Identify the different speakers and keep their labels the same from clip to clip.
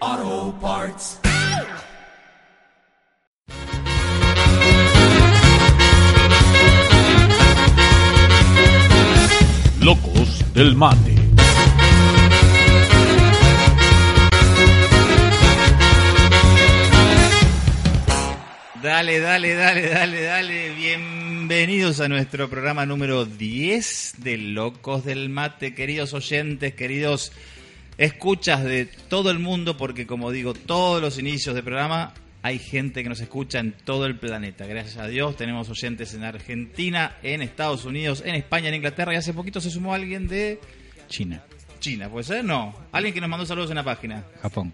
Speaker 1: Auto Parts.
Speaker 2: Locos del Mate.
Speaker 3: Dale, dale, dale, dale, dale. Bienvenidos a nuestro programa número 10 de Locos del Mate, queridos oyentes, queridos escuchas de todo el mundo, porque como digo, todos los inicios de programa hay gente que nos escucha en todo el planeta. Gracias a Dios tenemos oyentes en Argentina, en Estados Unidos, en España, en Inglaterra y hace poquito se sumó alguien de China. China, ¿puede ser? No. Alguien que nos mandó saludos en la página.
Speaker 4: Japón.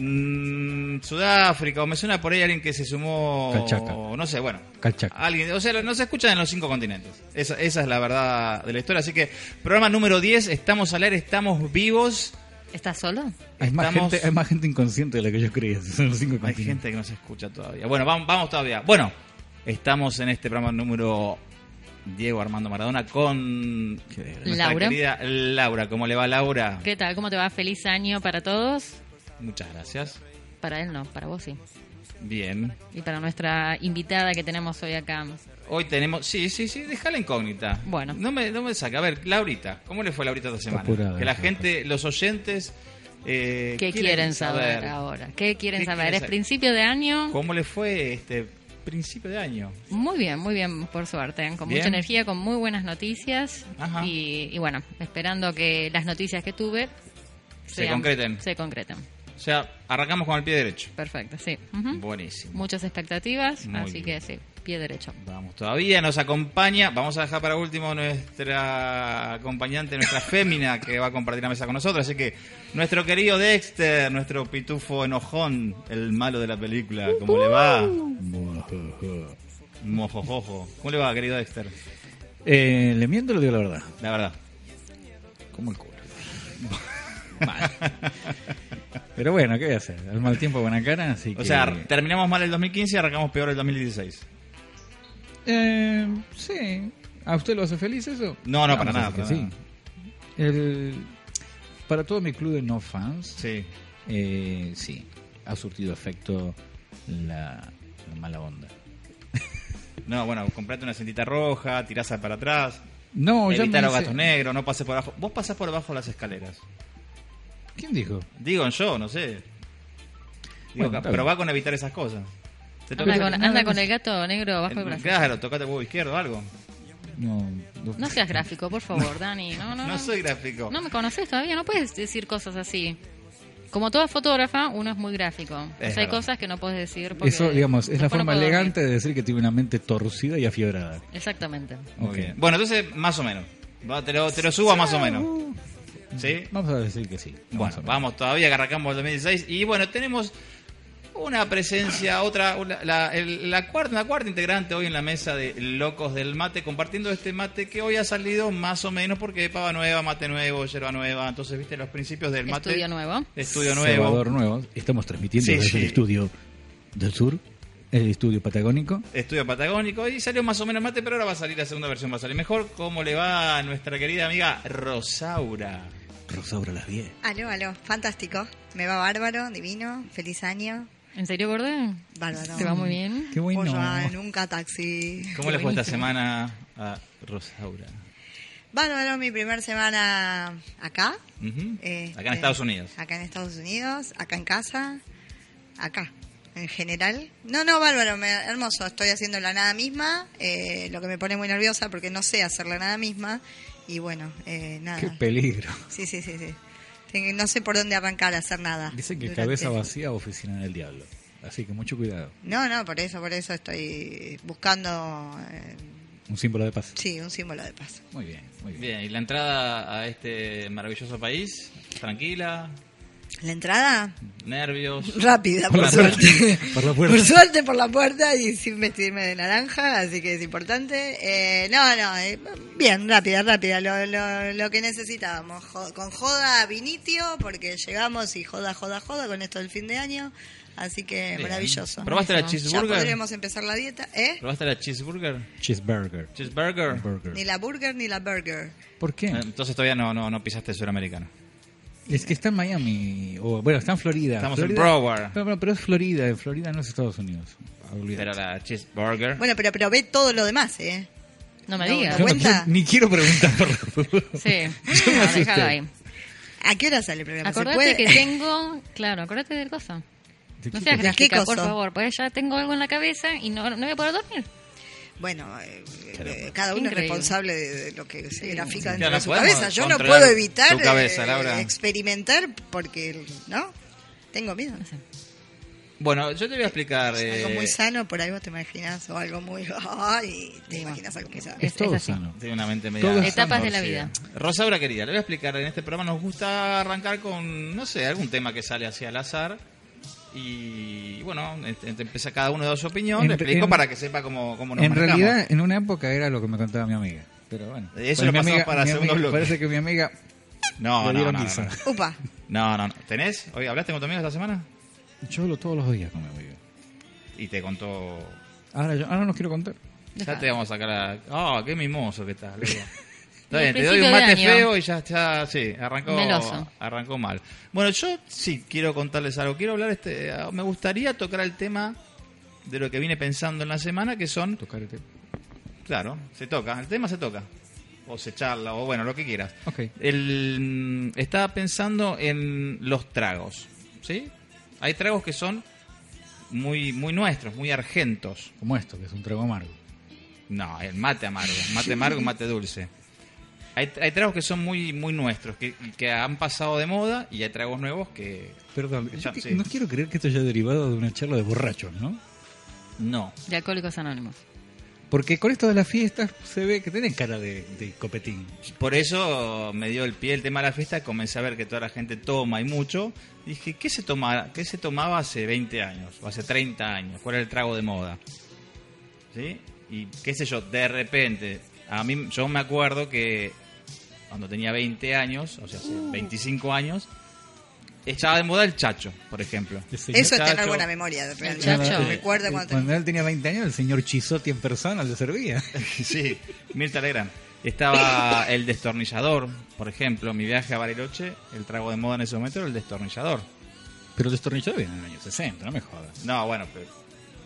Speaker 3: Mm, Sudáfrica, o me suena por ahí alguien que se sumó.
Speaker 4: Cachaca.
Speaker 3: No sé, bueno.
Speaker 4: Cachaca.
Speaker 3: Alguien, o sea, no se escuchan en los cinco continentes. Esa, esa es la verdad de la historia. Así que, programa número 10, estamos al aire, estamos vivos.
Speaker 5: ¿Estás solo?
Speaker 4: Hay más,
Speaker 3: Estamos-
Speaker 4: gente, hay más gente inconsciente de la que yo creía. Son los cinco
Speaker 3: Hay
Speaker 4: continentes.
Speaker 3: gente que nos escucha todavía. Bueno, vamos, vamos todavía. Bueno, estamos en este programa número Diego Armando Maradona con nuestra
Speaker 5: Laura.
Speaker 3: querida Laura. ¿Cómo le va Laura?
Speaker 5: ¿Qué tal? ¿Cómo te va? Feliz año para todos.
Speaker 3: Muchas gracias.
Speaker 5: Para él no, para vos sí.
Speaker 3: Bien.
Speaker 5: Y para nuestra invitada que tenemos hoy acá.
Speaker 3: Hoy tenemos. Sí, sí, sí, deja la incógnita.
Speaker 5: Bueno.
Speaker 3: No me, no me saca. A ver, Laurita, ¿cómo le fue a Laurita esta semana?
Speaker 4: apurada,
Speaker 3: que la
Speaker 4: está
Speaker 3: gente, los oyentes. eh,
Speaker 5: ¿Qué quieren, saber, ahora? ¿Qué quieren
Speaker 3: ¿Qué
Speaker 5: saber?
Speaker 3: quieren
Speaker 5: es
Speaker 3: saber?
Speaker 5: principio de año.
Speaker 3: ¿Cómo le fue este principio de año?
Speaker 5: Muy bien, muy bien, por suerte. ¿eh? Con
Speaker 3: Bien.
Speaker 5: mucha energía, con muy buenas noticias.
Speaker 3: Ajá.
Speaker 5: Y, y bueno, esperando que las noticias que tuve
Speaker 3: Se concreten.
Speaker 5: Se concreten.
Speaker 3: O sea, arrancamos con el pie derecho.
Speaker 5: Perfecto, sí. Ujú.
Speaker 3: Buenísimo.
Speaker 5: Muchas expectativas,
Speaker 3: Muy
Speaker 5: así
Speaker 3: bien.
Speaker 5: que sí, pie derecho.
Speaker 3: Vamos, todavía nos acompaña. Vamos a dejar para último nuestra acompañante, nuestra fémina, que va a compartir la mesa con nosotros. Así que, nuestro querido Dexter, nuestro pitufo enojón, el malo de la película, ¿cómo le va?
Speaker 5: Uh-huh.
Speaker 3: Mojojojo. ¿Cómo le va, querido Dexter?
Speaker 4: Eh, ¿Le miento o le digo la verdad?
Speaker 3: La verdad.
Speaker 4: Como el culo. Pero bueno, ¿qué voy a hacer? Al mal tiempo, buena cara, así
Speaker 3: O
Speaker 4: que-
Speaker 3: sea, terminamos mal el 2015 y arrancamos peor el 2016.
Speaker 4: Eh, sí. ¿A usted lo hace feliz eso?
Speaker 3: No, no, para
Speaker 4: pues
Speaker 3: nada,
Speaker 4: es que
Speaker 3: para nada.
Speaker 4: sí. El- Para todo mi club de no fans,
Speaker 3: Sí.
Speaker 4: eh, sí, ha surtido efecto la, la mala onda.
Speaker 3: No, bueno, comprate una cintita roja, tirasa para atrás,
Speaker 4: No, ya
Speaker 3: evita
Speaker 4: me
Speaker 3: los
Speaker 4: hice-
Speaker 3: gatos negros, no pases por abajo. Vos pasás por abajo de las escaleras.
Speaker 4: ¿Quién dijo?
Speaker 3: Digo yo, no sé. Digo,
Speaker 4: Bueno, está
Speaker 3: pero
Speaker 4: bien.
Speaker 3: va con evitar esas cosas. Te toca-
Speaker 5: Anda, con,
Speaker 4: nada
Speaker 5: anda
Speaker 4: más.
Speaker 5: con el gato negro bajo el brazo.
Speaker 3: Claro, tocate el huevo izquierdo o algo.
Speaker 4: No,
Speaker 5: No seas gráfico, por favor, Dani. No, no,
Speaker 3: No
Speaker 5: no.
Speaker 3: soy gráfico.
Speaker 5: No me conoces todavía, no puedes decir cosas así. Como toda fotógrafa, uno es muy gráfico. O sea, hay
Speaker 3: verdad.
Speaker 5: cosas que no puedes decir. Porque
Speaker 4: Eso, digamos, es la
Speaker 5: después no
Speaker 4: forma
Speaker 5: puedo dormir.
Speaker 4: elegante de decir que tiene una mente torcida y afiebrada.
Speaker 5: Exactamente.
Speaker 3: Muy
Speaker 4: Ok.
Speaker 3: bien. Bueno, entonces, más o menos. Va, te, lo, te lo subo a más o menos.
Speaker 5: Uh.
Speaker 3: ¿Sí?
Speaker 4: Vamos a decir que sí.
Speaker 3: Bueno, vamos todavía, que arrancamos el 2016. Y bueno, tenemos una presencia, otra, una- la, el- la cuarta, la cuarta integrante hoy en la mesa de Locos del Mate, compartiendo este mate que hoy ha salido más o menos porque hay pava nueva, mate nuevo, yerba nueva. Entonces, viste, los principios del mate.
Speaker 5: Estudio nuevo.
Speaker 3: de Estudio nuevo.
Speaker 4: Salvador nuevo. Estamos transmitiendo
Speaker 3: Sí,
Speaker 4: desde
Speaker 3: sí.
Speaker 4: el estudio del sur, el estudio patagónico.
Speaker 3: Estudio Patagónico y salió más o menos mate, pero ahora va a salir la segunda versión, va a salir mejor. ¿Cómo le va a nuestra querida amiga Rosaura?
Speaker 4: Rosaura las 10.
Speaker 6: Aló, aló, fantástico. Me va bárbaro, divino, feliz año.
Speaker 5: ¿En serio, Gordé?
Speaker 6: Bárbaro.
Speaker 5: Te va muy bien.
Speaker 4: Qué bueno.
Speaker 6: Olla en un taxi.
Speaker 3: ¿Cómo le fue esta semana a Rosaura?
Speaker 6: Bárbaro, mi primer semana acá.
Speaker 3: Ujú.
Speaker 5: Eh,
Speaker 6: Este,
Speaker 3: Acá en Estados Unidos.
Speaker 6: Acá en Estados Unidos, acá en casa, acá, en general. No, no, bárbaro, me- hermoso. Estoy haciendo la nada misma, eh, lo que me pone muy nerviosa porque no sé hacer la nada misma. Y bueno, eh, nada.
Speaker 4: Qué peligro.
Speaker 6: Sí, sí, sí, sí. Ten- No sé por dónde arrancar a hacer nada.
Speaker 4: Dicen que
Speaker 6: durante-
Speaker 4: cabeza vacía, oficina del diablo. Así que mucho cuidado.
Speaker 6: No, no, por eso, por eso estoy buscando, eh,
Speaker 4: Un símbolo de paz.
Speaker 6: sí, un símbolo de paz.
Speaker 4: Muy bien, muy bien.
Speaker 3: Bien, y la entrada a este maravilloso país, tranquila.
Speaker 6: La entrada
Speaker 3: Nervios.
Speaker 6: rápida, por,
Speaker 4: la
Speaker 6: suerte.
Speaker 4: puerta, por la puerta.
Speaker 6: Por suerte, por la puerta y sin vestirme de naranja, así que es importante. Eh, no, no, eh, bien, rápida, rápida, lo, lo, lo que necesitábamos. Jo- con joda vinitio, porque llegamos y joda, joda, joda con esto del fin de año, así que
Speaker 3: Bien.
Speaker 6: maravilloso.
Speaker 3: ¿Probaste la
Speaker 5: Eso. Ya
Speaker 6: Ya
Speaker 3: cheeseburger?
Speaker 6: podríamos empezar la dieta, ¿eh?
Speaker 3: ¿Probaste la cheeseburger?
Speaker 4: Cheeseburger.
Speaker 3: ¿Cheeseburger?
Speaker 4: Burger.
Speaker 6: Ni la burger ni la burger.
Speaker 4: ¿Por qué?
Speaker 3: Eh, Entonces todavía no, no, no pisaste Suramericano.
Speaker 4: Es que está en Miami, o bueno, está en Florida.
Speaker 3: Estamos
Speaker 4: Florida-
Speaker 3: en Broward.
Speaker 4: Pero, pero- pero es Florida, en Florida no es Estados Unidos. Ah, Olvídate.
Speaker 3: Pero la cheeseburger.
Speaker 6: Bueno, pero probé todo lo demás, ¿eh?
Speaker 5: No me
Speaker 6: No,
Speaker 5: digas.
Speaker 4: Yo no
Speaker 6: cuenta?
Speaker 4: quiero- ni quiero preguntar por Yo
Speaker 5: Sí.
Speaker 4: me
Speaker 5: No,
Speaker 4: asusté.
Speaker 5: déjalo ahí.
Speaker 6: ¿A qué hora sale el programa? ¿Se
Speaker 5: Acordate
Speaker 6: puede?
Speaker 5: que tengo. Claro, acordate del cosa. No seas
Speaker 6: ¿De
Speaker 5: gráfica,
Speaker 6: qué
Speaker 5: por
Speaker 6: cosa?
Speaker 5: favor, porque ya tengo algo en la cabeza y no, no voy a poder dormir.
Speaker 6: Bueno, eh, eh, cada uno
Speaker 5: Increíble.
Speaker 6: es responsable de, de lo que se grafica dentro
Speaker 3: Claro,
Speaker 6: de su
Speaker 3: podemos
Speaker 6: cabeza. Yo no
Speaker 3: controlar
Speaker 6: puedo evitar
Speaker 3: tu cabeza,
Speaker 6: eh,
Speaker 3: Laura.
Speaker 6: experimentar porque, ¿no? Tengo miedo.
Speaker 3: Bueno, yo te voy a explicar.
Speaker 6: Algo
Speaker 3: eh,
Speaker 6: muy sano, por ahí vos te imaginas, o algo muy... Ay, te imaginas algo muy sano.
Speaker 4: Es
Speaker 5: Es-
Speaker 4: todo
Speaker 5: es así.
Speaker 4: sano.
Speaker 3: Tengo una mente
Speaker 4: Todo
Speaker 3: media.
Speaker 4: es
Speaker 5: Etapas de la
Speaker 3: torcida.
Speaker 5: vida.
Speaker 3: Rosaura querida, le voy a explicar. En este programa nos gusta arrancar con, no sé, algún tema que sale hacia al azar. Y bueno, este- este empieza cada uno de su opinión.
Speaker 4: En-
Speaker 3: le explico
Speaker 4: en-
Speaker 3: para que sepa cómo, cómo nos
Speaker 4: en
Speaker 3: manejamos.
Speaker 4: realidad, en una época era lo que me contaba mi amiga. Pero bueno.
Speaker 3: Eso
Speaker 4: Pues
Speaker 3: lo
Speaker 4: mi
Speaker 3: pasamos
Speaker 4: amiga-
Speaker 3: para
Speaker 4: mi
Speaker 3: segundo
Speaker 4: amiga-
Speaker 3: bloque.
Speaker 4: Parece que mi amiga
Speaker 3: No, no,
Speaker 4: le
Speaker 3: no,
Speaker 4: dieron
Speaker 3: no,
Speaker 4: guisa.
Speaker 3: no.
Speaker 6: Upa,
Speaker 3: No, no, no. ¿Tenés? Hoy hablaste con tu amigo esta semana
Speaker 4: Yo hablo todos los días con mi amiga.
Speaker 3: y te contó.
Speaker 4: Ahora, yo, ahora no quiero contar.
Speaker 3: Ya te vamos a sacar a. ¡Ah, qué mimoso que estás, loco. Está
Speaker 5: Al
Speaker 3: bien, te doy un
Speaker 5: principio de
Speaker 3: mate
Speaker 5: año.
Speaker 3: feo y ya está. Sí, arrancó,
Speaker 5: Meloso.
Speaker 3: arrancó mal. Bueno, yo sí quiero contarles algo. Quiero hablar. este ah, Me gustaría tocar el tema de lo que vine pensando en la semana, que son.
Speaker 4: Tocar el tema.
Speaker 3: Claro, se toca. El tema se toca. O se charla, o bueno, lo que quieras.
Speaker 4: Ok.
Speaker 3: El, mm, estaba pensando en los tragos. ¿Sí? Hay tragos que son muy, muy nuestros, muy argentos.
Speaker 4: Como esto, que es un trago amargo.
Speaker 3: No, el mate amargo, mate amargo, mate dulce. Hay, hay tragos que son muy muy nuestros, que, que han pasado de moda y hay tragos nuevos que
Speaker 4: Perdón,
Speaker 3: Ya,
Speaker 4: yo que-
Speaker 3: sí.
Speaker 4: no quiero creer que esto haya derivado de una charla de borrachos, ¿no?
Speaker 3: no.
Speaker 5: De Alcohólicos Anónimos.
Speaker 4: Porque con esto de las fiestas se ve que tenés cara de, de copetín.
Speaker 3: Por eso me dio el pie el tema de la fiesta, comencé a ver que toda la gente toma y mucho. Dije, ¿qué se, toma, qué se tomaba hace 20 años o hace 30 años? ¿Cuál era el trago de moda? ¿Sí? Y qué sé yo, de repente, a mí yo me acuerdo que cuando tenía 20 años, o sea, hace 25 años, estaba de moda el chacho, por ejemplo.
Speaker 4: El señor-
Speaker 6: eso es tener
Speaker 3: Chacho.
Speaker 6: buena memoria,
Speaker 4: Cuando-
Speaker 5: Chacho.
Speaker 6: realmente. Recuerda
Speaker 4: eh,
Speaker 6: cuando...
Speaker 4: cuando él tenía 20 años, el señor Chisotti en persona le servía.
Speaker 3: Sí, Mirta Legrand. Estaba el destornillador, por ejemplo, mi viaje a Bariloche, el trago de moda en ese momento era el destornillador.
Speaker 4: Pero el destornillador viene en el año 60, no me jodas.
Speaker 3: No, bueno, pero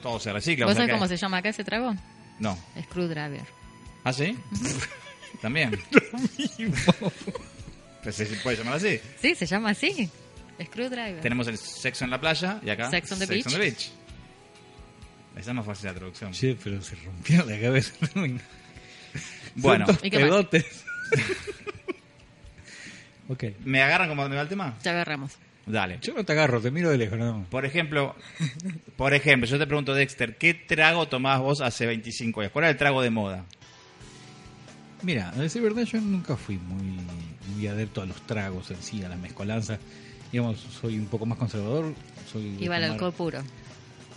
Speaker 3: todo se recicla.
Speaker 5: ¿Vos
Speaker 3: o sea
Speaker 5: sabés
Speaker 3: que-
Speaker 5: cómo se llama acá ese trago?
Speaker 3: No.
Speaker 5: Screwdriver.
Speaker 3: ¿Ah, sí? También. Pues se puede llamar así.
Speaker 5: Sí, se llama así. Screwdriver.
Speaker 3: Tenemos el sexo en la playa y acá.
Speaker 5: Sex on the beach.
Speaker 3: Esa es más fácil la traducción.
Speaker 4: Che, pero se rompió la cabeza.
Speaker 3: Bueno,
Speaker 4: Son dos
Speaker 5: ¿Y qué más?
Speaker 4: pedotes. ok.
Speaker 3: ¿me agarran como me va el tema?
Speaker 5: Ya agarramos.
Speaker 3: Dale.
Speaker 4: Yo no te agarro, te miro de lejos, nada más.
Speaker 3: Por ejemplo, por ejemplo, yo te pregunto, Dexter, ¿qué trago tomabas vos hace 25 años? ¿Cuál era el trago de moda?
Speaker 4: Mira, a decir verdad, yo nunca fui muy, muy adepto a los tragos en sí, a las mezcolanzas. Digamos, soy un poco más conservador. Soy de
Speaker 5: Iba al
Speaker 4: tomar-
Speaker 5: alcohol puro.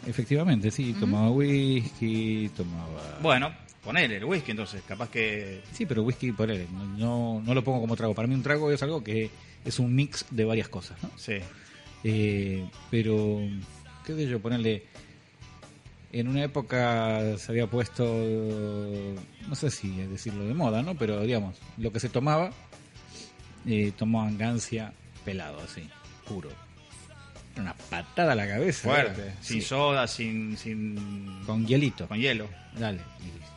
Speaker 4: Efectivamente, sí. Tomaba whisky, tomaba...
Speaker 3: Bueno, ponele el whisky entonces, capaz que...
Speaker 4: Sí, pero whisky, ponele, no, no, no lo pongo como trago. Para mí un trago es algo que es un mix de varias cosas, ¿no?
Speaker 3: Sí.
Speaker 4: Eh, pero, qué sé yo, ponerle. En una época se había puesto, no sé si decirlo de moda, ¿no? Pero digamos, lo que se tomaba, eh, tomaban gancia pelado, así, puro. Era Una patada a la cabeza.
Speaker 3: Fuerte.
Speaker 4: era.
Speaker 3: Sin
Speaker 4: Sí.
Speaker 3: soda, sin... sin...
Speaker 4: Con hielito.
Speaker 3: con hielo.
Speaker 4: Dale. y listo.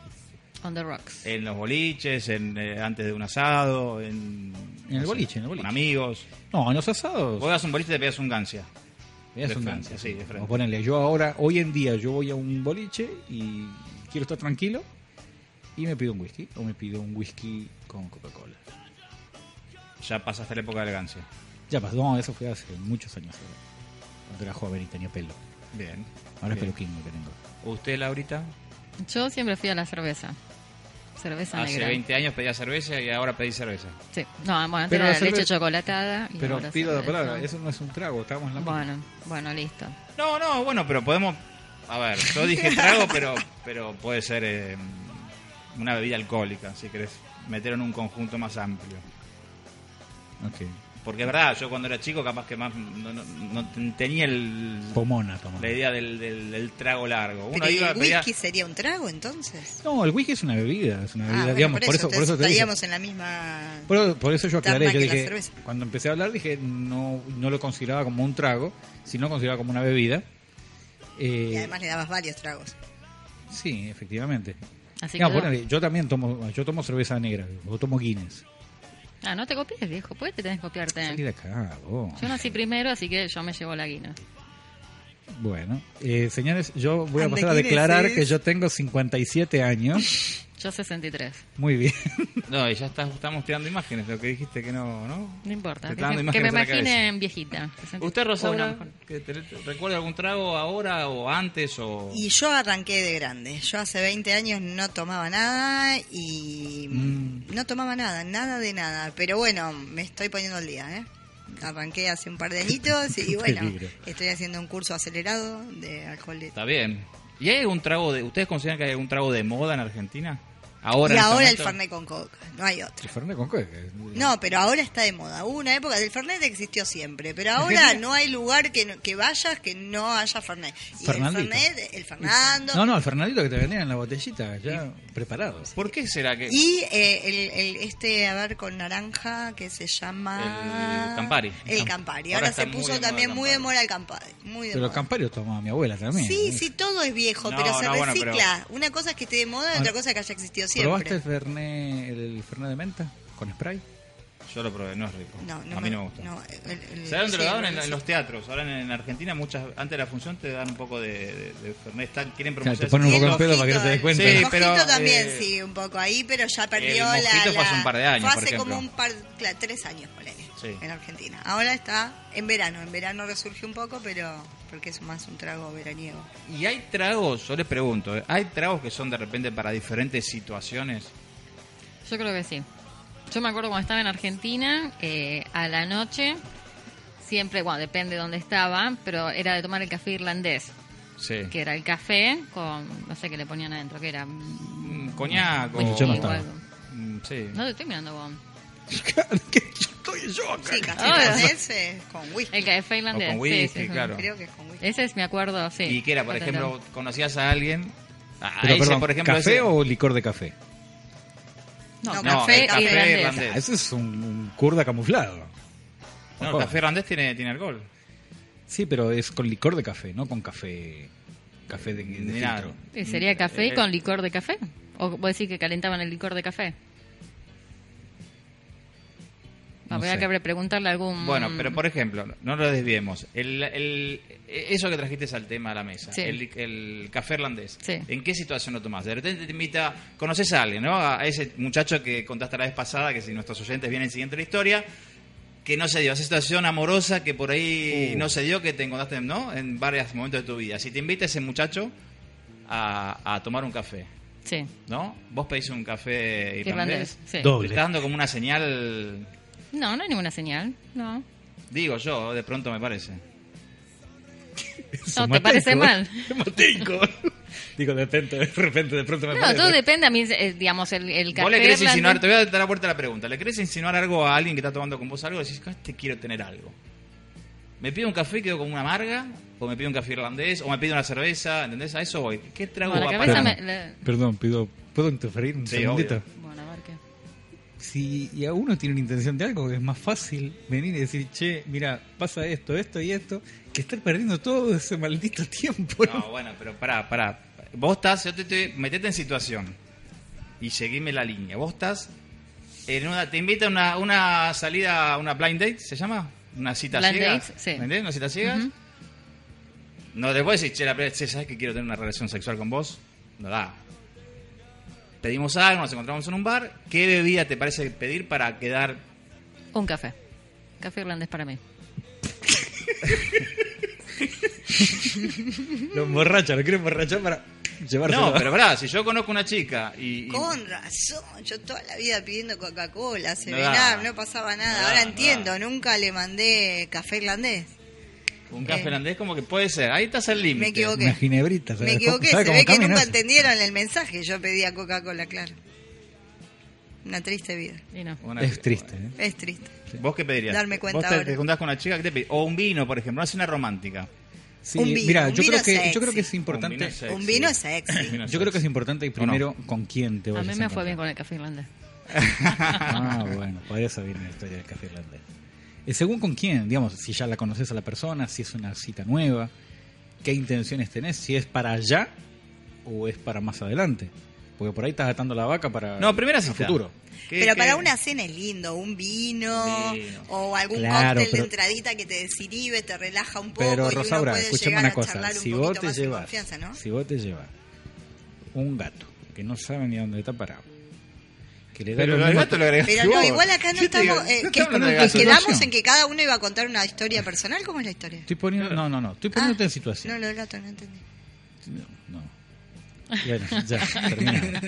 Speaker 5: On the rocks.
Speaker 4: Eh.
Speaker 3: En los boliches, en, eh, antes de un asado, en...
Speaker 4: En el boliche, en el boliche.
Speaker 3: Con amigos.
Speaker 4: No, en los asados.
Speaker 3: Vos vas a un boliche y te pegas un gancia.
Speaker 4: Es
Speaker 3: De
Speaker 4: un
Speaker 3: frente,
Speaker 4: gancia,
Speaker 3: sí, de frente.
Speaker 4: O ponele, yo ahora, hoy en día, yo voy a un boliche y quiero estar tranquilo y me pido un whisky o me pido un whisky con Coca-Cola.
Speaker 3: Ya pasaste la época de la gancia.
Speaker 4: Ya pasó, no, eso fue hace muchos años. ahora. Cuando era joven y tenía pelo.
Speaker 3: Bien.
Speaker 4: Ahora es
Speaker 3: Bien.
Speaker 4: peluquín lo que tengo.
Speaker 3: ¿Usted, Laurita?
Speaker 5: Yo siempre fui a la cerveza. Cerveza
Speaker 3: Hace
Speaker 5: negra.
Speaker 3: 20 años pedía cerveza y ahora pedí cerveza.
Speaker 5: Sí. No, bueno, antes
Speaker 4: Pero
Speaker 5: era
Speaker 4: la
Speaker 5: leche
Speaker 4: cerveza-
Speaker 5: chocolatada. y
Speaker 4: Pero
Speaker 5: ahora
Speaker 4: pido la
Speaker 5: cerveza.
Speaker 4: palabra, eso no es un trago, estamos en la misma.
Speaker 5: Bueno, bueno, listo.
Speaker 3: No, no, bueno, pero podemos. A ver, yo dije trago, pero, pero puede ser eh, una bebida alcohólica, si querés meterlo en un conjunto más amplio.
Speaker 4: Ok.
Speaker 3: Porque es verdad, yo cuando era chico, capaz que más no, no- no ten- tenía el,
Speaker 4: Pomona, toma.
Speaker 3: la idea del, del- del trago largo. Uno
Speaker 6: Pero ¿y
Speaker 3: iba,
Speaker 6: el
Speaker 3: pedía-
Speaker 6: whisky sería un trago entonces.
Speaker 4: No, el whisky es una bebida, es una
Speaker 6: Ah,
Speaker 4: bebida,
Speaker 6: bueno,
Speaker 4: digamos,
Speaker 6: por eso,
Speaker 4: por eso,
Speaker 6: entonces
Speaker 4: te dije.
Speaker 6: estaríamos en la misma.
Speaker 4: Por, por eso yo
Speaker 6: Tan
Speaker 4: aclaré,
Speaker 6: más
Speaker 4: yo
Speaker 6: que la
Speaker 4: dije,
Speaker 6: cerveza.
Speaker 4: cuando empecé a hablar dije, no, no lo consideraba como un trago, sino lo consideraba como una bebida. Eh,
Speaker 6: Y además le dabas varios tragos.
Speaker 4: sí, efectivamente.
Speaker 5: Así
Speaker 4: No,
Speaker 5: que.
Speaker 4: ponele, yo también tomo, yo tomo cerveza negra, yo tomo Guinness.
Speaker 5: Ah, no te copies, viejo. Pues te tenés que
Speaker 6: Eh.
Speaker 5: copiarte.
Speaker 4: Salí de acá, vos.
Speaker 5: Yo nací primero, así que yo me llevo la guina.
Speaker 4: Bueno, eh, señores, yo voy a
Speaker 6: Ande
Speaker 4: pasar a
Speaker 6: Guinness ¿eh?
Speaker 4: declarar
Speaker 6: es.
Speaker 4: que yo tengo 57 años.
Speaker 5: Yo 63.
Speaker 4: Muy bien.
Speaker 3: No, y ya estás- estamos tirando imágenes, lo que dijiste que no, ¿no?
Speaker 5: No importa.
Speaker 3: Te
Speaker 5: Que
Speaker 3: está dando
Speaker 5: me, que me
Speaker 3: imágenes a la cabeza.
Speaker 5: imaginen viejita. 60.
Speaker 3: ¿Usted,
Speaker 5: O
Speaker 3: Rosaura,
Speaker 5: no, mejor.
Speaker 3: que te- te- recuerda algún trago ahora o antes o...?
Speaker 6: Y yo arranqué de grande. Yo hace 20 años no tomaba nada y no tomaba nada, nada de nada. Pero bueno, me estoy poniendo al día, ¿eh? Arranqué hace un par de añitos y bueno,
Speaker 4: peligro.
Speaker 6: estoy haciendo un curso acelerado de alcohol. de-
Speaker 3: Está bien. ¿Y hay algún trago de... ¿Ustedes consideran que hay algún trago de moda en Argentina? Ahora, en
Speaker 6: y
Speaker 3: este
Speaker 6: ahora el
Speaker 3: momento.
Speaker 6: Fernet con coca, no hay otro.
Speaker 4: Fernet con coca.
Speaker 6: No, pero ahora está de moda. Hubo una época del Fernet existió siempre, pero ahora no hay lugar que, no- que vayas que no haya Fernet. Y
Speaker 4: Fernandito.
Speaker 6: el Fernet, el Fernando.
Speaker 4: No, no, el Fernandito que te vendían en la botellita, ya preparado.
Speaker 3: ¿Por qué será que...?
Speaker 6: Y eh, el, el- este, a ver, con naranja que se llama...
Speaker 3: El Campari.
Speaker 6: El Campari.
Speaker 3: Ahora
Speaker 6: Ahora,
Speaker 3: está
Speaker 6: se
Speaker 3: muy
Speaker 6: puso
Speaker 3: de moda
Speaker 6: también
Speaker 3: el
Speaker 6: muy de
Speaker 3: Campari.
Speaker 6: moda el Campari. Muy de
Speaker 4: Pero los
Speaker 6: moda.
Speaker 4: camparios tomaba mi abuela también.
Speaker 6: Sí,
Speaker 4: ¿eh?
Speaker 6: sí, todo es viejo,
Speaker 3: No,
Speaker 6: pero se
Speaker 3: no, bueno,
Speaker 6: recicla.
Speaker 3: pero-
Speaker 6: Una cosa es que esté de moda,
Speaker 4: Ahora,
Speaker 6: otra cosa es que haya existido
Speaker 4: Ah, ¿Probaste
Speaker 6: siempre.
Speaker 4: el Fernet, el Fernet de menta con spray?
Speaker 3: Yo lo probé, no es rico.
Speaker 6: No, no
Speaker 3: a mí no me gusta.
Speaker 6: no, el- el-
Speaker 3: ¿Sabes dónde lo
Speaker 6: sí,
Speaker 3: daban? En,
Speaker 6: el-
Speaker 3: en los teatros. Ahora en, en Argentina, muchas antes de la función, te dan un poco de, de, de Fernet. Están- quieren
Speaker 4: Claro,
Speaker 3: promocionar...
Speaker 4: te ponen
Speaker 6: Y
Speaker 4: un
Speaker 6: el
Speaker 4: poco en pedo
Speaker 6: mojito,
Speaker 4: para que no te des cuenta.
Speaker 3: Sí,
Speaker 6: el mojito
Speaker 3: pero,
Speaker 6: también,
Speaker 3: eh,
Speaker 6: sí, un poco ahí, pero ya perdió
Speaker 3: el
Speaker 6: la,
Speaker 3: mojito fue hace
Speaker 6: la-
Speaker 3: un par de años,
Speaker 6: Fue
Speaker 3: por
Speaker 6: hace
Speaker 3: ejemplo.
Speaker 6: como un par, claro, tres años, ponele,
Speaker 3: Sí.
Speaker 6: en Argentina. Ahora está en verano, en verano resurge un poco, pero porque es más un trago veraniego.
Speaker 3: ¿Y hay tragos? Yo les pregunto, ¿eh? ¿hay tragos que son de repente para diferentes situaciones?
Speaker 5: Yo creo que sí. Yo me acuerdo cuando estaba en Argentina, eh, a la noche, siempre, bueno, depende de dónde estaba, pero era de tomar el café irlandés,
Speaker 3: Sí.
Speaker 5: que era el café con, no sé qué le ponían adentro, que era...
Speaker 3: Mm, Coñac o...
Speaker 4: Bueno, yo no estaba.
Speaker 5: igual.
Speaker 3: Mm, Sí.
Speaker 5: No te estoy mirando vos.
Speaker 6: Sí, café
Speaker 5: Ah,
Speaker 6: con ese, con whisky.
Speaker 5: El café
Speaker 3: O
Speaker 5: irlandés.
Speaker 3: con
Speaker 5: sí,
Speaker 3: whisky,
Speaker 5: sí, sí.
Speaker 3: claro.
Speaker 6: Creo que es con whisky.
Speaker 3: Eh,
Speaker 5: Ese es, me acuerdo, sí.
Speaker 3: ¿Y qué era? Por
Speaker 5: Total.
Speaker 3: ejemplo, ¿conocías a alguien? A
Speaker 4: Pero,
Speaker 3: Ah, ese,
Speaker 4: perdón,
Speaker 3: por ejemplo,
Speaker 4: ¿Café
Speaker 3: ese-
Speaker 4: o licor de café?
Speaker 5: No,
Speaker 6: No,
Speaker 5: café,
Speaker 3: el café
Speaker 5: irlandés.
Speaker 3: irlandés.
Speaker 4: Ah, ese es un, un kurda camuflado.
Speaker 3: No, el café irlandés tiene, tiene alcohol.
Speaker 4: Sí, pero es con licor de café, no con café café de, de
Speaker 3: Mirá.
Speaker 4: filtro.
Speaker 5: Eh, ¿Sería café
Speaker 3: Eh,
Speaker 5: con licor de café? ¿O vos decís que calentaban el licor de café?
Speaker 4: No
Speaker 5: Habría
Speaker 4: sé.
Speaker 5: que pre- preguntarle a algún...
Speaker 3: Bueno, pero por ejemplo, no lo desviemos. El, el- eso que trajiste al tema a la mesa,
Speaker 5: Sí.
Speaker 3: el, el café irlandés,
Speaker 5: Sí.
Speaker 3: ¿en qué situación lo tomás? De repente te invita, conoces a alguien, ¿no? A ese muchacho que contaste la vez pasada, que si nuestros oyentes vienen siguiendo la historia, que no se dio, esa situación amorosa que por
Speaker 5: Uh.
Speaker 3: ahí no se dio, que te encontraste, ¿no? En varios momentos de tu vida. Si te invita ese muchacho a, a tomar un café,
Speaker 5: Sí,
Speaker 3: ¿no? Vos pedís un café irlandés.
Speaker 5: irlandés. sí.
Speaker 4: Doble.
Speaker 3: Te está dando como una señal,
Speaker 5: No, no hay ninguna señal. No,
Speaker 3: digo yo, de pronto me parece.
Speaker 5: no ¿te parece mal?
Speaker 4: Matinco. ¿eh? Digo, de repente, de repente, de pronto me
Speaker 5: No,
Speaker 4: parece.
Speaker 5: todo depende. A mí, eh, digamos, el, el café
Speaker 3: Vos le querés
Speaker 5: irlandés-
Speaker 3: insinuar, te voy a dar la vuelta a la pregunta. ¿Le querés insinuar algo a alguien que está tomando con vos algo? Decís, "Con este quiero tener algo. ¿Me pido un café y quedo con una amarga? ¿O me pido un café irlandés? ¿O me pido una cerveza? ¿Entendés? A eso voy. ¿Qué trago
Speaker 5: Bueno,
Speaker 3: va
Speaker 5: la
Speaker 3: para
Speaker 5: cabeza
Speaker 4: Perdón,
Speaker 5: me- la-
Speaker 4: Perdón, pido, ¿puedo interferir un
Speaker 3: Sí,
Speaker 4: segundito?
Speaker 3: obvio.
Speaker 5: Bueno, a ver qué.
Speaker 4: Si y a uno tiene una intención de algo, es más fácil venir y decir, che, mira, pasa esto, esto y esto, que estar perdiendo todo ese maldito tiempo. ¿no?
Speaker 3: No, bueno, pero pará, pará. Vos estás, yo te, te- metete en situación y seguime la línea. Vos estás en una, te invita a una, una salida, una blind date, ¿se llama? Una cita
Speaker 5: Blind
Speaker 3: ciega.
Speaker 5: dates, sí.
Speaker 3: ¿Entendés? Una cita ciega.
Speaker 5: Ujú.
Speaker 3: No te puedes decir, che, la primera vez, che, ¿sabes que quiero tener una relación sexual con vos? No da. Pedimos algo, nos encontramos en un bar. ¿Qué bebida te parece pedir para quedar?
Speaker 5: Un café. Café irlandés para mí.
Speaker 4: Lo emborracha, lo quiere emborrachar para llevárselo.
Speaker 3: No, pero verdad, si yo conozco una chica y. y-
Speaker 6: Con razón, yo toda la vida pidiendo Coca-Cola,
Speaker 3: da,
Speaker 6: Serenam, no, pasaba nada.
Speaker 3: no da,
Speaker 6: Ahora
Speaker 3: no
Speaker 6: entiendo,
Speaker 3: da.
Speaker 6: nunca le mandé café irlandés.
Speaker 3: Un café holandés como que puede ser. Ahí estás el límite.
Speaker 6: Me equivoqué.
Speaker 4: Una ginebrita. ¿sabes
Speaker 6: Me
Speaker 4: cómo-
Speaker 6: equivoqué,
Speaker 4: ¿sabes
Speaker 6: se
Speaker 4: cómo
Speaker 6: ve que
Speaker 4: camina
Speaker 6: nunca
Speaker 4: eso?
Speaker 6: entendieron el mensaje. Yo pedía Coca-Cola, claro. Una triste vida.
Speaker 5: Y no.
Speaker 3: Una-
Speaker 4: Es triste, ¿eh?
Speaker 6: Es triste.
Speaker 3: ¿Vos qué pedirías?
Speaker 6: Darme cuenta
Speaker 3: Vos te,
Speaker 6: ahora.
Speaker 3: te juntás con una chica que te pide- O un vino, por ejemplo, una cena romántica.
Speaker 4: Sí,
Speaker 6: Un vino,
Speaker 4: mira,
Speaker 6: un
Speaker 4: yo
Speaker 6: vino
Speaker 4: creo que yo
Speaker 6: sexy.
Speaker 4: creo que es
Speaker 3: Un vino
Speaker 4: importante.
Speaker 3: sexy.
Speaker 6: Un vino es sexy.
Speaker 3: Vino
Speaker 4: Yo creo que es
Speaker 3: sexy.
Speaker 4: importante y
Speaker 3: ¿O no?
Speaker 4: primero con quién te
Speaker 5: A
Speaker 4: vas
Speaker 5: mí me fue bien con el café irlandés.
Speaker 4: Ah, bueno, por eso viene la historia del café irlandés. Eh, según con quién, digamos, si ya la conoces a la persona, si es una cita nueva, qué intenciones tenés, si es para allá o es para más adelante. Porque por ahí estás atando la vaca para
Speaker 3: No, primera
Speaker 4: a
Speaker 3: cita.
Speaker 4: futuro.
Speaker 3: ¿Qué-
Speaker 6: Pero
Speaker 3: qué-
Speaker 6: para una cena es lindo, un vino
Speaker 3: Vino.
Speaker 6: o algún
Speaker 4: Claro,
Speaker 6: cóctel
Speaker 4: pero-
Speaker 6: de entradita que te desinhibe, te relaja un poco
Speaker 4: Pero
Speaker 6: y uno
Speaker 4: Rosaura,
Speaker 6: puede
Speaker 4: escúchame
Speaker 6: llegar
Speaker 4: una
Speaker 6: a
Speaker 4: cosa,
Speaker 6: charlar un
Speaker 4: si
Speaker 6: poquito
Speaker 4: vos te
Speaker 6: más en
Speaker 4: llevas,
Speaker 6: confianza, ¿no?
Speaker 4: si vos te llevas un gato que no sabe ni dónde está parado, que le da
Speaker 3: Pero
Speaker 4: lo
Speaker 3: el
Speaker 4: mismo
Speaker 3: gato lo agregaste
Speaker 6: Pero no,
Speaker 3: vos.
Speaker 6: igual acá no
Speaker 3: Yo te digo,
Speaker 6: estamos. eh,
Speaker 3: no
Speaker 6: que-
Speaker 3: estamos hablando de
Speaker 6: que
Speaker 3: gato.
Speaker 6: quedamos en que cada uno iba a contar una historia personal. ¿Cómo es la historia?
Speaker 4: Estoy poniendo, no, no, no, estoy poniéndote
Speaker 6: Ah,
Speaker 4: en situación.
Speaker 6: No, lo del gato no entendí.
Speaker 4: No, no. Bueno, ya, terminamos.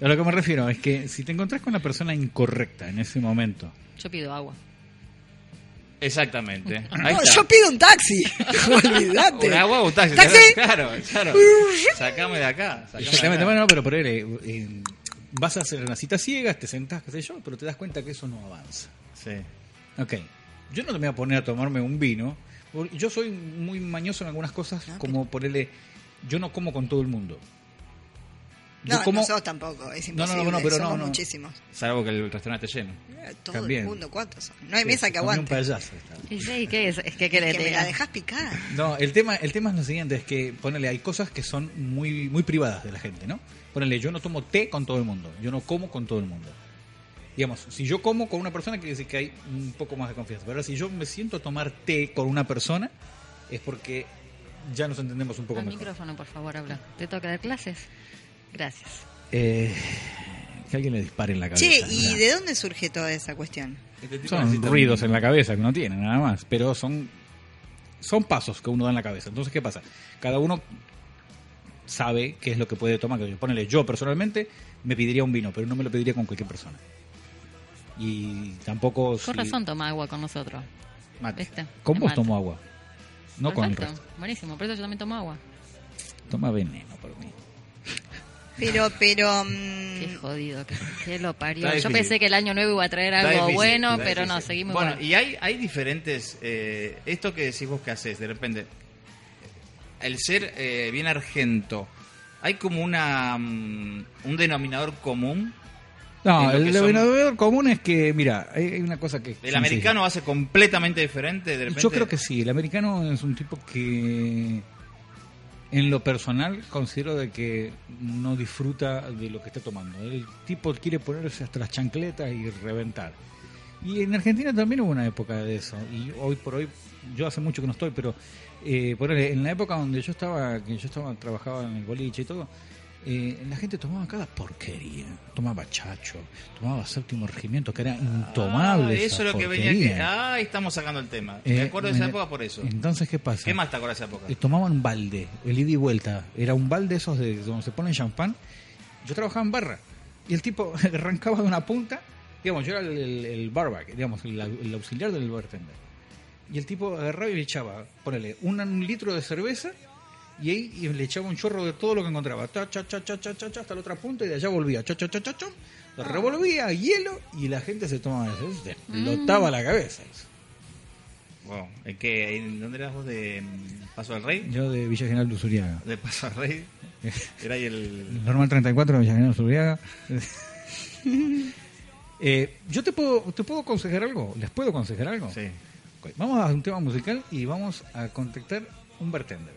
Speaker 4: A lo que me refiero es que si te encontrás con la persona incorrecta en ese momento,
Speaker 5: Yo pido agua.
Speaker 3: Exactamente. Ahí
Speaker 6: No,
Speaker 3: está.
Speaker 6: yo pido un taxi. Olvídate.
Speaker 3: Un agua o un taxi.
Speaker 6: ¿Taxi?
Speaker 3: Claro, claro. Sacame de acá. sacame de
Speaker 4: exactamente,
Speaker 3: acá.
Speaker 4: bueno, pero por él, vas a hacer una cita ciegas, te sentás, qué sé yo, pero te das cuenta que eso no avanza.
Speaker 3: Sí.
Speaker 4: Ok, yo no me voy a poner a tomarme un vino. porque Yo soy muy mañoso en algunas
Speaker 6: Ah,
Speaker 4: cosas, como ponerle, yo no como con todo el mundo. Yo
Speaker 6: No,
Speaker 4: como-
Speaker 6: nosotros tampoco. Es
Speaker 4: No, no,
Speaker 6: imposible.
Speaker 4: no, no, pero
Speaker 6: somos
Speaker 4: no, no.
Speaker 6: muchísimos.
Speaker 3: Salvo que el restaurante esté lleno.
Speaker 6: Eh, Todo
Speaker 4: También.
Speaker 6: el mundo, ¿cuántos son? No hay
Speaker 4: Sí,
Speaker 6: mesa que
Speaker 4: comí un
Speaker 6: aguante.
Speaker 4: payaso estaba.
Speaker 5: Y sí, ¿qué es? Es que, ¿qué le
Speaker 6: Que me
Speaker 5: diga?
Speaker 6: la dejas picar.
Speaker 4: No, el tema, el tema es lo siguiente, es que ponele, hay cosas que son muy, muy privadas de la gente, ¿no? Ponele, yo no tomo té con todo el mundo, yo no como con todo el mundo. Digamos, si yo como con una persona, quiere decir que hay un poco más de confianza. Pero ahora, si yo me siento a tomar té con una persona, es porque ya nos entendemos un poco
Speaker 5: Al
Speaker 4: mejor.
Speaker 5: micrófono, por favor, habla. ¿Te toca dar clases? Gracias.
Speaker 4: Eh, que alguien le dispare en la cabeza.
Speaker 6: Che, ¿y
Speaker 4: Mira.
Speaker 6: de dónde surge toda esa cuestión?
Speaker 4: Son ruidos en la cabeza que uno tiene, nada más. Pero son, son pasos que uno da en la cabeza. Entonces, ¿qué pasa? Cada uno sabe qué es lo que puede tomar. Que Ponele, yo personalmente me pediría un vino, pero no me lo pediría con cualquier persona. Y tampoco...
Speaker 5: Con
Speaker 4: si-
Speaker 5: razón toma agua con nosotros.
Speaker 4: Mate.
Speaker 5: ¿viste?
Speaker 4: Con
Speaker 5: Te
Speaker 4: vos
Speaker 5: mata.
Speaker 4: tomo agua. No con el
Speaker 5: Perfecto,
Speaker 4: resto.
Speaker 5: Buenísimo, por eso yo también tomo agua.
Speaker 4: Toma veneno por mí.
Speaker 6: Pero, pero.
Speaker 5: Qué
Speaker 6: mm,
Speaker 5: jodido, que, que lo parió.
Speaker 3: Está
Speaker 5: Yo
Speaker 3: difícil.
Speaker 5: pensé que el año nuevo iba a traer algo
Speaker 3: Está difícil,
Speaker 5: bueno,
Speaker 3: está
Speaker 5: pero no,
Speaker 3: difícil.
Speaker 5: seguimos
Speaker 3: Bueno,
Speaker 5: igual.
Speaker 3: y hay, hay diferentes. eh, esto que decís vos que haces, de repente. El ser eh, bien argento. Hay como una mm, un denominador común.
Speaker 4: No,
Speaker 3: En lo
Speaker 4: el
Speaker 3: que son-
Speaker 4: denominador común es que, mira, hay hay una cosa que... es
Speaker 3: El
Speaker 4: sencilla.
Speaker 3: americano hace completamente diferente. De repente,
Speaker 4: Yo creo que sí, el americano es un tipo que en lo personal considero de que no disfruta de lo que está tomando. El tipo quiere ponerse hasta las chancletas y reventar. Y en Argentina también hubo una época de eso. Y hoy por hoy, yo hace mucho que no estoy, pero eh, ponele, en la época donde yo estaba, que yo estaba trabajaba en el boliche y todo, eh, la gente tomaba cada porquería. Tomaba chacho, tomaba séptimo regimiento, que era
Speaker 3: Ah,
Speaker 4: intomable. esa
Speaker 3: eso es lo que venía
Speaker 4: porquería.
Speaker 3: que. Ah, estamos sacando el tema.
Speaker 4: Eh,
Speaker 3: Me acuerdo de esa
Speaker 4: me-
Speaker 3: época por eso.
Speaker 4: Entonces, ¿qué pasa?
Speaker 3: ¿Qué más te acuerdas de esa época?
Speaker 4: Eh, Tomaban un balde, el ida y vuelta. Era un balde esos de donde se ponen champán. Yo trabajaba en barra. Y el tipo arrancaba de una punta. Digamos, yo era el, el, el barback, digamos, el, el auxiliar del bartender. Y el tipo agarraba y le echaba, ponele, un, un litro de cerveza y ahí y le echaba un chorro de todo lo que encontraba. Ta, cha, cha, cha, cha, cha, cha, hasta la otra punta y de allá volvía. Cha, cha, cha, cha, cha. Lo revolvía, hielo y la gente se tomaba eso. Se explotaba la cabeza. eso.
Speaker 3: Wow. ¿En qué- en ¿Dónde eras vos de mm, Paso del Rey?
Speaker 4: Yo de Villa General de Usuriaga.
Speaker 3: De Paso del Rey. Era ahí el.
Speaker 4: Normal 34 de Villagrano Surriaga. eh, yo te puedo, te puedo aconsejar algo, les puedo aconsejar algo.
Speaker 3: Sí.
Speaker 4: Ok, Vamos a un tema musical y vamos a contactar un bartender.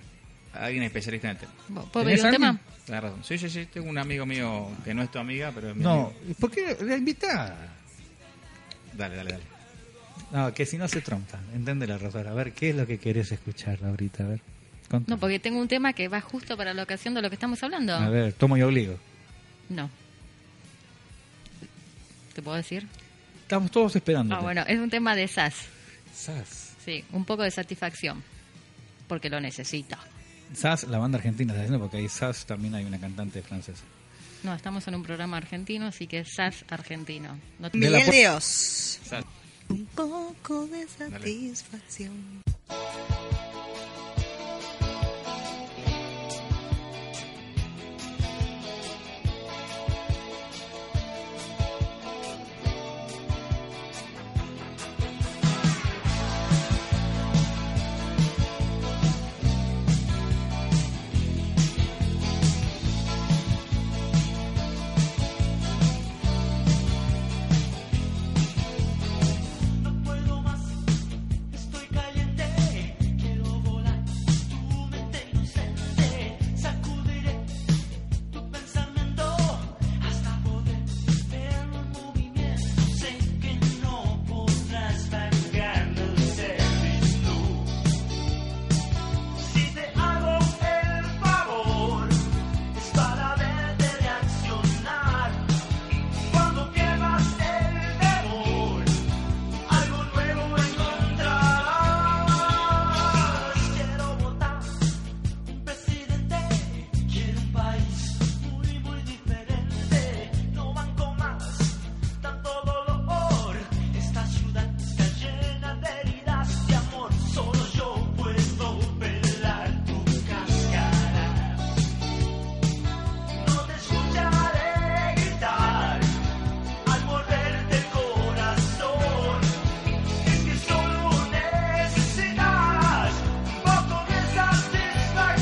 Speaker 3: Alguien especialista en el tema.
Speaker 5: ¿Vos- ¿Puedo
Speaker 4: ¿Tenés
Speaker 5: pedir un tema?
Speaker 4: alguien?
Speaker 3: Tenés razón. Sí, sí, sí. Tengo un amigo mío que no es tu amiga, pero es mi
Speaker 4: No,
Speaker 3: amigo.
Speaker 4: ¿por qué la invitada?
Speaker 3: Dale, dale, dale.
Speaker 4: No, que si no se trompa. Entendela, Rosaura. A ver, ¿qué es lo que querés escuchar ahorita? A ver. contame.
Speaker 5: No, porque tengo un tema que va justo para la ocasión de lo que estamos hablando.
Speaker 4: A ver, tomo y obligo.
Speaker 5: No. ¿Te puedo decir?
Speaker 4: Estamos todos esperando.
Speaker 5: Ah, bueno, es un tema de SAS.
Speaker 4: Sas.
Speaker 5: Sí, un poco de satisfacción. Porque lo necesito.
Speaker 4: SAS, la banda argentina, está diciendo porque ahí SAS también hay una cantante francesa.
Speaker 5: No, estamos en un programa argentino, así que SAS argentino. No te-
Speaker 4: De la
Speaker 6: Miguel
Speaker 4: pu-
Speaker 6: Dios.
Speaker 3: Sal.
Speaker 6: Un poco de satisfacción.
Speaker 7: No puedo más, estoy caliente, quiero volar tu mente inocente, sacudiré tu pensamiento hasta poder ver un movimiento, sé que no podrás bancarlo de Si te hago el favor, es para verte reaccionar, y cuando pierdas el temor. Algo nuevo encontrarás. Quiero votar un presidente. Quiero un país muy, muy diferente. No banco más tanto dolor. Esta ciudad está llena de heridas de amor. Solo yo puedo pelar tu cascara. No te escucharé gritar. Al volverte el corazón, es que solo necesitas un poco de satisfacción.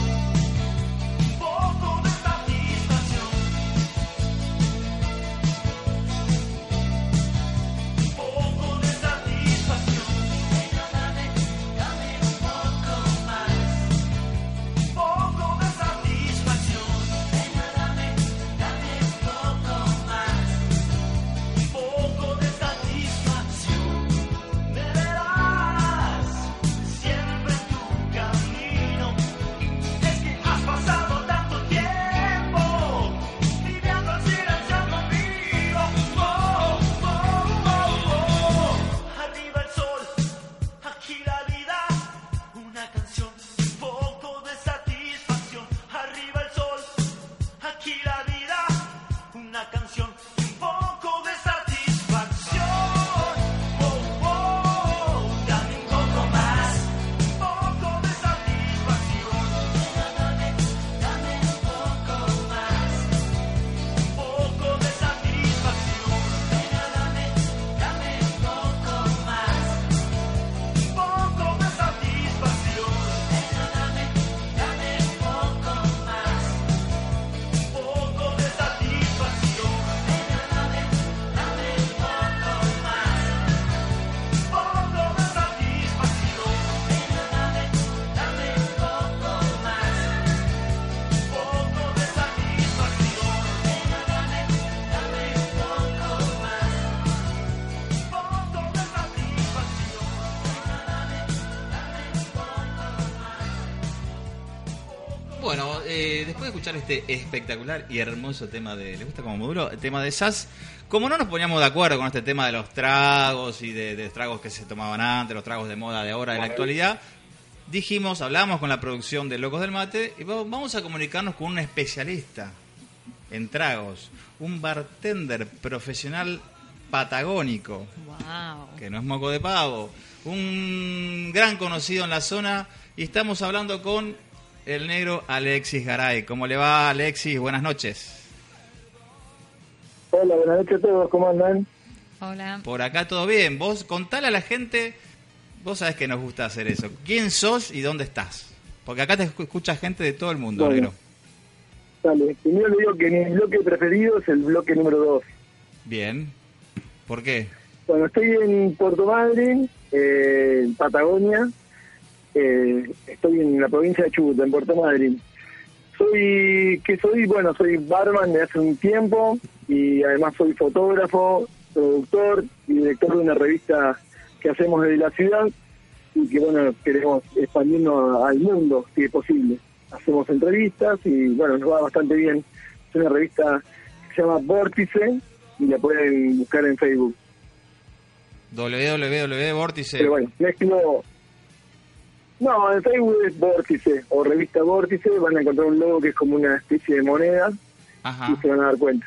Speaker 7: Un poco de satisfacción. Un poco de satisfacción. Dame, dame un poco más poco de satisfacción. Venga, dame, dame un poco más. Un poco de satisfacción. Me verás siempre en tu camino. Es que has pasado tanto tiempo viviendo así, danzando vivo. Oh, oh, oh, oh. Arriba el sol, aquí la vida. Una canción, un poco de satisfacción. Arriba el sol, aquí la vida. Una canción, un poco de satisfacción. Oh, oh, dame un poco más, un poco de satisfacción. Dame, dame un poco más, un poco de satisfacción. Dame, dame un poco más. Un poco de satisfacción. Dame, dame un poco más. Un poco de satisfacción. Dame, dame un poco más. Un poco de satisfacción. Dame, dame un poco más. Un poco de satisfacción. Dame, dame un poco más. Un poco de satisfacción.
Speaker 3: Bueno, eh, después de escuchar este espectacular y hermoso tema de. ¿Le gusta como moduló? El tema de SAS. Como no nos poníamos de acuerdo con este tema de los tragos y de, de tragos que se tomaban antes, los tragos de moda de ahora, de la actualidad, dijimos, hablamos con la producción de Locos del Mate y vamos- vamos a comunicarnos con un especialista en tragos, un bartender profesional patagónico
Speaker 5: Wow.
Speaker 3: que no es moco de pavo, un gran conocido en la zona y estamos hablando con el negro Alexis Garay. ¿Cómo le va Alexis? Buenas noches.
Speaker 8: Hola, buenas noches a todos, ¿cómo andan?
Speaker 5: Hola.
Speaker 3: Por acá todo bien. Vos contale a la gente, vos sabés que nos gusta hacer eso. ¿Quién sos y dónde estás? Porque acá te escu- escucha gente de todo el mundo,
Speaker 8: Bueno.
Speaker 3: negro.
Speaker 8: Dale, primero le digo que mi bloque preferido es el bloque número 2.
Speaker 3: Bien. ¿Por qué?
Speaker 8: Bueno, estoy en Puerto Madre, eh, en Patagonia, eh, estoy en la provincia de Chubut, en Puerto Madre. Soy, ¿qué soy? Bueno, soy barman de hace un tiempo y además soy fotógrafo, productor y director de una revista que hacemos desde la ciudad y que, bueno, queremos expandirnos al mundo, si es posible. Hacemos entrevistas y, bueno, nos va bastante bien. Es una revista que se llama Vórtice y la pueden buscar en Facebook.
Speaker 3: www.vórtice.
Speaker 8: Pero bueno, mezclo. No, en Facebook es Vórtice o revista Vórtice. Van a encontrar un logo que es como una especie de moneda
Speaker 3: Ajá.
Speaker 8: y se van a dar cuenta.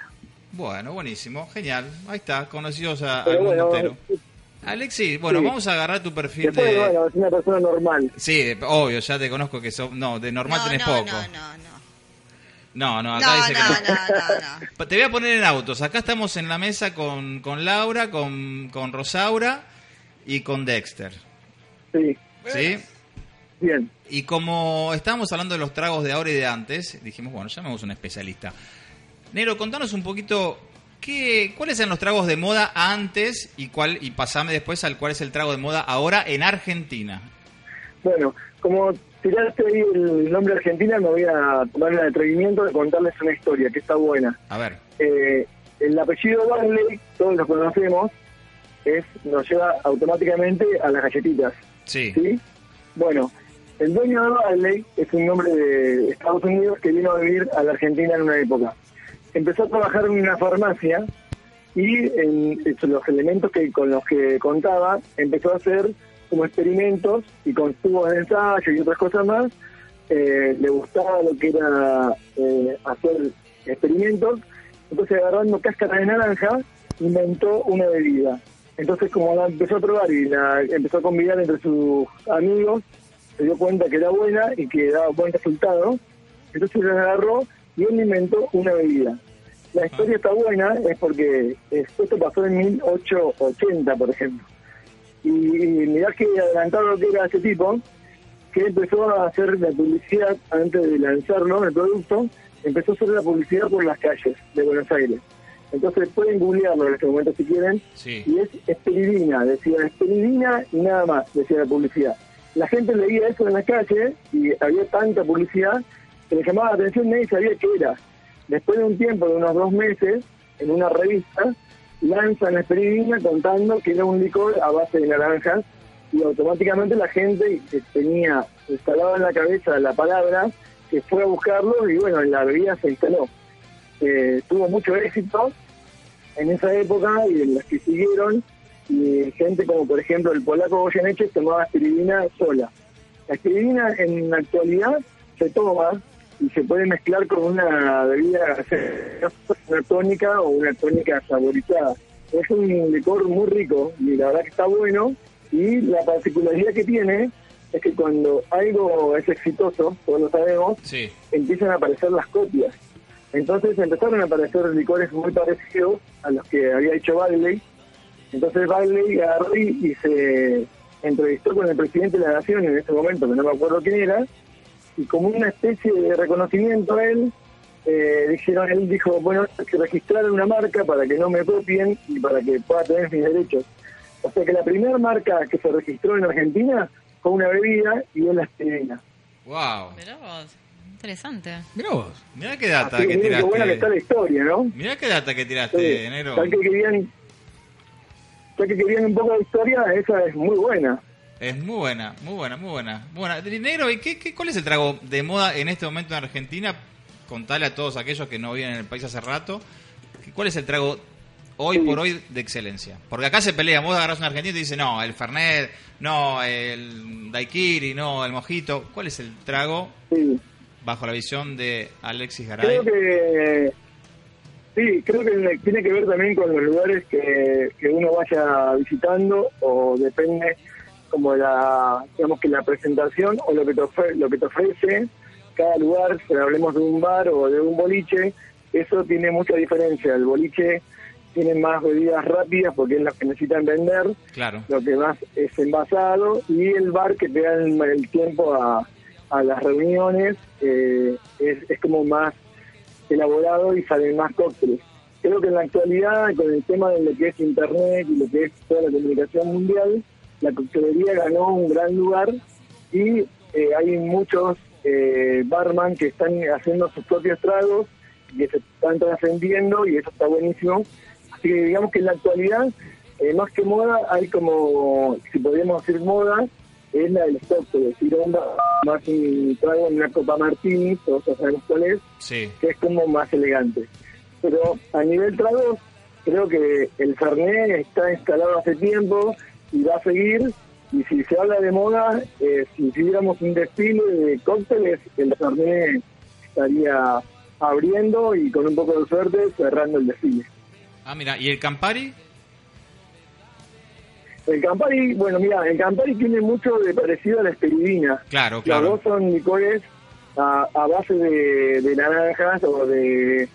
Speaker 3: Bueno, buenísimo, genial. Ahí está, conocidos a, al
Speaker 8: Pero
Speaker 3: mundo
Speaker 8: bueno,
Speaker 3: Ah, entero. Alexis, bueno,
Speaker 8: sí.
Speaker 3: vamos a agarrar tu perfil
Speaker 8: después,
Speaker 3: de...
Speaker 8: bueno, es una persona normal.
Speaker 3: Sí, de- obvio, ya te conozco que sos... No, de normal
Speaker 6: no,
Speaker 3: tenés
Speaker 6: no,
Speaker 3: poco.
Speaker 6: no, no, no.
Speaker 3: No, no,
Speaker 6: No,
Speaker 3: acá
Speaker 6: no,
Speaker 3: dice que...
Speaker 6: no, no, no.
Speaker 3: Pa- Te voy a poner en autos. Acá estamos en la mesa con, con Laura, con, con Rosaura y con Dexter.
Speaker 8: Sí,
Speaker 3: ¿Sí?
Speaker 8: bien.
Speaker 3: Y como estábamos hablando de los tragos de ahora y de antes, dijimos, bueno, llamemos a un especialista. Nero, contanos un poquito qué, cuáles eran los tragos de moda antes y cuál y pasame después al cuál es el trago de moda ahora en Argentina.
Speaker 8: Bueno, como tiraste ahí el nombre Argentina, me voy a tomar el atrevimiento de contarles una historia que está buena.
Speaker 3: A ver.
Speaker 8: Eh, el apellido Barley, todos lo conocemos, es nos lleva automáticamente a las galletitas.
Speaker 3: Sí.
Speaker 8: ¿sí? Bueno, el dueño de Barley es un hombre de Estados Unidos que vino a vivir a la Argentina en una época. Empezó a trabajar en una farmacia y en, en los elementos que con los que contaba empezó a hacer como experimentos y con tubos de ensayo y otras cosas más. eh, le gustaba lo que era eh, hacer experimentos. Entonces agarrando cáscara de naranja inventó una bebida. Entonces, como la empezó a probar y la empezó a convidar entre sus amigos, se dio cuenta que era buena y que daba buen resultado. Entonces la agarró y él inventó una bebida. La historia está buena, es porque eh, esto pasó en 1880, por ejemplo. Y, y mirá que adelantado lo que era ese tipo, que empezó a hacer la publicidad antes de lanzarlo, el producto, empezó a hacer la publicidad por las calles de Buenos Aires. Entonces pueden googlearlo en este momento si quieren,
Speaker 3: Sí.
Speaker 8: y es esperidina, decía esperidina y nada más, decía la publicidad. La gente leía eso en la calle y había tanta publicidad que le llamaba la atención, nadie sabía qué era. Después de un tiempo, de unos dos meses, en una revista, lanzan esperidina contando que era un licor a base de naranjas y automáticamente la gente que tenía instalado en la cabeza la palabra, que fue a buscarlo y bueno, la bebida se instaló. Eh, tuvo mucho éxito en esa época y de las que siguieron, y gente como por ejemplo el polaco Goyeneche tomaba aspirina sola. La aspirina en la actualidad se toma y se puede mezclar con una bebida, una tónica o una tónica saborizada. Es un licor muy rico y la verdad que está bueno y la particularidad que tiene es que cuando algo es exitoso, todos lo sabemos,
Speaker 3: Sí.
Speaker 8: empiezan a aparecer las copias. Entonces empezaron a aparecer licores muy parecidos a los que había hecho Bagley. Entonces Bagley agarró y y se entrevistó con el presidente de la nación en ese momento, que no me acuerdo quién era, y como una especie de reconocimiento a él, eh, dijeron, él dijo, bueno, hay que registrar una marca para que no me copien y para que pueda tener mis derechos. O sea que la primera marca que se registró en Argentina fue una bebida y es la aspirina.
Speaker 3: Wow.
Speaker 5: Mirá vos, interesante.
Speaker 4: Mirá vos.
Speaker 3: Mirá qué
Speaker 8: Así
Speaker 3: data
Speaker 8: que
Speaker 3: que
Speaker 8: miren Ah, qué buena que está la
Speaker 3: tiraste.
Speaker 8: historia, ¿no?
Speaker 3: Mirá qué data que tiraste,
Speaker 8: Sí,
Speaker 3: Nero.
Speaker 8: ya que querían ya que querían un poco de historia esa es muy buena
Speaker 3: Es muy buena, muy buena, muy buena. Bueno, Nero, ¿y qué, qué- cuál es el trago de moda en este momento en Argentina? Contale a todos aquellos que no viven en el país hace rato. ¿Cuál es el trago hoy por hoy de excelencia? Porque acá se pelea, vos agarrás un argentino y te dice, no, el Fernet, no, el Daiquiri, no, el Mojito. ¿Cuál es el trago
Speaker 8: sí
Speaker 3: bajo la visión de Alexis Garay?
Speaker 8: creo que sí creo que tiene que ver también con los lugares que, que uno vaya visitando o depende como la digamos que la presentación o lo que te ofre- lo que te ofrece cada lugar si hablemos de un bar o de un boliche eso tiene mucha diferencia el boliche tiene más bebidas rápidas porque es las que necesitan vender
Speaker 3: Claro,
Speaker 8: lo que más es envasado y el bar que te da el, el tiempo a, a las reuniones eh, es, es como más elaborado y salen más cócteles. Creo que en la actualidad, con el tema de lo que es internet y lo que es toda la comunicación mundial, la coctelería ganó un gran lugar y eh, hay muchos eh, barman que están haciendo sus propios tragos y que se están trascendiendo y eso está buenísimo. Así que digamos que en la actualidad, eh, más que moda, hay como, si podríamos decir moda, es la del stock, es decir, onda, más un trago en una copa martini, todos ya sabemos cuál es,
Speaker 3: sí.
Speaker 8: que es como más elegante. Pero a nivel tragos, creo que el Fernet está instalado hace tiempo y va a seguir. Y si se habla de moda, eh, si tuviéramos un desfile de cócteles, el Fernet estaría abriendo y con un poco de suerte cerrando el desfile.
Speaker 3: Ah, mira, ¿y el Campari?
Speaker 8: El Campari, bueno, mira, el Campari tiene mucho de parecido a la esperidina.
Speaker 3: Claro,
Speaker 8: Los
Speaker 3: claro.
Speaker 8: dos son licores a, a base de, de naranjas o de,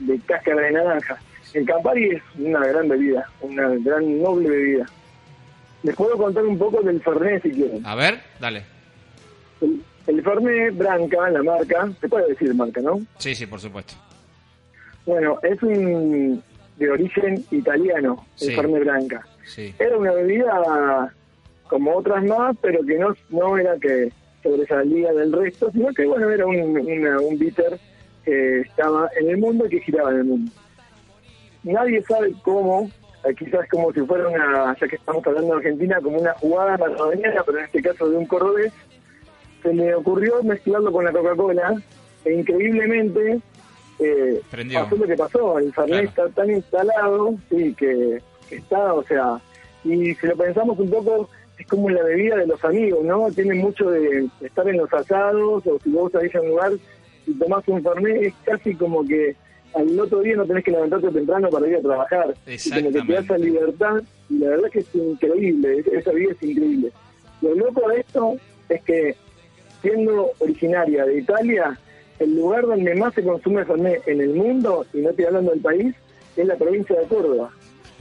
Speaker 8: de cáscara de naranja. El Campari es una gran bebida, una gran noble bebida. Les puedo contar un poco del Fernet si quieren.
Speaker 3: A ver, dale.
Speaker 8: El, el Fernet Branca, la marca, se puede decir marca, ¿no?
Speaker 3: Sí, sí, por supuesto.
Speaker 8: Bueno, es un de origen italiano, el
Speaker 3: Sí.
Speaker 8: Fernet Branca.
Speaker 3: Sí.
Speaker 8: Era una bebida como otras más, pero que no, no era que sobresalía del resto, sino que bueno, era un, una- un bitter que estaba en el mundo y que giraba en el mundo. Nadie sabe cómo, eh, quizás como si fuera una, ya que estamos hablando de Argentina, como una jugada maradoniana, pero en este caso de un cordobés, se le ocurrió mezclarlo con la Coca-Cola e increíblemente eh,
Speaker 3: Prendió.
Speaker 8: pasó lo que pasó. El Fernet
Speaker 3: Claro.
Speaker 8: está tan instalado sí, que, que está, o sea, y si lo pensamos un poco, es como la bebida de los amigos, ¿no? Tiene mucho de estar en los asados o si vos salís a un lugar y tomás un Fernet, es casi como que al otro día no tenés que levantarte temprano para ir a trabajar. Y como que te da esa
Speaker 3: Exactamente.
Speaker 8: libertad y la verdad es que es increíble, es- esa vida es increíble. Lo loco de esto es que siendo originaria de Italia, el lugar donde más se consume Fernet en el mundo, y no estoy hablando del país, es la provincia de Córdoba.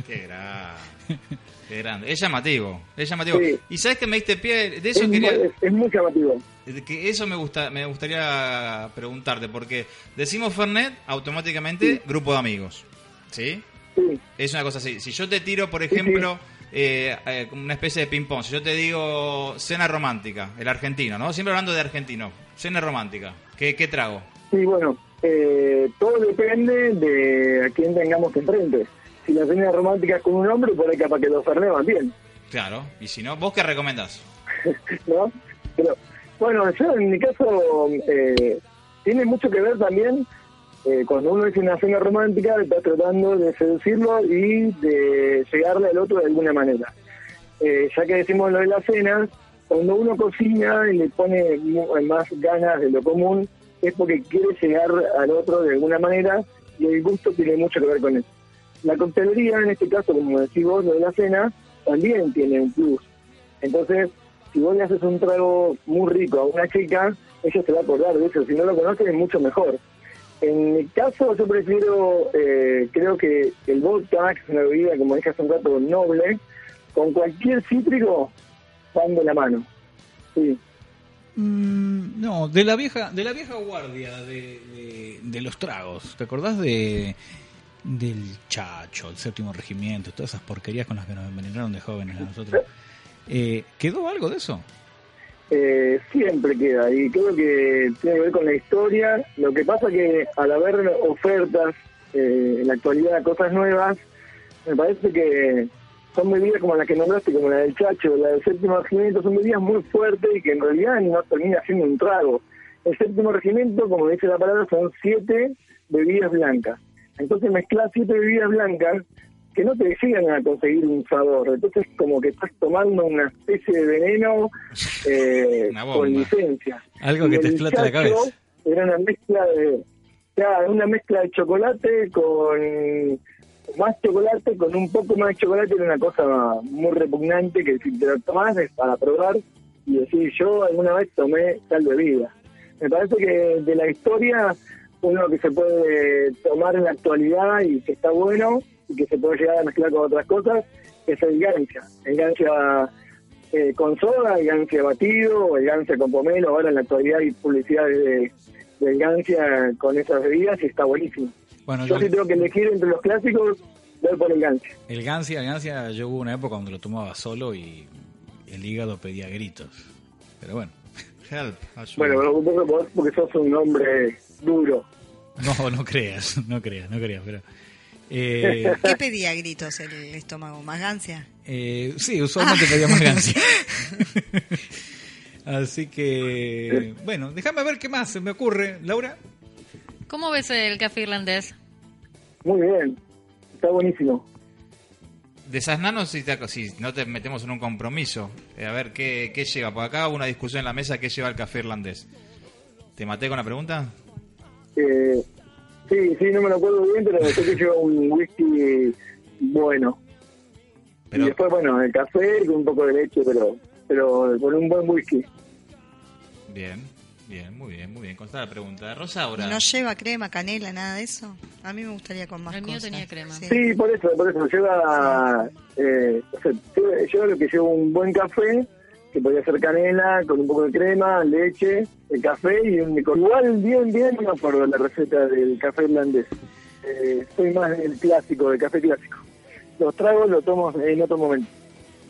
Speaker 3: Qué grande. Qué grande. Es llamativo. Es llamativo.
Speaker 8: Sí.
Speaker 3: Y sabes que me diste pie. De eso
Speaker 8: Es,
Speaker 3: quería.
Speaker 8: mu- es- es muy llamativo.
Speaker 3: de que eso me gusta, me gustaría preguntarte, porque decimos Fernet, automáticamente grupo de amigos. ¿Sí?
Speaker 8: Sí,
Speaker 3: Es una cosa así. Si yo te tiro, por
Speaker 8: sí.
Speaker 3: ejemplo, eh, eh, como una especie de ping-pong, si yo te digo cena romántica, el argentino, ¿no? Siempre hablando de argentino. Cena romántica. ¿Qué, qué trago?
Speaker 8: sí, bueno, eh, todo depende de a quién tengamos enfrente. Si la cena romántica es con un hombre, por ahí capaz que los Fernet van bien.
Speaker 3: Claro. Y si no, ¿vos qué recomendás?
Speaker 8: ¿no? Pero, bueno, yo en mi caso, eh, tiene mucho que ver también, eh, cuando uno dice una cena romántica, está tratando de seducirlo y de llegarle al otro de alguna manera. Eh, ya que decimos lo de la cena, cuando uno cocina y le pone mu- más ganas de lo común, es porque quiere llegar al otro de alguna manera y el gusto tiene mucho que ver con eso. La coctelería, en este caso, como decís vos, lo de la cena, también tiene un plus. Entonces, si vos le haces un trago muy rico a una chica, ella se va a acordar de eso. Si no lo conoce, es mucho mejor. En mi caso, yo prefiero, eh, creo que el vodka, que es una bebida, como dije hace un rato, noble, con cualquier cítrico, van de la mano. Sí,
Speaker 4: Mm, no, de la vieja, de la vieja guardia de, de- de los tragos. ¿Te acordás de del Chacho, el séptimo regimiento, todas esas porquerías con las que nos envenenaron de jóvenes a nosotros? Eh, ¿Quedó algo de eso?
Speaker 8: Eh, siempre queda. Y creo que tiene que ver con la historia. Lo que pasa que al haber ofertas, eh, en la actualidad, cosas nuevas, me parece que son medidas como las que nombraste, como la del Chacho, la del séptimo regimiento, son medidas muy fuertes y que en realidad no termina siendo un trago. El séptimo regimiento, como dice la palabra, son siete bebidas blancas. Entonces mezclas siete bebidas blancas que no te llegan a conseguir un sabor. Entonces como que estás tomando una especie de veneno eh,
Speaker 3: Una bomba.
Speaker 8: con licencia.
Speaker 4: Algo que
Speaker 8: Y
Speaker 4: te
Speaker 8: el
Speaker 4: explota la
Speaker 8: Chacho
Speaker 4: cabeza.
Speaker 8: Era una mezcla de claro, una mezcla de chocolate con más chocolate, con un poco más de chocolate, era una cosa muy repugnante que si te la tomás es para probar y decir yo alguna vez tomé tal bebida. Me parece que de la historia uno que se puede tomar en la actualidad y que está bueno y que se puede llegar a mezclar con otras cosas es el gancia. El gancia eh, con soda, el gancia batido, el gancia con pomelo. Ahora en la actualidad hay publicidades de, del gancia con esas bebidas y está buenísimo.
Speaker 4: Bueno, yo,
Speaker 8: Yo si tengo que elegiir entre los clásicos, voy por el gancia.
Speaker 4: el Gancia, el Gancia, yo hubo una época donde lo tomaba solo y el hígado pedía gritos. Pero bueno,
Speaker 3: Help. ayuda.
Speaker 8: Bueno, me preocupo por vos porque sos un hombre duro.
Speaker 4: no, no creas, no creas, no creas, pero... eh,
Speaker 6: ¿Qué pedía a gritos el estómago? ¿Más gancia?
Speaker 4: Eh, sí, usualmente pedía más gancia. Así que, bueno, déjame ver qué más se me ocurre, Laura.
Speaker 5: ¿Cómo ves el café irlandés?
Speaker 8: Muy bien. está buenísimo.
Speaker 3: De Saznano, si, te- si no te metemos en un compromiso, Eh, a ver qué, qué lleva. Por acá hubo una discusión en la mesa, ¿qué lleva el café irlandés? ¿Te maté con la pregunta?
Speaker 8: Eh, sí, sí, no me lo acuerdo bien, pero sé que lleva un whisky bueno.
Speaker 3: Pero-
Speaker 8: Y después, bueno, el café con un poco de leche, pero pero con un buen whisky.
Speaker 3: Bien, bien, muy bien, muy bien. Contá la pregunta. Rosaura.
Speaker 6: ¿No lleva crema, canela, nada de eso? A mí me gustaría con más
Speaker 5: El mío
Speaker 6: cosas.
Speaker 5: tenía crema.
Speaker 6: Sí.
Speaker 8: Sí, por eso, por eso. Lleva, eh, o sea, lleva, lleva lo que lleva un buen café, que podría ser canela, con un poco de crema, leche, el café y un licor. Igual, bien, bien, no me acuerdo la receta del café irlandés. Eh, soy más del clásico, del café clásico. Los tragos los tomo en otro momento.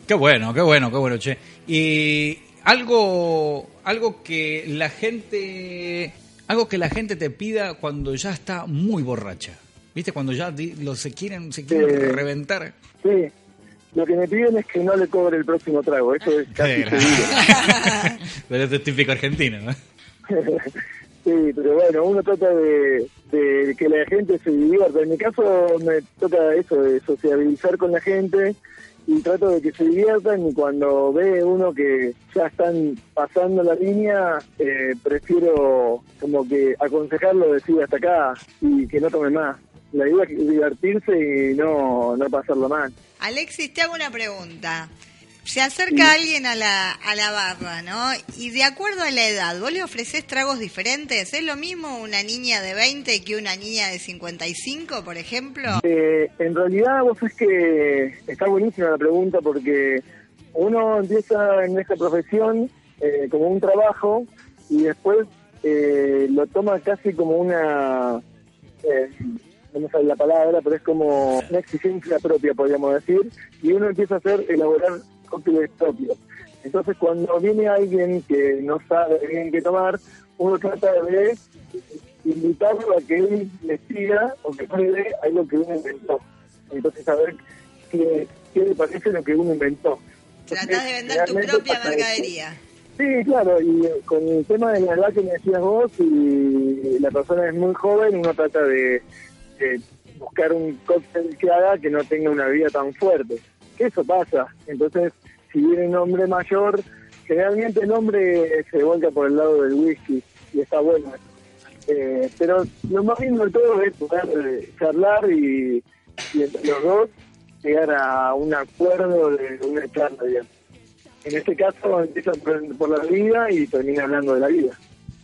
Speaker 4: Qué bueno, qué bueno, qué bueno, che. Y algo, algo que la gente, algo que la gente te pida cuando ya está muy borracha. ¿Viste? Cuando ya di- lo se quieren, se quieren
Speaker 8: Sí.
Speaker 4: reventar.
Speaker 8: Sí, lo que me piden es que no le cobre el próximo trago, eso es casi
Speaker 3: Qué
Speaker 8: seguro.
Speaker 4: Pero esto es típico argentino, ¿no?
Speaker 8: Sí, pero bueno, uno trata de, de que la gente se divierta. En mi caso me toca eso, de sociabilizar con la gente y trato de que se diviertan y cuando ve uno que ya están pasando la línea, eh, prefiero como que aconsejarlo, decir hasta acá y que no tome más. La idea es divertirse y no, no pasarlo mal.
Speaker 6: Alexis, te hago una pregunta. Se acerca alguien a la, a la barra, ¿no? Y de acuerdo a la edad, ¿vos le ofrecés tragos diferentes? ¿Es lo mismo una niña de 20 que una niña de 55, por ejemplo?
Speaker 8: Eh, en realidad, vos es que está buenísima la pregunta porque uno empieza en esta profesión eh, como un trabajo y después eh, lo toma casi como una, eh, no me sale la palabra, pero es como una exigencia propia, podríamos decir, y uno empieza a hacer, elaborar cócteles propios. Entonces, cuando viene alguien que no sabe bien qué tomar, uno trata de invitarlo a que él le siga o que pruebe algo que uno inventó. Entonces, a ver qué, qué le parece lo que uno inventó.
Speaker 6: Tratás
Speaker 8: Entonces,
Speaker 6: de vender tu
Speaker 8: realmente
Speaker 6: propia
Speaker 8: pasa eso.
Speaker 6: mercadería.
Speaker 8: Sí, claro, y eh, con el tema de la edad que me decías vos, y la persona es muy joven, uno trata de, de buscar un cóctel que haga que no tenga una vida tan fuerte. Que eso pasa. Entonces, si viene un hombre mayor, generalmente el hombre se vuelca por el lado del whisky y está bueno. Eh, pero lo más lindo de todo es poder eh, charlar y, y entre los dos llegar a un acuerdo de una charla, digamos. En este caso empieza por, por la vida y termina hablando de la vida.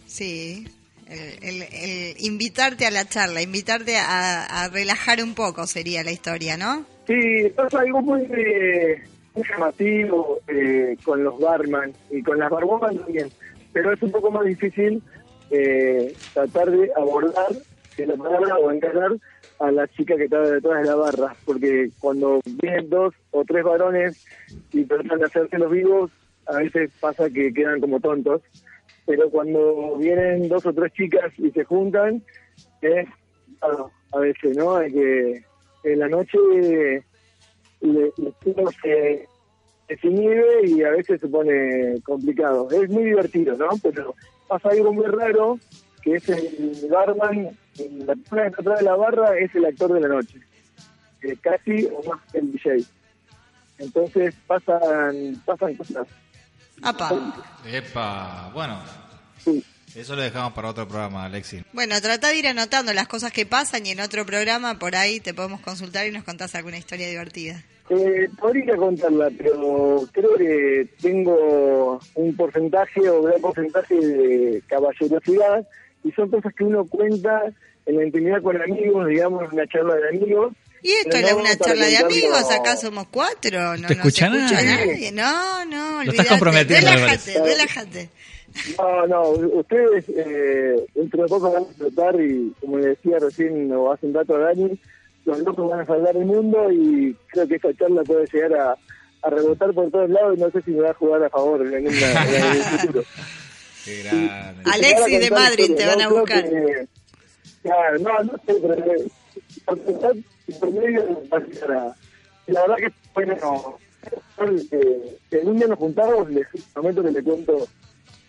Speaker 6: Sí. El, el- el invitarte a la charla, invitarte a, a relajar un poco sería la historia, ¿no?
Speaker 8: Sí, pasa algo muy, eh, muy llamativo eh, con los barman y con las barbomas también, pero es un poco más difícil eh, tratar de abordar, que la palabra o encargar a la chica que está detrás de la barra, porque cuando vienen dos o tres varones y tratan de hacerse los vivos, a veces pasa que quedan como tontos, pero cuando vienen dos o tres chicas y se juntan, es a- a veces, ¿no? Hay que en la noche eh, le- le- uno se desinhibe y a veces se pone complicado. Es muy divertido, ¿no? Pero pasa algo muy raro, que es el barman, la persona que está atrás de la barra es el actor de la noche, eh, casi o más que el DJ. Entonces pasan, pasan cosas.
Speaker 6: Apa.
Speaker 3: Epa, bueno,
Speaker 8: Sí.
Speaker 3: eso lo dejamos para otro programa, Alexis.
Speaker 6: Bueno, trata de ir anotando las cosas que pasan y en otro programa por ahí te podemos consultar y nos contás alguna historia divertida.
Speaker 8: Eh, podría contarla, pero creo que tengo un porcentaje o gran porcentaje de caballerosidad y son cosas que uno cuenta en la intimidad con amigos, digamos, en una charla de amigos.
Speaker 6: Y esto
Speaker 8: Pero
Speaker 6: era
Speaker 8: no
Speaker 6: una
Speaker 8: para
Speaker 6: charla de
Speaker 8: contarlo-
Speaker 6: amigos, acá somos cuatro, no
Speaker 4: ¿Te
Speaker 6: nos
Speaker 4: escucha
Speaker 6: escucha
Speaker 4: nadie?
Speaker 6: nadie. No, no,
Speaker 4: Lo estás
Speaker 6: olvidate,
Speaker 4: comprometiendo, me
Speaker 6: Relájate,
Speaker 8: parece.
Speaker 6: relájate.
Speaker 8: No, no, ustedes eh, dentro de poco van a explotar y, como le decía recién o hace un rato a Dani, los locos van a salvar el mundo y creo que esta charla puede llegar a, a rebotar por todos lados y no sé si me va a jugar a favor en, una- en el futuro.
Speaker 3: Qué grande.
Speaker 6: Alexis de Madrid, te van a
Speaker 8: No, creo
Speaker 6: buscar.
Speaker 8: que- Claro, no, no sé, pero eh, por pensar, por medio de la cara. La verdad que, bueno, eh, en un día nos juntamos, les prometo que le cuento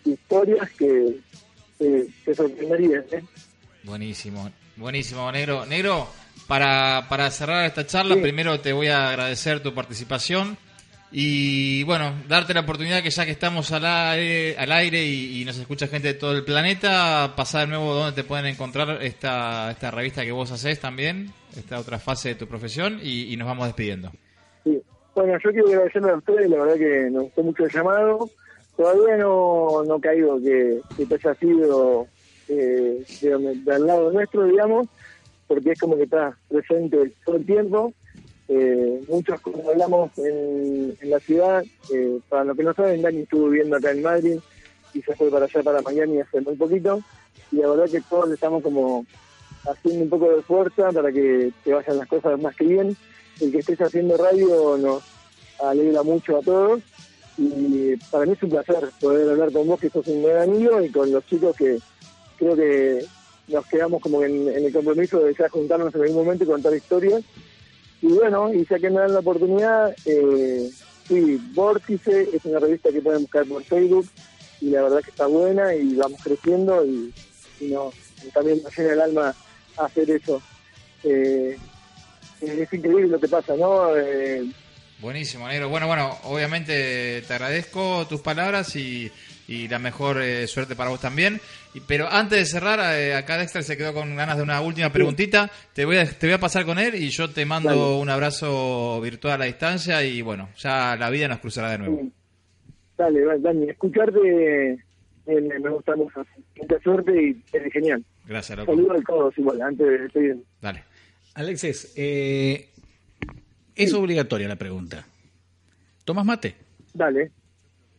Speaker 8: historias que eh, te sorprenderían. ¿eh?
Speaker 3: Buenísimo, buenísimo, negro. Negro, Para, para cerrar esta charla, primero te voy a agradecer tu participación y bueno, darte la oportunidad que ya que estamos al aire, al aire y, y nos escucha gente de todo el planeta, pasar de nuevo donde te pueden encontrar esta, esta revista que vos haces también, esta otra fase de tu profesión y, y nos vamos despidiendo.
Speaker 8: Sí. Bueno, yo quiero agradecerle a ustedes, la verdad que nos gustó mucho el llamado. Todavía no, no caigo que, que esto haya sido eh, de donde- del lado nuestro, digamos, porque es como que está presente todo el tiempo. Eh, muchos, como hablamos en, en la ciudad, eh, para los que no saben, Dani estuvo viviendo acá en Madrid y se fue para allá, para Miami, hace muy poquito. Y la verdad que todos estamos como haciendo un poco de fuerza para que te vayan las cosas más que bien. El que estés haciendo radio nos alegra mucho a todos y para mí es un placer poder hablar con vos, que sos un gran amigo, y con los chicos que creo que nos quedamos como en, en el compromiso de ya juntarnos en algún momento y contar historias. Y bueno, y ya que me dan la oportunidad, eh, sí, Vórtice es una revista que pueden buscar por Facebook y la verdad que está buena y vamos creciendo y, y nos- y también nos llena el alma hacer eso. Eh, es increíble lo que pasa, ¿no? Eh,
Speaker 3: Buenísimo, negro. Bueno, bueno, obviamente te agradezco tus palabras y, y la mejor eh, suerte para vos también. Y- pero antes de cerrar, eh, acá Dexter se quedó con ganas de una última preguntita. Te voy a, te voy a pasar con él y yo te mando
Speaker 8: Dale.
Speaker 3: un abrazo virtual a la distancia y bueno, ya la vida nos cruzará de nuevo.
Speaker 8: Dale, va- Dani, escucharte eh, me me gusta mucho. Mucha suerte y es genial.
Speaker 3: Gracias, loco.
Speaker 8: Saludos al todos igual, antes de despedirme.
Speaker 3: Dale.
Speaker 4: Alexis, eh, es obligatoria la pregunta. ¿Tomas mate?
Speaker 8: Dale.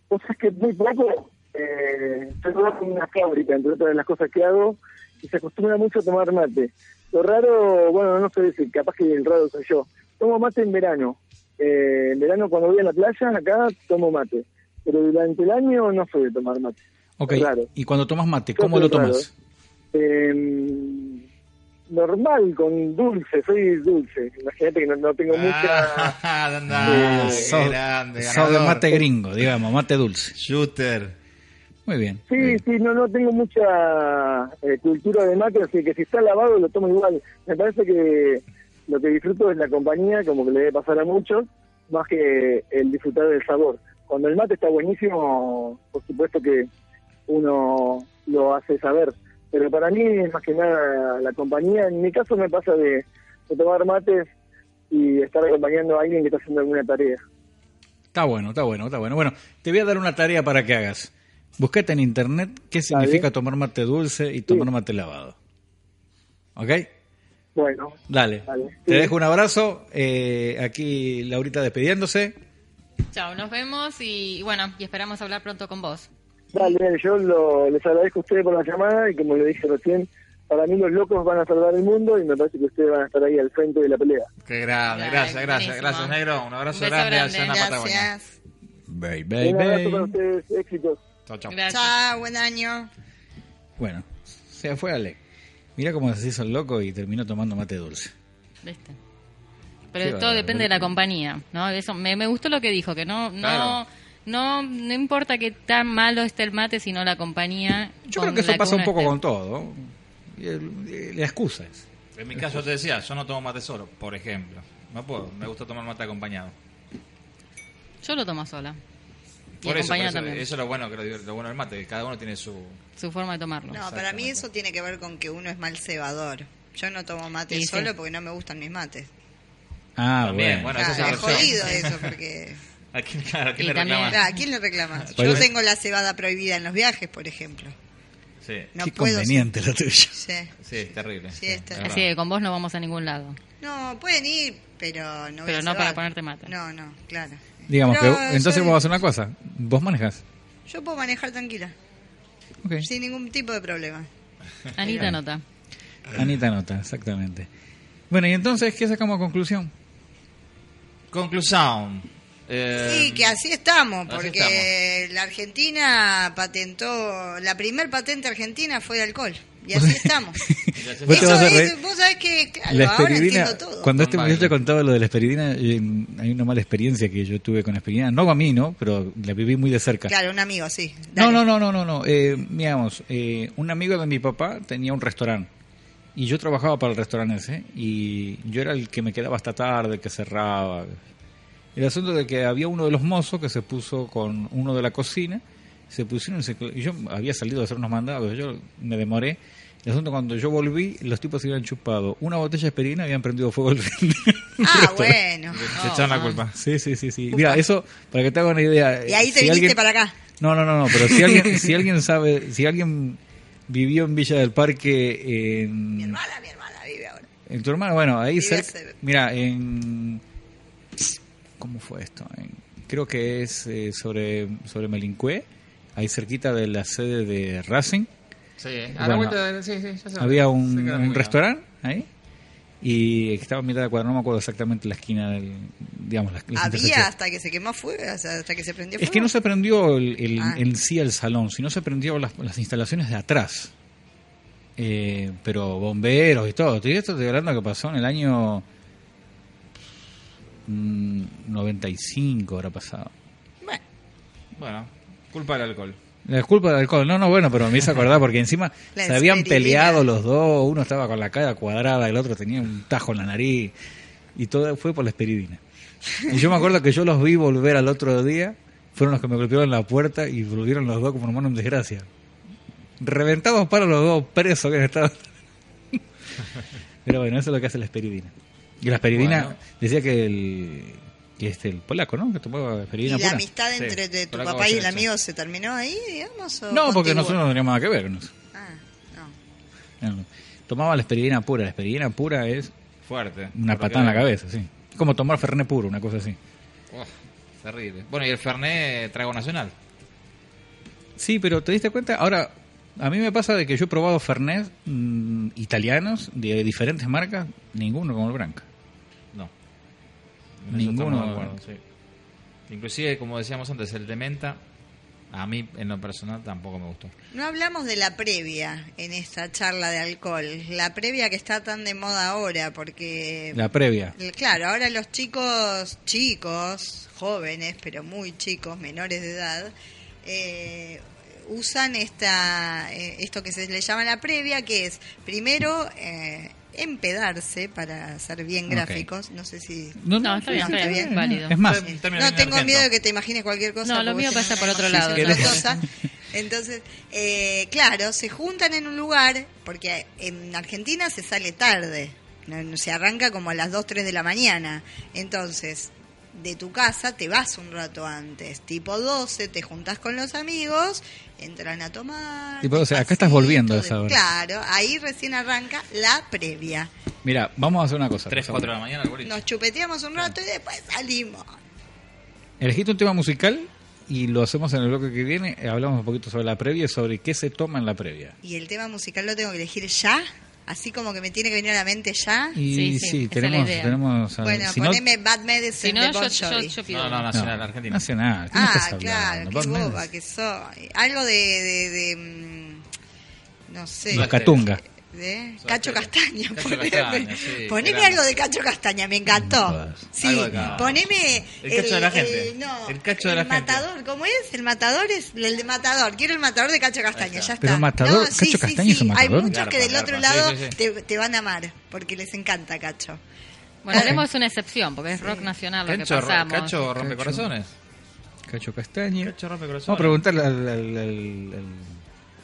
Speaker 8: Vos sabés que muy poco, eh, yo trabajo en una fábrica, entre otras de las cosas que hago, y se acostumbra mucho a tomar mate. Lo raro, bueno, no sé decir, capaz que el raro soy yo. Tomo mate en verano. Eh, en verano cuando voy a la playa, acá tomo mate. Pero durante el año no soy de tomar mate.
Speaker 4: Ok.
Speaker 8: Claro.
Speaker 4: Y cuando tomas mate,
Speaker 8: Yo
Speaker 4: ¿cómo
Speaker 8: soy
Speaker 4: lo
Speaker 8: raro,
Speaker 4: tomas?
Speaker 8: eh, normal, con dulce, soy dulce. Imagínate que no, no tengo mucha...
Speaker 3: Ah, anda, qué
Speaker 4: Eh, Sos-
Speaker 3: grande,
Speaker 4: sos de
Speaker 3: ganador.
Speaker 4: mate gringo, digamos, mate dulce.
Speaker 3: Shooter.
Speaker 4: Muy bien. Eh,
Speaker 8: Sí, sí, no, no tengo mucha eh, cultura de mate, así que si está lavado lo tomo igual. Me parece que lo que disfruto es la compañía, como que le debe pasar a muchos, más que el disfrutar del sabor. Cuando el mate está buenísimo, por supuesto que uno lo hace saber. Pero para mí es más que nada la compañía. En mi caso me pasa de, de tomar mates y estar acompañando a alguien que está haciendo alguna tarea.
Speaker 4: Está bueno, está bueno, está bueno. Bueno, te voy a dar una tarea para que hagas. Buscate en internet qué
Speaker 8: Está
Speaker 4: significa
Speaker 8: bien.
Speaker 4: tomar mate dulce y tomar mate lavado. ¿Ok?
Speaker 8: Bueno,
Speaker 4: Dale.
Speaker 8: Dale.
Speaker 4: Te
Speaker 8: Sí.
Speaker 4: dejo un abrazo. Eh, aquí Laurita despidiéndose.
Speaker 5: Chao, nos vemos y bueno, y esperamos hablar pronto con vos.
Speaker 8: Dale, dale, yo lo- les agradezco a ustedes por la llamada y como le dije recién, para mí los locos van a salvar el mundo y me parece que ustedes van a estar ahí al frente de la pelea.
Speaker 3: Qué grande,
Speaker 5: Dale,
Speaker 3: gracias, gracias,
Speaker 5: buenísimo.
Speaker 3: gracias, negro. Un abrazo
Speaker 5: Un beso
Speaker 3: grande,
Speaker 5: grande.
Speaker 3: allá en la Patagonia.
Speaker 6: Gracias.
Speaker 4: Bye,
Speaker 8: Un abrazo para ustedes, éxitos.
Speaker 3: Chau, chau.
Speaker 5: Gracias.
Speaker 6: Chao, buen año.
Speaker 4: Bueno, se fue Ale. Mira cómo se hizo el loco y terminó tomando mate dulce.
Speaker 5: ¿Viste?
Speaker 4: Qué
Speaker 5: Pero todo
Speaker 4: bárbaro.
Speaker 5: depende de la compañía, ¿no? Eso me, me gustó lo que dijo, que no no
Speaker 3: Claro.
Speaker 5: no no importa que tan malo esté el mate, sino la compañía.
Speaker 4: Yo
Speaker 5: con
Speaker 4: creo que eso
Speaker 5: la
Speaker 4: pasa un
Speaker 5: uno
Speaker 4: poco
Speaker 5: esté.
Speaker 4: con todo. Y el- y La excusa es.
Speaker 3: En mi caso te decía, yo no tomo mate solo, por ejemplo. No puedo, me gusta tomar mate acompañado.
Speaker 5: Yo lo tomo sola. Y
Speaker 3: Por eso, por
Speaker 5: acompañada
Speaker 3: eso,
Speaker 5: también.
Speaker 3: eso es lo bueno, que lo, lo bueno del mate, que cada uno tiene su...
Speaker 5: Su forma de tomarlo.
Speaker 6: No, para mí eso tiene que ver con que uno es mal cebador. Yo no tomo mate
Speaker 5: Y sí.
Speaker 6: solo porque no me gustan mis mates.
Speaker 4: Ah,
Speaker 3: También, bueno.
Speaker 4: bueno.
Speaker 3: esa
Speaker 6: Ah,
Speaker 3: es la
Speaker 6: es
Speaker 3: versión.
Speaker 6: jodido eso, porque...
Speaker 3: ¿A quién, claro, a quién
Speaker 5: Y
Speaker 3: le
Speaker 5: también-
Speaker 3: reclamas?
Speaker 6: Claro, ¿a quién le reclama?
Speaker 4: Bueno.
Speaker 6: Yo tengo la cebada prohibida en los viajes, por ejemplo.
Speaker 3: Sí,
Speaker 6: No
Speaker 4: Qué
Speaker 6: puedo...
Speaker 4: conveniente lo tuyo.
Speaker 6: Sí.
Speaker 3: sí, es terrible.
Speaker 6: Sí, es terrible.
Speaker 5: Así que con vos no vamos a ningún lado.
Speaker 6: No, pueden ir, pero no voy
Speaker 5: Pero
Speaker 6: a
Speaker 5: no
Speaker 6: cebar.
Speaker 5: para ponerte mate.
Speaker 6: No, no, claro.
Speaker 4: Digamos
Speaker 6: Pero
Speaker 4: que entonces
Speaker 6: yo-
Speaker 4: vos hacer una cosa. Vos manejas.
Speaker 6: Yo puedo manejar tranquila,
Speaker 4: Ok.
Speaker 6: sin ningún tipo de problema.
Speaker 5: Anita nota.
Speaker 4: Anita nota, exactamente. Bueno, y entonces, ¿qué sacamos a conclusión?
Speaker 3: Conclusión. Eh,
Speaker 6: Sí, que así estamos,
Speaker 3: así
Speaker 6: porque la Argentina patentó, la primer patente argentina fue de alcohol, y así estamos.
Speaker 3: te
Speaker 4: vas a
Speaker 6: es-
Speaker 4: reír.
Speaker 6: vos sabés que, claro,
Speaker 4: La
Speaker 6: ahora
Speaker 4: esperidina,
Speaker 6: entiendo todo.
Speaker 4: cuando este
Speaker 3: Con
Speaker 4: muchacho
Speaker 3: baile.
Speaker 4: contaba lo de la esperidina, eh, hay una mala experiencia que yo tuve con la esperidina, no a mí, ¿no? Pero la viví muy de cerca.
Speaker 6: Claro, un amigo, sí.
Speaker 4: No,
Speaker 6: dale.
Speaker 4: no, no, no, no, no. Eh, digamos, eh, un amigo de mi papá tenía un restaurante Y yo trabajaba para el restaurante ese y yo era el que me quedaba hasta tarde, el que cerraba. El asunto de que había uno de los mozos que se puso con uno de la cocina, se pusieron, y se- y yo había salido a hacer unos mandados, yo me demoré. El asunto cuando yo volví, los tipos se habían chupado una botella de esperina y habían prendido fuego el
Speaker 6: Ah, bueno.
Speaker 3: Se echan la culpa.
Speaker 4: Sí, sí, sí, sí. Mira, eso, para que te hagas una idea. eh,
Speaker 6: Y ahí te
Speaker 4: si
Speaker 6: viniste
Speaker 4: alguien-
Speaker 6: para acá.
Speaker 4: No, no, no, no, pero si alguien, si alguien sabe, si alguien vivió en Villa del Parque en...
Speaker 6: Mi hermana, mi hermana vive ahora.
Speaker 4: En tu hermano, bueno, ahí
Speaker 6: Vive
Speaker 4: cerca.
Speaker 6: hace-
Speaker 4: Mira, en. ¿Cómo fue esto? En- creo que es eh, sobre, sobre Melincué, ahí cerquita de la sede de Racing.
Speaker 9: Sí, a la
Speaker 4: Bueno,
Speaker 9: vuelta de- sí, sí, ya sé.
Speaker 4: Había
Speaker 9: Sé que
Speaker 4: un,
Speaker 9: la
Speaker 4: un
Speaker 9: tengo.
Speaker 4: restaurante ahí y estaba en mitad de cuadra, no me acuerdo exactamente la esquina del. Digamos, la, la
Speaker 6: Había
Speaker 4: intersección.
Speaker 6: hasta que se quemó fuego, o sea, hasta que se prendió fuego.
Speaker 4: Es que no se prendió el, el-
Speaker 6: Ah.
Speaker 4: en sí el salón, sino se prendió las, las instalaciones de atrás. Eh, pero bomberos y todo. Estoy- Esto estoy hablando que pasó en el año mm, 95, habrá pasado.
Speaker 6: Bueno,
Speaker 3: Bueno, culpa del alcohol.
Speaker 4: La culpa del alcohol. No, no, bueno, pero me hice acordar porque encima
Speaker 6: La
Speaker 4: se habían
Speaker 6: esperilina.
Speaker 4: peleado los dos. Uno estaba con la cara cuadrada, el otro tenía un tajo en la nariz. Y todo fue por la esperidina. Y yo me acuerdo que yo los vi volver al otro día. Fueron los que me golpearon la puerta y volvieron los dos como hermanos en desgracia. Reventados para los dos presos que estaban. Pero bueno, eso es lo que hace la esperidina. Y la esperidina
Speaker 3: Bueno.
Speaker 4: decía que el, que este, el polaco, ¿no? Que tomaba
Speaker 6: ¿Y
Speaker 4: esperidina
Speaker 6: la
Speaker 4: pura.
Speaker 6: amistad
Speaker 3: Sí,
Speaker 6: entre de tu
Speaker 3: por acá
Speaker 6: papá y el
Speaker 3: vos,
Speaker 6: amigo se terminó ahí, digamos? o
Speaker 4: No, porque
Speaker 6: continuó?
Speaker 4: nosotros no teníamos nada que ver con eso.
Speaker 6: Ah, no.
Speaker 4: No, no. Tomaba la esperidina pura. La esperidina pura es
Speaker 3: Fuerte.
Speaker 4: una
Speaker 3: Porque-
Speaker 4: patada en la cabeza, sí. Como tomar fernet puro, una cosa así.
Speaker 3: Uf, Oh, terrible. Bueno, y el Fernet eh, Trago Nacional.
Speaker 4: Sí, pero ¿te diste cuenta? Ahora, a mí me pasa de que yo he probado fernet mm, italianos de diferentes marcas, ninguno como el Branca.
Speaker 3: No. En eso
Speaker 4: Ninguno.
Speaker 3: estamos de acuerdo, sí. Inclusive, como decíamos antes, el de menta, a mí en lo personal tampoco me gustó.
Speaker 6: No hablamos de la previa en esta charla de alcohol. La previa que está tan de moda ahora, porque...
Speaker 4: La previa.
Speaker 6: L- Claro, ahora los chicos, chicos, jóvenes, pero muy chicos, menores de edad, eh, usan esta, eh, esto que se le llama la previa, que es primero eh, empedarse, para ser bien
Speaker 4: Ok.
Speaker 6: gráficos, no sé si...
Speaker 5: No, está bien, está bien, válido.
Speaker 4: Es más,
Speaker 3: En términos
Speaker 6: No,
Speaker 3: de
Speaker 6: tengo
Speaker 3: Argento.
Speaker 6: miedo de que te imagines cualquier cosa.
Speaker 5: No, lo
Speaker 6: porque
Speaker 5: mío
Speaker 6: yo
Speaker 5: pasa
Speaker 6: me
Speaker 5: por otro
Speaker 6: imagino
Speaker 5: lado,
Speaker 6: otra
Speaker 5: tranquilo.
Speaker 6: cosa. Entonces, eh, claro, se juntan en un lugar, porque en Argentina se sale tarde, no- no- se arranca como a las 2, 3 de la mañana. Entonces, de tu casa te vas un rato antes, tipo 12, te juntás con los amigos, entran a tomar.
Speaker 4: Tipo, o sea, acá
Speaker 6: despacito,
Speaker 4: estás volviendo a esa
Speaker 6: de-
Speaker 4: hora.
Speaker 6: Claro, ahí recién arranca la previa.
Speaker 4: mira, vamos a hacer una cosa.
Speaker 3: 3,
Speaker 4: por favor.
Speaker 3: 4 de la mañana, el boliche.
Speaker 6: Nos chupeteamos un rato y después salimos.
Speaker 4: Elegiste un tema musical y lo hacemos en el bloque que viene. Eh, Hablamos un poquito sobre la previa, sobre qué se toma en la previa.
Speaker 6: ¿Y el tema musical lo tengo que elegir ya? Así como que me tiene que venir a la mente ya.
Speaker 4: Y
Speaker 5: Sí, sí,
Speaker 4: sí,
Speaker 5: esa es la
Speaker 4: tenemos,
Speaker 5: idea.
Speaker 4: tenemos... a-
Speaker 6: bueno,
Speaker 4: si no-
Speaker 6: poneme Bad Medicine
Speaker 5: Si no,
Speaker 6: de
Speaker 5: yo,
Speaker 6: Bon
Speaker 5: yo,
Speaker 6: Jovi.
Speaker 5: yo pido.
Speaker 3: No, no, Nacional, Argentina.
Speaker 4: Nacional. ¿qué me estás
Speaker 6: Ah,
Speaker 4: hablando?
Speaker 6: claro, qué
Speaker 4: Bob Mendes.
Speaker 6: boba que soy. Algo de... de, de, mm, no sé.
Speaker 4: Los Catunga.
Speaker 6: de- ¿Eh? Cacho
Speaker 3: Soda
Speaker 6: Castaña,
Speaker 3: Cacho
Speaker 6: poneme,
Speaker 3: Castaña, sí,
Speaker 6: poneme
Speaker 3: grande.
Speaker 6: algo de Cacho Castaña, me encantó.
Speaker 4: Algo
Speaker 6: Sí,
Speaker 3: de Cacho.
Speaker 6: poneme
Speaker 3: El cacho de la gente.
Speaker 6: el- no,
Speaker 3: El cacho de la
Speaker 6: el
Speaker 3: gente.
Speaker 6: matador, ¿cómo es? El matador es el de matador, quiero el matador de Cacho Castaña, ya está.
Speaker 4: Pero matador-
Speaker 6: sí,
Speaker 4: Cacho
Speaker 6: sí,
Speaker 4: Castaña es
Speaker 6: sí,
Speaker 4: un
Speaker 6: Hay
Speaker 4: matador.
Speaker 6: muchos que del
Speaker 3: Garpa,
Speaker 6: otro
Speaker 3: garpa,
Speaker 6: lado
Speaker 3: sí, sí, sí.
Speaker 6: Te, te van a amar, porque les encanta Cacho.
Speaker 5: Bueno,
Speaker 4: Ok.
Speaker 5: haremos una excepción, porque es rock nacional lo que
Speaker 3: Cacho, ro-
Speaker 5: pasamos.
Speaker 3: Cacho rompe corazones.
Speaker 4: Cacho Castaña.
Speaker 3: Cacho rompe corazones.
Speaker 4: Vamos a preguntarle al... al- al- al-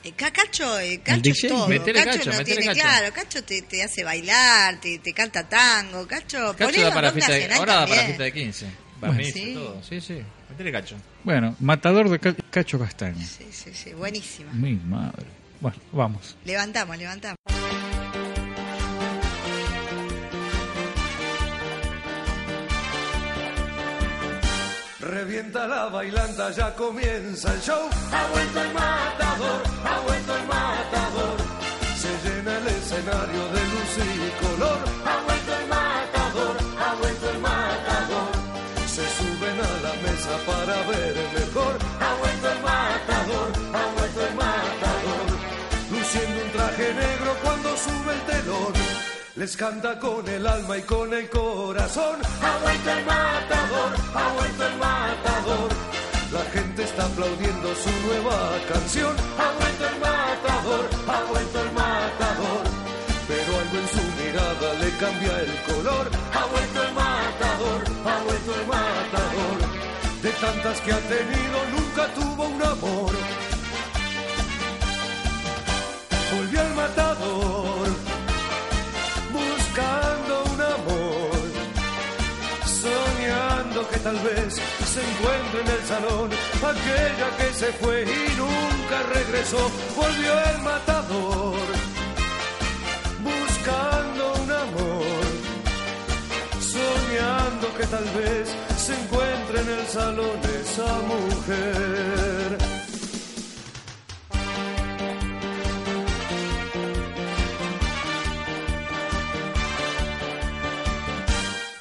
Speaker 6: Eh, Ca- Cacho, eh, Cacho es
Speaker 4: DJ?
Speaker 6: todo.
Speaker 3: Metele
Speaker 6: cacho,
Speaker 3: Cacho,
Speaker 6: no
Speaker 3: metele
Speaker 6: tiene
Speaker 3: Cacho.
Speaker 6: claro. Cacho te, te hace bailar, te, te canta tango. Cacho,
Speaker 3: Cacho
Speaker 6: ponelo
Speaker 3: da
Speaker 6: en
Speaker 3: para
Speaker 6: rock
Speaker 3: fiesta de,
Speaker 6: nacional
Speaker 3: ahora da para
Speaker 6: también.
Speaker 3: fiesta de 15.
Speaker 4: Bueno.
Speaker 3: Barniz y
Speaker 6: Sí.
Speaker 3: todo. Sí, sí. Metele cacho.
Speaker 4: Bueno, matador de Ca- Cacho Castaña.
Speaker 6: Sí, sí, sí, buenísima.
Speaker 4: Mi madre. Bueno, vamos.
Speaker 6: Levantamos, levantamos.
Speaker 1: Revienta la bailanta, ya comienza el show. Ha vuelto el matador, ha vuelto el matador. Se llena el escenario de luz y color. Ha vuelto el matador, ha vuelto el matador. Se suben a la mesa para ver mejor. Ha vuelto el matador, ha vuelto el matador. Luciendo un traje negro cuando sube el telón. Les canta con el alma y con el corazón. Ha vuelto el matador, ha vuelto el matador. La gente está aplaudiendo su nueva canción. Ha vuelto el matador, ha vuelto el matador. Pero al algo en su mirada le cambia el color. Ha vuelto el matador, ha vuelto el matador. De tantas que ha tenido, nunca tuvo un amor. Volvió el matador, buscando un amor. Soñando que tal vez se encuentre en el salón aquella que se fue y nunca regresó. Volvió el matador buscando un amor, soñando que tal vez se encuentre en el salón esa mujer.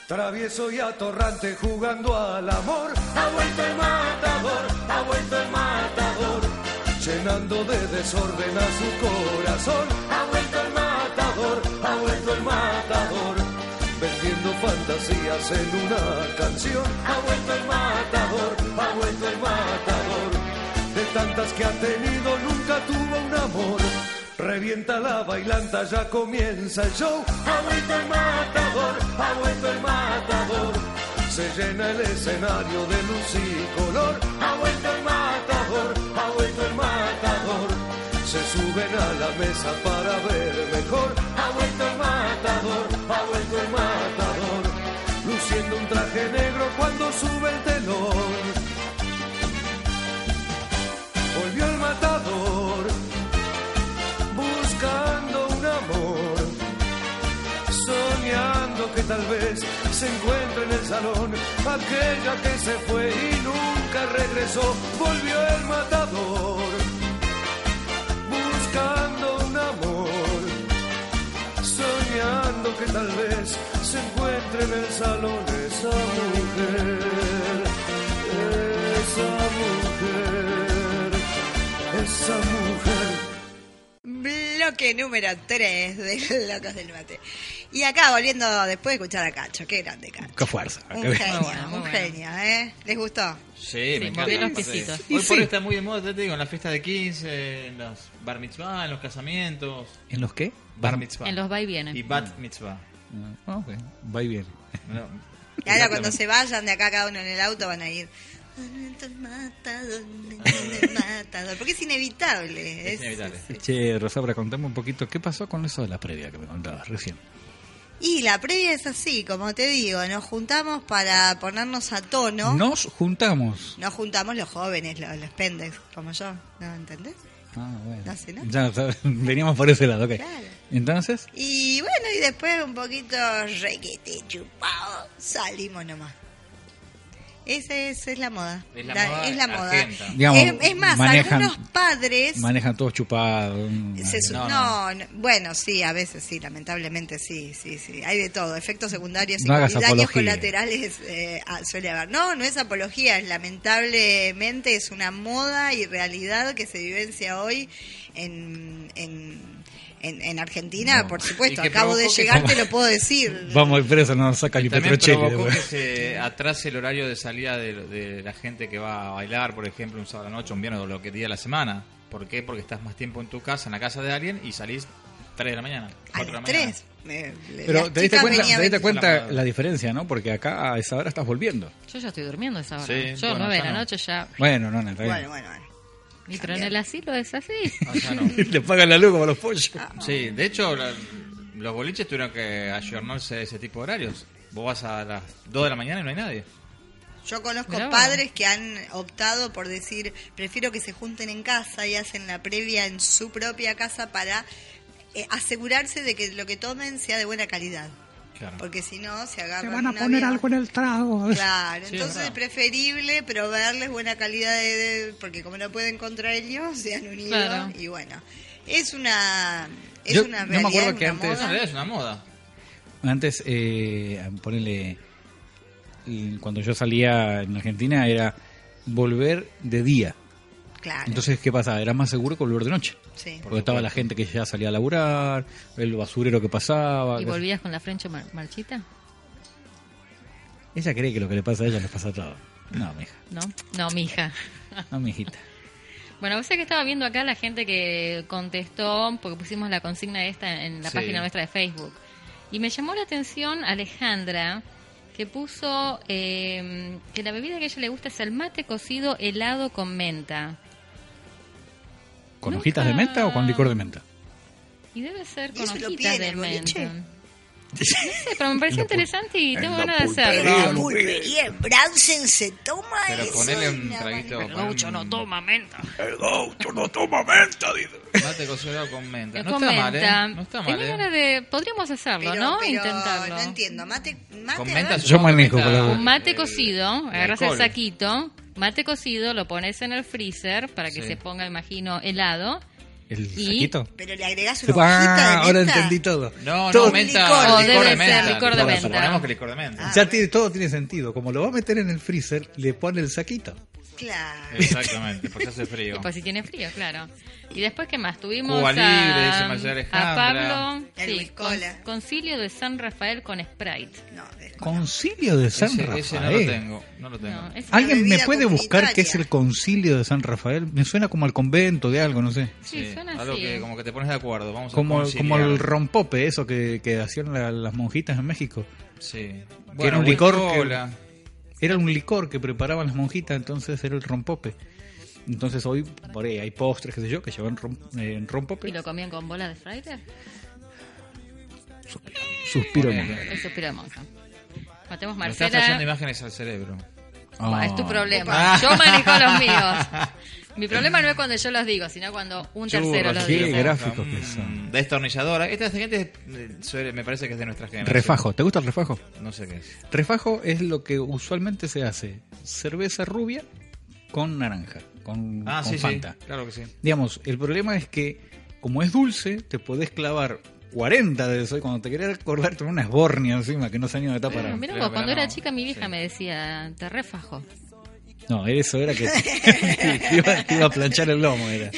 Speaker 1: Travieso y atorrante jugando al amor, ha vuelto el matador, ha vuelto el matador, llenando de desorden a su corazón, ha vuelto el matador, ha vuelto el matador, vendiendo fantasías en una canción, ha vuelto el matador, ha vuelto el matador, de tantas que ha tenido nunca tuvo un amor. Revienta la bailanta, ya comienza el show. Ha vuelto el matador, ha vuelto el matador. Se llena el escenario de luz y color. Ha vuelto el matador, ha vuelto el matador. Se suben a la mesa para ver mejor. Ha vuelto el matador, ha vuelto el matador. Luciendo un traje negro cuando sube el telón. Volvió el matador buscando un amor, soñando que tal vez se encuentre en el salón aquella que se fue y nunca regresó, volvió el matador, buscando un amor, soñando que tal vez se encuentre en el salón esa mujer, esa mujer, esa mujer.
Speaker 6: Bloque número 3 de Locos del Mate. Y acá, volviendo después de escuchar a Cacho. Qué grande, Cacho.
Speaker 4: Qué fuerza.
Speaker 6: Un
Speaker 4: qué bien.
Speaker 6: genio,
Speaker 5: bueno, muy
Speaker 6: un
Speaker 5: bueno.
Speaker 6: genio, ¿eh? ¿Les gustó?
Speaker 3: Sí,
Speaker 5: Sí,
Speaker 3: me encanta.
Speaker 5: movió los
Speaker 3: aparte.
Speaker 5: piecitos.
Speaker 4: Y
Speaker 3: Hoy por
Speaker 4: sí.
Speaker 3: hoy está muy de moda, ya te digo, en las fiestas de 15, en los bar mitzvah, en los casamientos.
Speaker 4: ¿En los qué?
Speaker 3: Bar mitzvah.
Speaker 5: En los va y
Speaker 3: Y
Speaker 5: viene.
Speaker 3: bat mitzvah.
Speaker 4: Ah, ok. Va y viene.
Speaker 3: No,
Speaker 6: Y ahora cuando se vayan de acá cada uno en el auto van a ir. "Matador, matador, matador", Porque es inevitable.
Speaker 3: Es inevitable.
Speaker 4: Che, Rosabra, contame un poquito qué pasó con eso de la previa que me contabas recién.
Speaker 6: Y la previa es así, como te digo, nos juntamos para ponernos a tono.
Speaker 4: Nos juntamos.
Speaker 6: Nos juntamos los jóvenes, los, los pendex, como yo, ¿no entendés?
Speaker 4: Ah, bueno.
Speaker 6: No sé, ¿no?
Speaker 4: Ya, ya, veníamos por ese lado, ok.
Speaker 6: Claro.
Speaker 4: Entonces,
Speaker 6: Y bueno, y después un poquito requete chupado, salimos nomás. Esa es, es la moda.
Speaker 3: Es la
Speaker 6: Da-
Speaker 3: moda
Speaker 6: es la moda.
Speaker 3: argenta.
Speaker 4: Digamos,
Speaker 6: es, es más,
Speaker 4: manejan-
Speaker 6: algunos padres
Speaker 4: manejan todos chupados.
Speaker 6: Se su-
Speaker 3: No,
Speaker 6: no,
Speaker 3: no.
Speaker 6: no. bueno, sí, a veces sí, lamentablemente sí, sí, sí. Hay de todo, efectos secundarios y-
Speaker 4: No hagas
Speaker 6: y daños
Speaker 4: apología.
Speaker 6: colaterales eh, ah, suele haber. No, no es apología, es lamentablemente es una moda y realidad que se vivencia hoy en, en, en- en Argentina, por supuesto.
Speaker 3: Y que
Speaker 6: Acabo de
Speaker 3: provocó que-
Speaker 6: llegar, te lo puedo decir.
Speaker 4: Vamos preso, no nos saca ni pues.
Speaker 3: Y también
Speaker 4: Petrocelli.
Speaker 3: provocó que
Speaker 4: después.
Speaker 3: se atrase el horario de salida de, de la gente que va a bailar, por ejemplo, un sábado a la noche, un viernes o lo que día de la semana. ¿Por qué? Porque estás más tiempo en tu casa, en la casa de alguien, y salís 3 de la mañana.
Speaker 6: A
Speaker 3: 4 de la
Speaker 6: las
Speaker 3: mañana.
Speaker 6: 3. eh,
Speaker 4: Pero
Speaker 6: las
Speaker 4: te diste
Speaker 6: chicas
Speaker 4: cuenta,
Speaker 6: venían
Speaker 4: te diste
Speaker 6: 20.
Speaker 4: cuenta la diferencia, ¿no? Porque acá a esa hora estás volviendo.
Speaker 5: Yo ya estoy durmiendo a esa hora.
Speaker 3: Sí,
Speaker 5: Yo
Speaker 3: bueno,
Speaker 5: nueve de
Speaker 3: ya
Speaker 5: la
Speaker 3: no.
Speaker 5: noche ya.
Speaker 4: Bueno, no, no, está bien.
Speaker 6: Bueno, bueno, bueno.
Speaker 5: Y pero en el asilo es así.
Speaker 3: Ah, ya no.
Speaker 4: Le pagan la luz como los pollos.
Speaker 5: Ah.
Speaker 3: Sí, de hecho, la- los boliches tuvieron que ayornarse a ese tipo de horarios. Vos vas a las 2 de la mañana y no hay nadie.
Speaker 6: Yo conozco
Speaker 5: Mirá vos.
Speaker 6: padres que han optado por decir, prefiero que se junten en casa y hacen la previa en su propia casa para eh, asegurarse de que lo que tomen sea de buena calidad.
Speaker 3: Claro.
Speaker 6: Porque si no, se agarran.
Speaker 4: Te van a
Speaker 6: un
Speaker 4: poner
Speaker 6: avión.
Speaker 4: algo en el trago.
Speaker 6: Claro,
Speaker 3: Sí, es
Speaker 6: entonces es
Speaker 3: verdad.
Speaker 6: preferible proveerles buena calidad de, de- Porque como no pueden contra ellos, se han unido.
Speaker 5: Claro.
Speaker 6: Y bueno, es una. Es
Speaker 4: Yo
Speaker 6: una
Speaker 4: no me acuerdo
Speaker 6: realidad,
Speaker 4: que
Speaker 6: una
Speaker 4: antes-
Speaker 3: Eso en
Speaker 6: moda.
Speaker 3: realidad es una moda.
Speaker 4: Antes, eh, ponerle. Cuando yo salía en Argentina era volver de día.
Speaker 6: Claro.
Speaker 4: Entonces, ¿qué pasaba? Era más seguro que volver de noche.
Speaker 6: sí.
Speaker 4: Porque estaba la gente que ya salía a laburar, el basurero que pasaba.
Speaker 5: ¿Y
Speaker 4: que-
Speaker 5: volvías con la frencha mar- marchita?
Speaker 4: Ella cree que lo que le pasa a ella nos pasa a todos. No, mija.
Speaker 5: No, no, mija.
Speaker 4: No, mijita.
Speaker 5: Bueno, o sea que estaba viendo acá la gente que contestó, porque pusimos la consigna esta en la
Speaker 9: Sí.
Speaker 5: página nuestra de Facebook. Y me llamó la atención Alejandra, que puso eh, que la bebida que a ella le gusta es el mate cocido helado con menta.
Speaker 4: ¿Con hojitas de menta o con licor de menta?
Speaker 5: Y debe ser
Speaker 6: ¿Y
Speaker 5: con
Speaker 6: eso lo
Speaker 5: hojitas
Speaker 6: piden
Speaker 5: de
Speaker 6: en el boliche?
Speaker 5: menta. No sé, pero me pareció interesante y tengo ganas de
Speaker 6: Pero
Speaker 5: hacerlo.
Speaker 6: Ah, muy bien. En Bransen se toma
Speaker 3: Pero
Speaker 6: eso.
Speaker 3: ponele un
Speaker 6: Nada más.
Speaker 3: traguito.
Speaker 5: El gaucho no
Speaker 3: eh.
Speaker 5: toma menta.
Speaker 3: Mate cocinado con menta. No está mal,
Speaker 5: Comenta.
Speaker 3: ¿eh? No está
Speaker 5: Tengo
Speaker 3: mal, ¿eh?
Speaker 5: ganas de- Podríamos hacerlo,
Speaker 6: Pero-
Speaker 5: ¿no?
Speaker 6: pero
Speaker 5: Intentarlo.
Speaker 6: No entiendo. Mate, mate
Speaker 3: Con menta
Speaker 6: ah,
Speaker 3: supongo que
Speaker 4: manejo
Speaker 3: meta-
Speaker 4: con la boca.
Speaker 5: Un mate cocido, agarras el
Speaker 3: alcohol.
Speaker 5: saquito, mate cocido, lo pones en el freezer para que
Speaker 3: Sí.
Speaker 5: se ponga, imagino, helado.
Speaker 4: ¿El
Speaker 5: ¿Y?
Speaker 4: saquito?
Speaker 6: pero le agregás una hojita
Speaker 4: Ah,
Speaker 6: de
Speaker 4: ahora
Speaker 6: menta.
Speaker 4: entendí todo.
Speaker 3: No,
Speaker 4: Todo-
Speaker 3: no, menta.
Speaker 6: Licor.
Speaker 5: O
Speaker 3: licor
Speaker 5: debe
Speaker 3: de
Speaker 5: ser
Speaker 3: menta.
Speaker 5: licor de menta.
Speaker 3: Suponemos que licor de
Speaker 6: Ah,
Speaker 3: menta.
Speaker 4: Ya tiene, todo tiene sentido. Como lo va a meter en el freezer, le pone el saquito.
Speaker 6: Claro.
Speaker 3: Ah. Exactamente, porque hace frío.
Speaker 5: Y pues si tiene frío, claro. Y después, ¿qué más? Tuvimos
Speaker 3: Cuba
Speaker 5: a,
Speaker 3: Libre, dice María Alejandra.
Speaker 5: a Pablo,
Speaker 6: El
Speaker 5: sí,
Speaker 6: Huicola.
Speaker 5: con- concilio de San Rafael con Sprite.
Speaker 6: No, desconozco.
Speaker 4: Concilio de San
Speaker 3: Ese,
Speaker 4: Rafael.
Speaker 3: ese no lo tengo. No lo tengo.
Speaker 5: No, es-
Speaker 4: ¿Alguien me
Speaker 6: bebida
Speaker 4: puede buscar qué
Speaker 6: comunitaria.
Speaker 4: es el concilio de San Rafael? Me suena como al convento de algo, no sé.
Speaker 5: sí, suena
Speaker 3: algo
Speaker 5: así. ¿eh?
Speaker 3: que como que te pones de acuerdo. Vamos a
Speaker 4: Como, como
Speaker 3: conciliar.
Speaker 4: el rompope, eso que, que hacían la- las monjitas en México.
Speaker 3: Sí.
Speaker 4: era un licor que-
Speaker 3: Coca-Cola.
Speaker 4: Era un licor que preparaban las monjitas, entonces era el rompope. Entonces hoy por ahí hay postres, qué sé yo, que llevan rom- eh, rompope.
Speaker 5: ¿Y lo comían con bola de Sprite?
Speaker 4: Suspiro.
Speaker 3: Eh,
Speaker 5: El suspiro de monja. Matemos
Speaker 3: Me estás haciendo Oh. Ah.
Speaker 5: Marcela.
Speaker 3: imágenes al cerebro.
Speaker 5: Buah,
Speaker 4: Ah.
Speaker 5: es tu problema. Yo manejo los míos. Mi problema no es cuando yo los digo, sino cuando un tercero los
Speaker 4: qué
Speaker 5: dice.
Speaker 4: gran- gráficos que son.
Speaker 3: Mm, Destornilladora. Esta gente eh, suele- me parece que es de nuestra generación.
Speaker 4: Refajo, ¿te gusta el refajo?
Speaker 3: No sé qué es.
Speaker 4: Refajo es lo que usualmente se hace. Cerveza rubia con naranja, con,
Speaker 3: Ah,
Speaker 4: con
Speaker 3: sí,
Speaker 4: Fanta.
Speaker 3: sí. Claro que sí.
Speaker 4: Digamos, el problema es que como es dulce, te podés clavar 40 de eso y cuando te querés acordar tenés una esbornia encima que no sabía dónde está
Speaker 5: Ah,
Speaker 4: parada.
Speaker 5: mirá
Speaker 3: Pero,
Speaker 5: vos,
Speaker 3: pero
Speaker 5: cuando
Speaker 3: no.
Speaker 5: era chica mi vieja
Speaker 3: Sí.
Speaker 5: me decía, te refajo.
Speaker 4: No, eso era que te iba, te iba a planchar el lomo. Era.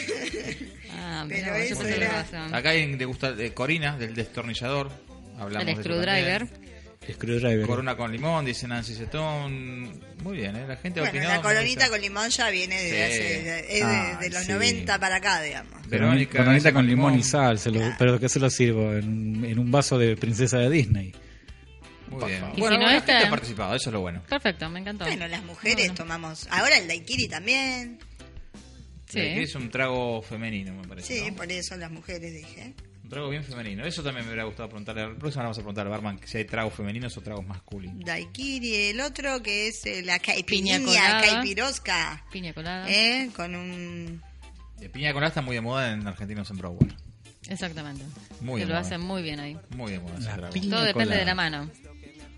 Speaker 5: Ah,
Speaker 6: Pero
Speaker 5: mirá vos, yo
Speaker 6: eso
Speaker 5: pensé que
Speaker 6: era-
Speaker 5: lo hacían.
Speaker 3: Acá hay de gusta de Corina, del destornillador. Hablamos de
Speaker 5: El
Speaker 3: eso
Speaker 5: screwdriver.
Speaker 3: también.
Speaker 4: Screwdriver.
Speaker 3: Corona con limón, dice Nancy Setón. Muy bien, ¿eh? La gente ha
Speaker 6: Bueno,
Speaker 3: opinado,
Speaker 6: la
Speaker 3: me
Speaker 6: coronita
Speaker 3: gusta.
Speaker 6: con limón ya viene de,
Speaker 3: Sí.
Speaker 6: hace- es de-
Speaker 4: Ah,
Speaker 6: de los
Speaker 4: sí.
Speaker 6: 90 para acá, digamos.
Speaker 3: Verónica,
Speaker 4: Coronita
Speaker 3: esa
Speaker 4: con limón y sal, se lo- pero que se lo sirvo en, en un vaso de princesa de Disney.
Speaker 3: Muy bien.
Speaker 5: Y
Speaker 3: Bueno,
Speaker 5: si no
Speaker 3: la
Speaker 5: esta-
Speaker 3: gente ha participado, eso es lo bueno.
Speaker 5: Perfecto, me encantó.
Speaker 6: Bueno, las mujeres
Speaker 5: Bueno.
Speaker 6: tomamos. Ahora el daiquiri también.
Speaker 5: Sí.
Speaker 3: Aquí Eh, es un trago femenino, me parece.
Speaker 6: Sí,
Speaker 3: Pues ¿no?
Speaker 6: por eso las mujeres dije. ¿eh?
Speaker 3: Un trago bien femenino. Eso también me hubiera gustado preguntarle. La próxima le vamos a preguntar al barman que si hay tragos femeninos o tragos masculinos.
Speaker 6: Daiquiri, el otro que es eh,
Speaker 5: Piña
Speaker 6: la caipirinha,
Speaker 5: colada. Ah.
Speaker 6: caipirosca.
Speaker 5: Piña colada.
Speaker 6: ¿Eh? Con un.
Speaker 3: De piña colada está muy de moda en Argentinos en Broadway.
Speaker 5: Exactamente.
Speaker 3: Muy
Speaker 5: que lo
Speaker 3: bien.
Speaker 5: hacen muy bien ahí.
Speaker 3: Muy de moda ese
Speaker 4: La
Speaker 3: trago.
Speaker 4: piña
Speaker 5: Todo depende
Speaker 4: colada.
Speaker 5: de la mano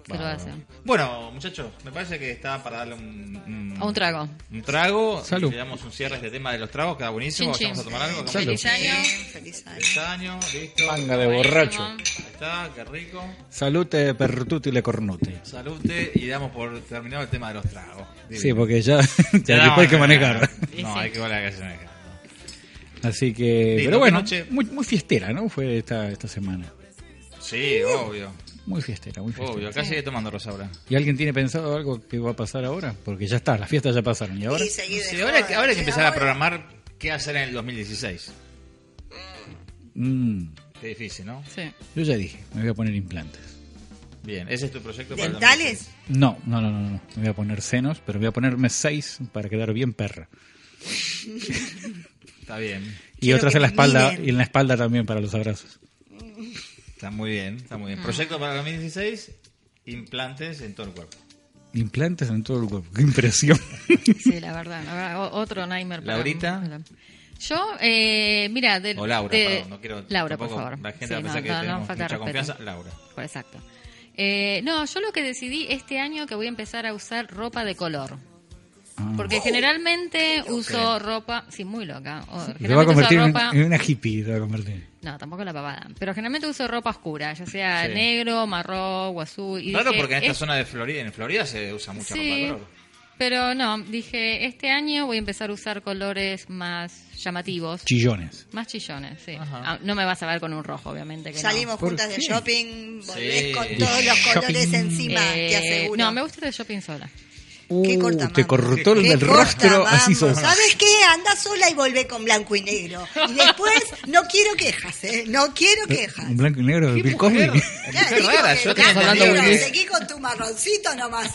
Speaker 5: que lo
Speaker 3: Bárbaro.
Speaker 5: hacen.
Speaker 3: Bueno, muchachos, me parece que está para darle un,
Speaker 5: A un trago.
Speaker 3: Un trago.
Speaker 4: Salud.
Speaker 3: Le damos un cierre a este tema de los tragos, queda buenísimo.
Speaker 5: Chin, chin.
Speaker 3: Vamos a tomar algo.
Speaker 4: Salud.
Speaker 5: Feliz año.
Speaker 6: Eh, Feliz año.
Speaker 3: Feliz año, listo.
Speaker 4: Manga de borracho.
Speaker 5: Buenísimo.
Speaker 3: Ahí está, qué rico.
Speaker 4: Salute, pertuti le cornute.
Speaker 3: Salute y damos por terminado el tema de los tragos. Divino.
Speaker 4: Sí, porque ya, ya
Speaker 3: No,
Speaker 4: después hay que
Speaker 3: no,
Speaker 4: manejar.
Speaker 3: No, no, hay que volar a la calle.
Speaker 4: Así que,
Speaker 3: Lindo,
Speaker 4: pero bueno,
Speaker 3: qué noche.
Speaker 4: muy, muy fiestera, ¿no? Fue esta, esta semana.
Speaker 3: Sí, obvio.
Speaker 4: Muy fiestera, muy fiestera.
Speaker 3: Obvio, acá sigue tomando Rosaura.
Speaker 4: ¿Y alguien tiene pensado algo que va a pasar ahora? Porque ya está, las fiestas ya pasaron. ¿Y ahora?
Speaker 6: Y seguir de
Speaker 3: Sí, ahora, hay que-
Speaker 6: joda,
Speaker 3: ahora hay que
Speaker 6: sí,
Speaker 3: empezar a
Speaker 6: ahora-
Speaker 3: programar qué hacer en el 2016.
Speaker 4: Mm,
Speaker 3: Qué difícil, ¿no?
Speaker 5: Sí.
Speaker 4: yo ya dije, me voy a poner implantes.
Speaker 3: Bien, ese es tu proyecto para el
Speaker 6: ¿Dentales?
Speaker 3: 2016.
Speaker 4: No, no, no, no, no. Me voy a poner senos, pero voy a ponerme seis para quedar bien perra.
Speaker 3: Está bien,
Speaker 4: Y
Speaker 6: Quiero
Speaker 4: otras
Speaker 6: que
Speaker 4: en la
Speaker 6: me
Speaker 4: espalda
Speaker 6: miren.
Speaker 4: y en la espalda también para los abrazos.
Speaker 3: está muy bien, está muy bien.
Speaker 5: Ah.
Speaker 3: Proyecto para el 2016, implantes en todo el cuerpo.
Speaker 4: Implantes en todo el cuerpo. Qué impresión.
Speaker 5: Sí, la verdad. la verdad, o- otro Nightmare. para-
Speaker 3: ¿Laurita?
Speaker 5: Yo, eh, mira, de,
Speaker 3: O Laura,
Speaker 5: de-
Speaker 3: perdón, no quiero...
Speaker 5: Laura, por
Speaker 3: tampoco
Speaker 5: favor.
Speaker 3: La gente
Speaker 5: Sí,
Speaker 3: va a
Speaker 5: no,
Speaker 3: pensar que
Speaker 5: no, no,
Speaker 3: tenemos
Speaker 5: falta
Speaker 3: mucha
Speaker 5: de respeto.
Speaker 3: confianza. Laura.
Speaker 5: Pues exacto. Eh, no, yo lo que decidí este año que voy a empezar a usar ropa de color.
Speaker 4: Ah.
Speaker 5: Porque generalmente uso ropa, sí, muy loca. O-
Speaker 4: Te va a
Speaker 5: generalmente uso
Speaker 4: convertir en,
Speaker 5: ropa,
Speaker 4: en una hippie. Te va a convertir.
Speaker 5: no, tampoco la pavada. Pero generalmente uso ropa oscura, ya sea
Speaker 3: Sí.
Speaker 5: negro, marrón, o azul. Y
Speaker 3: Claro,
Speaker 5: dije,
Speaker 3: porque en esta
Speaker 5: "Es-
Speaker 3: zona de Florida, en Florida se usa mucha ropa de
Speaker 5: Sí,
Speaker 3: color.
Speaker 5: pero no, dije, este año voy a empezar a usar colores más llamativos.
Speaker 4: Chillones.
Speaker 5: Más chillones, sí.
Speaker 3: Ajá.
Speaker 5: Ah, no me vas a ver con un rojo, obviamente. Que no.
Speaker 6: Salimos
Speaker 4: ¿Por
Speaker 6: juntas de
Speaker 4: qué?
Speaker 6: shopping, volvés
Speaker 3: Sí.
Speaker 6: con todos los colores
Speaker 4: Shopping.
Speaker 6: encima, te
Speaker 5: Eh,
Speaker 6: aseguro.
Speaker 5: no, me gusta el shopping sola.
Speaker 6: Qué
Speaker 4: Uh,
Speaker 6: corta
Speaker 4: te
Speaker 6: mano.
Speaker 4: cortó el
Speaker 6: Qué
Speaker 4: rostro,
Speaker 6: corta
Speaker 4: así
Speaker 6: mano.
Speaker 4: sos.
Speaker 6: ¿Sabes qué? Anda sola y volvé con blanco y negro. Y después, no quiero quejas, ¿eh? No quiero quejas.
Speaker 4: Un blanco y negro de Bill Cosby.
Speaker 6: Claro,
Speaker 3: Qué
Speaker 6: digo
Speaker 3: rara,
Speaker 6: que
Speaker 3: yo
Speaker 6: blanco
Speaker 3: tenía
Speaker 6: y
Speaker 3: entendido
Speaker 6: negro,
Speaker 3: que-
Speaker 6: Seguí con tu marroncito nomás,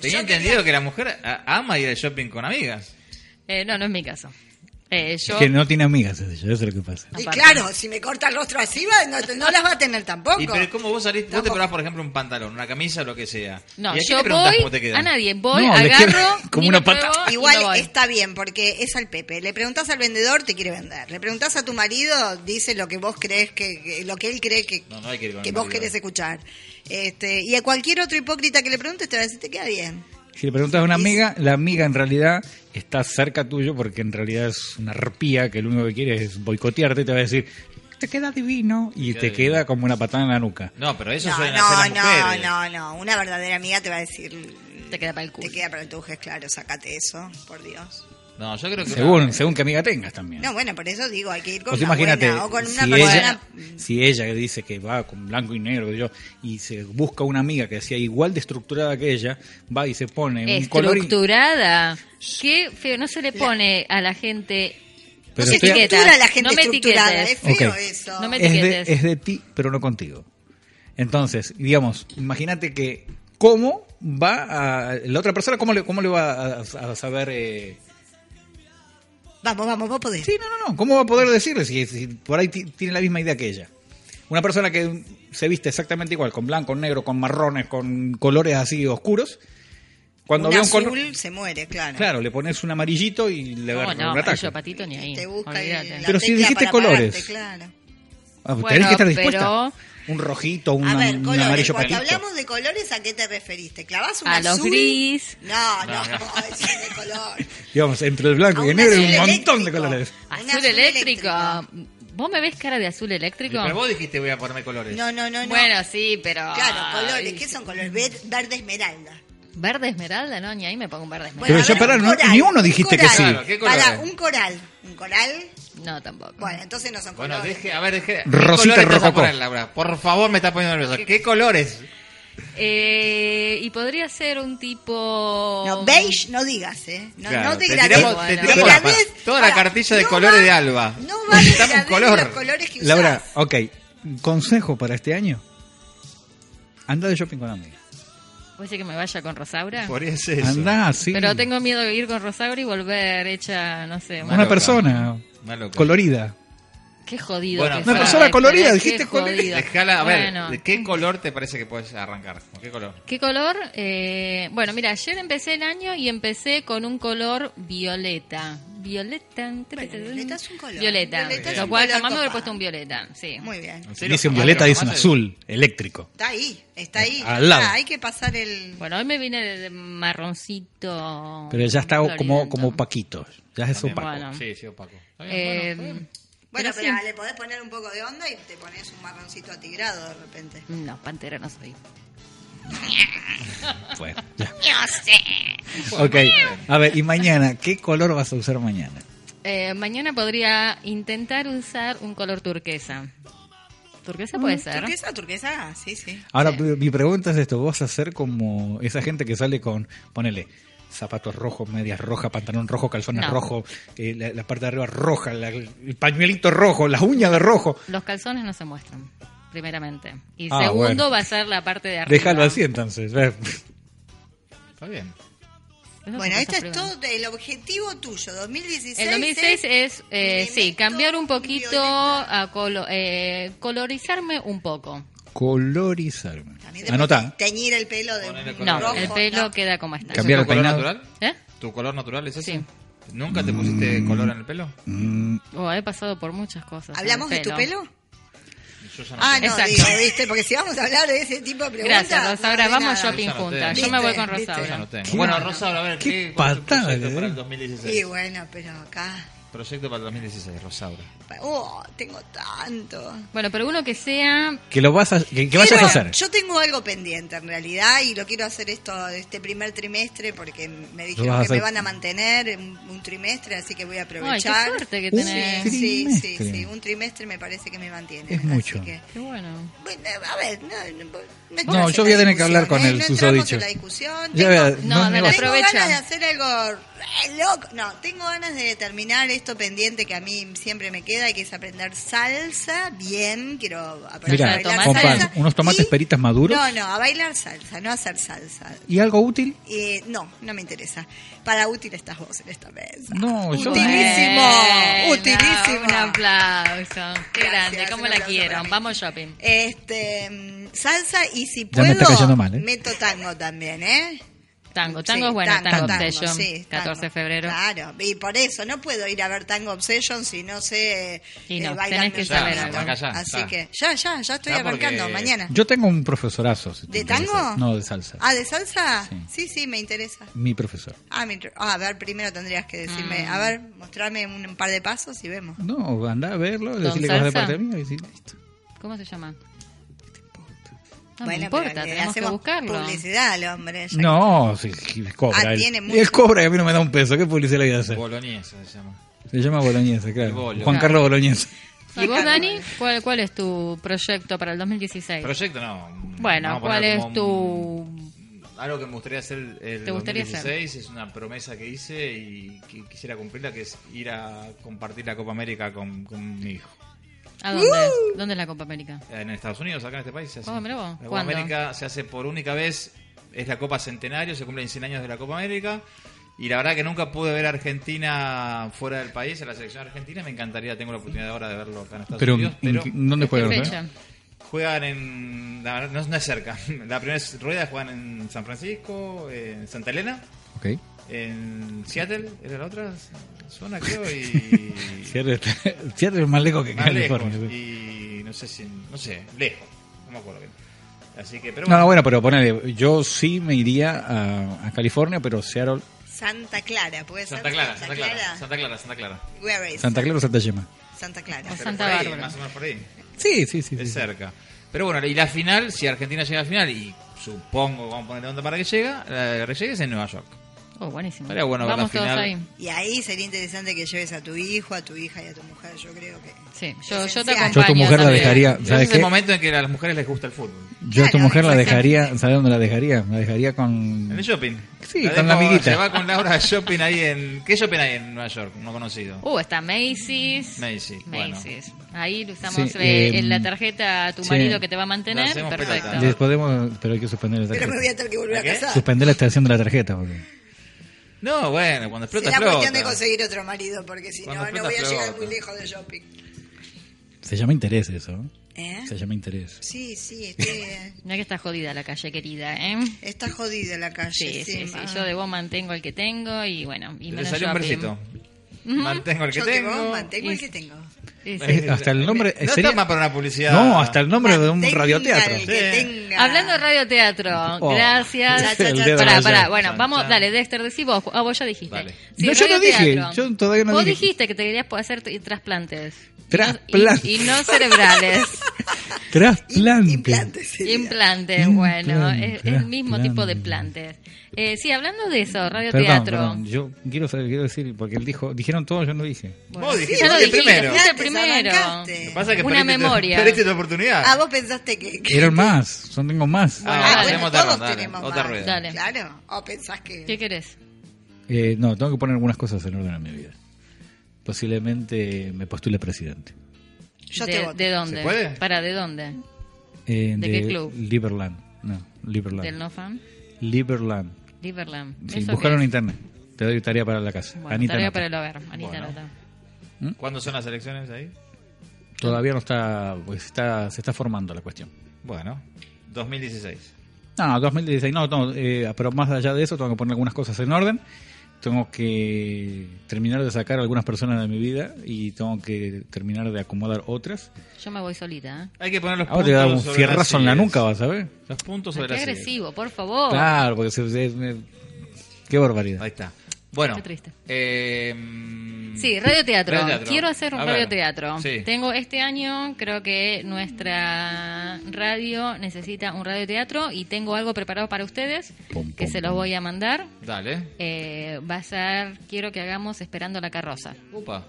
Speaker 3: Tenía
Speaker 6: Yo quería-
Speaker 3: entendido que la mujer a- ama ir al shopping con amigas.
Speaker 5: Eh, no, no es mi caso. Eh,
Speaker 4: Es
Speaker 5: yo,
Speaker 4: que no tiene amigas, es ella, eso es lo que pasa.
Speaker 6: Y
Speaker 5: Aparte.
Speaker 6: claro, si me corta el rostro así, va- no, no las va a tener tampoco.
Speaker 3: Y pero cómo vos salís, vos te
Speaker 6: Tampoco.
Speaker 3: probás, por ejemplo, un pantalón, una camisa, lo que sea.
Speaker 5: no,
Speaker 3: ¿Y a quién
Speaker 5: yo
Speaker 3: le preguntás
Speaker 5: voy
Speaker 3: cómo te queda?
Speaker 5: a nadie. Voy,
Speaker 4: No, le queda
Speaker 5: agarro,
Speaker 4: como
Speaker 5: miro,
Speaker 4: una pata.
Speaker 5: pruebo y me
Speaker 6: Igual
Speaker 5: voy.
Speaker 6: está bien, porque es al Pepe. Le preguntás al vendedor, te quiere vender. Le preguntás a tu marido, dice lo que vos crees que, que- lo que él cree que,
Speaker 3: No, no hay que ir con
Speaker 6: que
Speaker 3: el
Speaker 6: vos
Speaker 3: marido.
Speaker 6: querés escuchar. Este, y a cualquier otro hipócrita que le preguntes te va a decir, te queda bien.
Speaker 4: Si le preguntas a una
Speaker 6: Y-
Speaker 4: amiga, la amiga en realidad está cerca tuyo porque en realidad es una arpía que lo único que quiere es boicotearte y te va a decir, te queda divino y te queda como una patada en la nuca.
Speaker 3: No, pero eso
Speaker 6: no,
Speaker 3: suelen
Speaker 6: no,
Speaker 3: hacer las
Speaker 6: no,
Speaker 3: mujeres.
Speaker 6: no, no. Una verdadera amiga te va a decir,
Speaker 5: Te queda para el culo.
Speaker 6: te queda para el tuje, claro, sacate eso, por Dios.
Speaker 3: No, yo creo que...
Speaker 4: Según, según qué amiga tengas también.
Speaker 6: No, bueno, por eso digo, hay que ir con
Speaker 4: Vos
Speaker 6: una
Speaker 4: imagínate,
Speaker 6: buena o con una
Speaker 4: si, ella,
Speaker 6: persona...
Speaker 4: si ella que dice que va con blanco y negro yo, y se busca una amiga que sea igual de estructurada que ella, va y se pone un color... y-
Speaker 5: Estructurada. Qué feo, no se le pone a la gente.
Speaker 4: Pero
Speaker 6: no se
Speaker 4: estoy-
Speaker 6: estructura la gente
Speaker 5: No me
Speaker 6: estructurada, es
Speaker 5: etiquetes.
Speaker 6: feo
Speaker 4: Ok.
Speaker 6: eso.
Speaker 5: No me-
Speaker 4: es de,
Speaker 5: etiquetes.
Speaker 4: es de ti, pero no contigo. Entonces, digamos, imagínate que cómo va a la otra persona, cómo le, cómo le va a, a saber... eh,
Speaker 6: Vamos, vamos, vos podés.
Speaker 4: Sí, no, no, no. ¿Cómo va a poder decirle si, si por ahí ti- tiene la misma idea que ella? Una persona que se viste exactamente igual, con blanco, negro, con marrones, con colores así oscuros, cuando
Speaker 6: un
Speaker 4: ve un
Speaker 6: azul
Speaker 4: color...
Speaker 6: se muere, claro.
Speaker 4: Claro, le pones un amarillito y le
Speaker 5: No,
Speaker 4: agarra
Speaker 5: no,
Speaker 4: un ataque.
Speaker 5: amarillo patito ni ahí.
Speaker 6: Te busca
Speaker 5: olvídate.
Speaker 6: el- la
Speaker 4: Pero si
Speaker 6: tecla
Speaker 4: dijiste
Speaker 6: para
Speaker 4: colores.
Speaker 6: pararte, claro.
Speaker 4: Ah, tenés
Speaker 5: Bueno,
Speaker 4: que estar dispuesta.
Speaker 5: pero-
Speaker 4: Un rojito, un,
Speaker 6: A ver,
Speaker 4: un
Speaker 6: colores.
Speaker 4: amarillo
Speaker 6: Cuando
Speaker 4: patito.
Speaker 6: hablamos de colores, ¿a qué te referiste? ¿Clavas un
Speaker 5: A
Speaker 6: azul?
Speaker 5: los gris.
Speaker 6: No, no, ese es de color.
Speaker 4: Digamos, entre el blanco y
Speaker 6: A
Speaker 4: el negro hay un
Speaker 6: azul
Speaker 4: montón de
Speaker 6: eléctrico.
Speaker 4: colores.
Speaker 6: Un
Speaker 5: Azul, eléctrico. ¿Vos me ves cara de azul eléctrico?
Speaker 3: Pero vos dijiste voy a ponerme colores.
Speaker 6: No, no, no, no.
Speaker 5: Bueno, sí, pero.
Speaker 6: Claro, colores.
Speaker 5: Ay,
Speaker 6: ¿Qué son colores? Ver- verde esmeralda.
Speaker 5: Verde esmeralda, no, ni ahí me pongo un verde esmeralda.
Speaker 4: Pero
Speaker 6: a
Speaker 4: ya
Speaker 6: ver,
Speaker 4: pará,
Speaker 6: un
Speaker 4: no- ni uno dijiste
Speaker 6: un coral.
Speaker 4: que sí.
Speaker 3: Claro, ¿qué colores?
Speaker 6: Pará, un coral. ¿Un coral?
Speaker 5: No, tampoco.
Speaker 6: Bueno, entonces no son
Speaker 3: Bueno,
Speaker 6: colores.
Speaker 3: deje, a ver, deje. ¿Qué
Speaker 4: Rosita
Speaker 3: colores vas a
Speaker 4: rococó.
Speaker 3: poner, Laura? Por favor, me está poniendo nerviosa. ¿Qué colores?
Speaker 5: Eh, y podría ser un tipo.
Speaker 6: No, beige no digas, ¿eh. No,
Speaker 3: Claro,
Speaker 6: no te
Speaker 3: te
Speaker 6: grabes.
Speaker 3: tiramos-
Speaker 5: te
Speaker 6: Te
Speaker 5: tiramos
Speaker 3: la-
Speaker 6: grabes-
Speaker 3: toda la
Speaker 6: Pará,
Speaker 3: cartilla de colores de Alba.
Speaker 6: No va
Speaker 3: Necesitamos
Speaker 6: a
Speaker 3: un color.
Speaker 6: color. los colores que usás.
Speaker 4: Laura, ok. Consejo para este año. Anda de shopping con amigas.
Speaker 5: ¿Puede ser que me vaya con Rosaura?
Speaker 3: Podría ser eso.
Speaker 4: Anda, sí.
Speaker 5: Pero tengo miedo de ir con Rosaura y volver hecha, no sé.
Speaker 4: Una
Speaker 5: una-
Speaker 3: loca.
Speaker 4: persona
Speaker 3: Una loca.
Speaker 4: colorida.
Speaker 5: Qué jodido.
Speaker 3: Bueno,
Speaker 5: que
Speaker 3: una
Speaker 5: fue.
Speaker 4: persona
Speaker 5: Ay,
Speaker 4: colorida,
Speaker 5: pero
Speaker 4: dijiste
Speaker 5: qué
Speaker 4: colorida.
Speaker 5: jodido.
Speaker 3: Dejala, a ver,
Speaker 5: Bueno.
Speaker 3: ¿de qué color te parece que puedes arrancar? ¿Con qué color?
Speaker 5: ¿Qué color? Eh, bueno, mira, ayer empecé el año y empecé con un color violeta. Violeta.
Speaker 6: violeta es un color.
Speaker 5: Violeta.
Speaker 6: Violeta es
Speaker 5: lo
Speaker 6: un
Speaker 5: cual,
Speaker 6: color
Speaker 5: jamás me hubiera
Speaker 6: copado.
Speaker 5: puesto un violeta. Sí.
Speaker 6: Muy bien.
Speaker 3: serio?
Speaker 4: Dice un
Speaker 3: Jamás,
Speaker 4: violeta,
Speaker 3: pero
Speaker 4: dice un
Speaker 3: jamás-
Speaker 4: azul, eléctrico.
Speaker 6: Está ahí, está ahí.
Speaker 4: Al lado.
Speaker 6: Ah, hay que pasar el.
Speaker 5: Bueno, hoy me vine de de marroncito.
Speaker 4: Pero ya está como,
Speaker 5: floriento.
Speaker 4: como Paquito. Ya es opaco.
Speaker 5: Bueno.
Speaker 3: Sí, sí, opaco. Está bien,
Speaker 5: Eh,
Speaker 3: bueno, está bien.
Speaker 5: pero
Speaker 6: Bueno, pero
Speaker 5: sí.
Speaker 6: le podés poner un poco de onda y te pones un marroncito atigrado de repente.
Speaker 5: No, pantera no soy.
Speaker 4: Bueno, ya. Ok. A ver, y mañana, ¿qué color vas a usar mañana?
Speaker 5: Eh, mañana podría intentar usar un color turquesa. ¿Turquesa puede ser?
Speaker 6: Mm, ¿Turquesa? ¿Turquesa? Sí, sí.
Speaker 4: Ahora, p- mi pregunta es esto. ¿Vos vas a ser como esa gente que sale con, ponele, zapatos rojos, medias rojas, pantalón rojo, calzones
Speaker 5: No.
Speaker 4: rojos, eh, la, la parte de arriba roja, la- el pañuelito rojo, las uñas de rojo?
Speaker 5: Los calzones no se muestran, primeramente. Y
Speaker 4: Ah,
Speaker 5: segundo
Speaker 4: bueno.
Speaker 5: va a ser la parte de arriba.
Speaker 4: Déjalo así entonces. Ve.
Speaker 3: Está bien.
Speaker 5: Esas son
Speaker 6: Bueno,
Speaker 5: cosas
Speaker 6: esto es
Speaker 5: privadas.
Speaker 6: todo el objetivo tuyo, 2016.
Speaker 5: El 2006 es, eh, sí,
Speaker 6: elemento
Speaker 5: cambiar un poquito,
Speaker 6: violeta.
Speaker 5: a colo- eh, colorizarme un poco.
Speaker 4: Colorizarme.
Speaker 6: También te
Speaker 4: Anotá.
Speaker 6: podés Teñir el pelo de
Speaker 3: Ponele color.
Speaker 5: No,
Speaker 6: rojo,
Speaker 5: el pelo
Speaker 6: ¿no?
Speaker 5: queda como está.
Speaker 3: ¿Ese es
Speaker 4: Cambiar
Speaker 3: tu
Speaker 4: el
Speaker 3: color
Speaker 4: peinado.
Speaker 3: natural?
Speaker 5: ¿Eh?
Speaker 3: ¿Tu color natural es ese?
Speaker 5: Sí.
Speaker 3: ¿Nunca te pusiste color en el pelo?
Speaker 5: Oh, he pasado por muchas cosas. ¿eh?
Speaker 6: ¿Hablamos de
Speaker 5: El
Speaker 6: tu pelo?
Speaker 3: Yo ya no
Speaker 6: Ah,
Speaker 3: sé.
Speaker 6: no,
Speaker 5: Exacto.
Speaker 6: digo, ¿viste? Porque si vamos a hablar de ese tipo de preguntas.
Speaker 5: Gracias, Rosaura.
Speaker 6: no sé
Speaker 5: Vamos
Speaker 6: nada.
Speaker 5: shopping
Speaker 3: Yo ya no
Speaker 5: juntas.
Speaker 3: tengo.
Speaker 5: Yo me voy con
Speaker 6: Viste,
Speaker 3: Yo ya
Speaker 5: Rosaura.
Speaker 3: no tengo.
Speaker 4: Qué-
Speaker 3: Bueno, Rosa, a ver,
Speaker 4: qué
Speaker 3: cuál es tu
Speaker 4: patada,
Speaker 3: proyecto
Speaker 4: eh.
Speaker 3: para el
Speaker 6: Y
Speaker 3: 2016?
Speaker 6: bueno, pero acá.
Speaker 3: Proyecto para el 2016, Rosaura.
Speaker 6: Oh, tengo tanto.
Speaker 5: Bueno, pero uno que sea
Speaker 4: Que lo vas a, que, que vayas a
Speaker 6: Quiero-
Speaker 4: hacer.
Speaker 6: Yo tengo algo pendiente en realidad y lo quiero hacer esto este primer trimestre porque me
Speaker 4: Lo
Speaker 6: dijeron
Speaker 4: vas a
Speaker 6: que me
Speaker 4: hacer.
Speaker 6: van a mantener un, un trimestre, así que voy a
Speaker 5: Ay, qué
Speaker 6: aprovechar.
Speaker 5: suerte que
Speaker 4: Un
Speaker 5: tenés.
Speaker 6: Sí, sí, sí,
Speaker 4: trimestre.
Speaker 6: sí, un trimestre me parece que me mantiene.
Speaker 4: Es
Speaker 6: así
Speaker 4: mucho.
Speaker 6: que-
Speaker 5: Qué bueno.
Speaker 6: Bueno, a ver, no, no,
Speaker 4: No,
Speaker 6: entramos
Speaker 4: yo
Speaker 6: en
Speaker 4: voy a
Speaker 6: la
Speaker 4: tener que hablar
Speaker 6: discusión,
Speaker 4: con
Speaker 6: ¿eh?
Speaker 4: el
Speaker 6: no entramos
Speaker 4: susodicho.
Speaker 6: en la discusión.
Speaker 4: Ya
Speaker 6: tengo-
Speaker 4: voy a-
Speaker 5: No,
Speaker 4: no,
Speaker 5: dale,
Speaker 4: no.
Speaker 6: tengo
Speaker 5: aprovecha.
Speaker 6: ganas de hacer algo re loco. No, tengo ganas de terminar esto pendiente que a mí siempre me queda y que es aprender salsa bien. Quiero aprender
Speaker 4: Mira,
Speaker 6: a bailar
Speaker 4: con
Speaker 5: salsa.
Speaker 4: pan, unos tomates
Speaker 6: y-
Speaker 4: peritas maduros
Speaker 6: No, no, a bailar salsa, no a hacer salsa.
Speaker 4: y algo útil.
Speaker 6: Eh, no, no me interesa. Para útil estás vos en esta mesa.
Speaker 4: No, yo-
Speaker 6: Utilísimo,
Speaker 5: Bueno,
Speaker 6: utilísimo.
Speaker 5: Un aplauso. Qué
Speaker 6: Gracias,
Speaker 5: grande, cómo
Speaker 6: un
Speaker 5: la
Speaker 6: aplauso para
Speaker 5: quiero.
Speaker 6: mí.
Speaker 5: Vamos shopping.
Speaker 6: Este, mm, salsa y si
Speaker 4: Ya
Speaker 6: puedo,
Speaker 4: me está cayendo mal, ¿eh?
Speaker 6: meto tango también, ¿eh?
Speaker 5: Tango,
Speaker 6: Sí,
Speaker 5: tango es bueno, tango, obsession.
Speaker 6: sí,
Speaker 5: 14 de
Speaker 6: tango. Ah.
Speaker 5: febrero.
Speaker 6: Claro, y por eso no puedo ir a ver Tango Obsession si no sé eh,
Speaker 5: Y no,
Speaker 6: bailarme
Speaker 5: tenés que
Speaker 6: un
Speaker 5: saber
Speaker 6: tanguito.
Speaker 3: algo. Ya, ya,
Speaker 6: Así
Speaker 3: ya.
Speaker 6: que ya, ya, ya estoy
Speaker 3: Ya, porque-
Speaker 6: arrancando mañana.
Speaker 4: Yo tengo un profesorazo. si te
Speaker 6: ¿De
Speaker 4: interesa.
Speaker 6: tango?
Speaker 4: No, de salsa.
Speaker 6: Ah, ¿de salsa?
Speaker 4: Sí.
Speaker 6: Sí, sí, me interesa.
Speaker 4: Mi profesor.
Speaker 6: Ah, mi- ah, a ver, primero tendrías que decirme,
Speaker 5: Mm.
Speaker 6: a ver, mostrarme un, un par de pasos y vemos.
Speaker 4: No, anda a verlo, decirle cosas de
Speaker 5: salsa?
Speaker 4: parte mía y decir, listo.
Speaker 5: ¿Cómo se llama? No me
Speaker 6: Bueno,
Speaker 5: importa,
Speaker 6: pero le
Speaker 5: tenemos que
Speaker 6: hacemos
Speaker 5: buscarlo.
Speaker 6: publicidad al hombre. ya
Speaker 4: No, sí, sí, cobra.
Speaker 6: Ah,
Speaker 4: él.
Speaker 6: tiene mucho.
Speaker 4: Él cobra y a mí no me da un peso. ¿Qué publicidad le voy a hacer?
Speaker 3: Boloñesa se llama.
Speaker 4: Se llama Boloñesa,
Speaker 3: El
Speaker 4: claro.
Speaker 3: bolo.
Speaker 4: Juan Carlos Boloñesa.
Speaker 5: ¿Y vos, Dani? ¿Cuál, cuál es tu proyecto para el 2016?
Speaker 3: Proyecto no.
Speaker 5: Bueno,
Speaker 3: Vamos a
Speaker 5: ¿cuál
Speaker 3: poner
Speaker 5: es
Speaker 3: como
Speaker 5: tu-
Speaker 3: Algo que me gustaría hacer el
Speaker 5: ¿Te gustaría
Speaker 3: 2016 es una promesa que hice y que quisiera cumplirla, que es ir a compartir la Copa América con, con mi hijo.
Speaker 5: ¿A dónde? ¿Dónde es la Copa América?
Speaker 3: En Estados Unidos, acá en este país. Se hace.
Speaker 5: Oh, mirá vos.
Speaker 3: La Copa
Speaker 5: ¿Cuándo?
Speaker 3: América se hace por única vez. Es la Copa Centenario, se cumplen 100 años de la Copa América. Y la verdad que nunca pude ver a Argentina fuera del país, a la selección argentina. Me encantaría, tengo la oportunidad ahora de verlo acá en Estados
Speaker 4: Pero,
Speaker 3: Unidos.
Speaker 4: ¿en
Speaker 3: Pero
Speaker 4: qué- ¿dónde
Speaker 5: ¿Qué
Speaker 4: juegan?
Speaker 5: fecha?
Speaker 4: eh?
Speaker 3: juegan en. La, verdad, no, no es cerca. La primera rueda juegan en San Francisco, en Santa Elena,
Speaker 4: Ok.
Speaker 3: en Seattle, era la otra zona, creo. Y.
Speaker 4: Seattle está- Seattle es más lejos que
Speaker 3: más lejos,
Speaker 4: California. sí.
Speaker 3: Y no sé si. No sé, lejos. No me acuerdo bien. Así que, pero
Speaker 4: No,
Speaker 3: bueno.
Speaker 4: no, bueno, pero ponele, yo sí me iría a, a California, pero Seattle,
Speaker 6: Santa Clara, puede ser.
Speaker 3: Santa Clara, Santa Clara, Santa Clara, Santa Clara.
Speaker 6: Where is
Speaker 4: Santa Clara o Santa Yema.
Speaker 6: Santa Clara.
Speaker 5: O
Speaker 3: Pero
Speaker 5: Santa
Speaker 3: por ahí,
Speaker 5: Bárbara.
Speaker 3: Más o menos por ahí.
Speaker 4: Sí, sí, sí.
Speaker 3: Es
Speaker 4: sí.
Speaker 3: cerca. Pero bueno, y la final, si Argentina llega a la final, y supongo vamos a ponerle onda para que llega, la que llegue es en Nueva York.
Speaker 5: Oh, buenísimo.
Speaker 3: Estaría bueno ver
Speaker 5: Vamos
Speaker 3: la
Speaker 5: todos
Speaker 3: final.
Speaker 5: ahí.
Speaker 6: Y ahí sería interesante que lleves a tu hijo, a tu hija y a tu mujer, yo creo que.
Speaker 5: Sí, yo, yo te
Speaker 6: Esencial.
Speaker 5: acompaño.
Speaker 4: Yo a tu mujer la
Speaker 5: también.
Speaker 4: dejaría, Ah, ¿sabes
Speaker 3: Es
Speaker 4: qué?
Speaker 3: el momento en que a las mujeres les gusta el fútbol.
Speaker 4: Yo a tu
Speaker 6: Claro,
Speaker 4: mujer la
Speaker 6: exactamente.
Speaker 4: dejaría, ¿sabes dónde la dejaría? La dejaría con...
Speaker 3: En el shopping.
Speaker 4: Sí, con la amiguita.
Speaker 3: Se va con Laura al shopping ahí en. ¿Qué shopping hay en Nueva York? No conocido.
Speaker 5: Uh, está Macy's.
Speaker 3: Macy's, bueno.
Speaker 5: Macy's. Ahí usamos
Speaker 4: Sí,
Speaker 5: eh,
Speaker 4: eh,
Speaker 5: en la tarjeta a tu
Speaker 4: sí.
Speaker 5: marido que te va a
Speaker 3: Lo
Speaker 5: mantener.
Speaker 3: hacemos
Speaker 5: Perfecto.
Speaker 3: pelota.
Speaker 4: Les podemos, pero hay que suspender la
Speaker 6: Pero me voy
Speaker 4: tarjeta.
Speaker 6: a tener que volver a
Speaker 3: ¿Qué?
Speaker 6: casar.
Speaker 4: Suspender la extracción de la tarjeta, porque...
Speaker 3: No, bueno, cuando explota,
Speaker 6: Será cuestión de
Speaker 3: explota.
Speaker 6: conseguir otro marido, porque si
Speaker 3: Cuando
Speaker 6: no, no
Speaker 3: explota,
Speaker 6: voy a llegar
Speaker 3: explota.
Speaker 6: muy lejos de shopping.
Speaker 4: Se llama interés eso, ¿no?
Speaker 6: ¿Eh?
Speaker 4: Se llama interés.
Speaker 6: Sí, sí, este,
Speaker 5: No es que está jodida la calle, querida, ¿eh?
Speaker 6: está jodida la calle.
Speaker 5: Sí, sí, sí.
Speaker 6: ah.
Speaker 5: Yo de vos mantengo el que tengo y bueno. Y
Speaker 3: Le
Speaker 5: menos
Speaker 3: salió un
Speaker 5: shopping.
Speaker 3: versito. Mantengo el que
Speaker 6: Yo de
Speaker 3: tengo.
Speaker 6: vos mantengo el que tengo.
Speaker 5: Sí, sí.
Speaker 4: Eh, hasta el nombre...
Speaker 3: No
Speaker 4: sería-
Speaker 3: está más para una publicidad.
Speaker 4: No, hasta el nombre de un
Speaker 6: Mantenga
Speaker 4: radioteatro.
Speaker 6: el que
Speaker 3: Sí.
Speaker 6: tenga.
Speaker 5: Hablando de radioteatro,
Speaker 4: Oh.
Speaker 6: Cha,
Speaker 5: gracias.
Speaker 6: cha, cha,
Speaker 5: Pará,
Speaker 6: cha.
Speaker 5: pará, bueno,
Speaker 3: Chan,
Speaker 5: vamos,
Speaker 3: chan.
Speaker 5: dale, Dexter, decí vos. Ah, vos ya dijiste.
Speaker 3: Vale.
Speaker 4: No, yo no dije,
Speaker 5: radioteatro.
Speaker 4: yo todavía no
Speaker 5: Vos
Speaker 4: dije.
Speaker 5: dijiste que te querías po- hacer t- trasplantes. Y no-
Speaker 4: Trasplantes.
Speaker 5: Y, y no cerebrales.
Speaker 4: Trasplante.
Speaker 6: Implante sería.
Speaker 5: Implantes,
Speaker 4: Implante,
Speaker 5: bueno, es, es el mismo
Speaker 4: trasplante.
Speaker 5: tipo de plantes. Eh, sí, hablando de eso,
Speaker 4: Perdón,
Speaker 5: radioteatro.
Speaker 4: perdón, yo quiero saber, quiero decir, porque él dijo, dijeron todo, yo no dije.
Speaker 5: Bueno,
Speaker 3: Vos
Speaker 5: sí,
Speaker 3: dijiste
Speaker 5: ya lo
Speaker 3: el primero.
Speaker 5: fuiste el
Speaker 6: Antes
Speaker 5: primero.
Speaker 6: arrancaste.
Speaker 3: Lo que pasa es que
Speaker 5: Una
Speaker 3: perdiste tu-
Speaker 5: memoria.
Speaker 3: Perdiste tu oportunidad.
Speaker 6: Ah, vos pensaste que. que-
Speaker 4: Eran más, yo tengo más.
Speaker 3: Ah,
Speaker 6: Ah,
Speaker 5: Dale.
Speaker 6: bueno,
Speaker 3: hacemos otra
Speaker 6: todos
Speaker 3: ronda, dale,
Speaker 6: tenemos
Speaker 3: otra
Speaker 6: más.
Speaker 3: rueda.
Speaker 5: Dale.
Speaker 6: Claro. O pensás que.
Speaker 5: ¿Qué querés?
Speaker 4: Eh, no, tengo que poner algunas cosas en orden en mi vida. Posiblemente me postule presidente.
Speaker 6: Yo
Speaker 5: de,
Speaker 6: te voto.
Speaker 5: de dónde?
Speaker 3: ¿Se puede?
Speaker 5: ¿Para de dónde?
Speaker 4: Eh,
Speaker 5: ¿De qué club?
Speaker 4: Liberland. No, Liberland.
Speaker 5: ¿Del no fan?
Speaker 4: Liberland.
Speaker 5: Liberland.
Speaker 4: Sí,
Speaker 5: ¿Eso
Speaker 4: buscaron en
Speaker 5: qué es?
Speaker 4: internet. Te doy tarea para la casa.
Speaker 5: Bueno,
Speaker 4: Anita
Speaker 5: tarea
Speaker 4: Nota.
Speaker 5: para el hogar. Anita
Speaker 3: Bueno.
Speaker 5: Nota.
Speaker 3: ¿Cuándo son las elecciones ahí?
Speaker 4: Todavía no está, pues, está, se está formando la cuestión.
Speaker 3: Bueno, 2016.
Speaker 4: No, 2016, no, no, eh, pero más allá de eso tengo que poner algunas cosas en orden. Tengo que terminar de sacar algunas personas de mi vida y tengo que terminar de acomodar otras.
Speaker 5: Yo me voy solita, ¿eh?
Speaker 3: Hay que poner los
Speaker 4: Ahora te
Speaker 3: puntos.
Speaker 4: voy a dar un
Speaker 3: sobre las
Speaker 4: fierrazo en la
Speaker 3: sillas.
Speaker 4: nuca, vas a ver.
Speaker 3: Los puntos
Speaker 5: Qué
Speaker 3: sobre las sillas.
Speaker 5: Oh. agresivo, por favor.
Speaker 4: Claro, porque se, se- me- qué barbaridad.
Speaker 3: Ahí está. Bueno.
Speaker 5: Qué triste.
Speaker 3: eh,
Speaker 5: Sí, radioteatro.
Speaker 3: radioteatro.
Speaker 5: Quiero hacer un
Speaker 3: A ver.
Speaker 5: radioteatro.
Speaker 3: Sí.
Speaker 5: Tengo este año, creo que nuestra radio necesita un radioteatro y tengo algo preparado para ustedes que se los voy a mandar.
Speaker 3: Dale.
Speaker 5: Eh, va a ser, quiero que hagamos Esperando la carroza.
Speaker 3: Upa.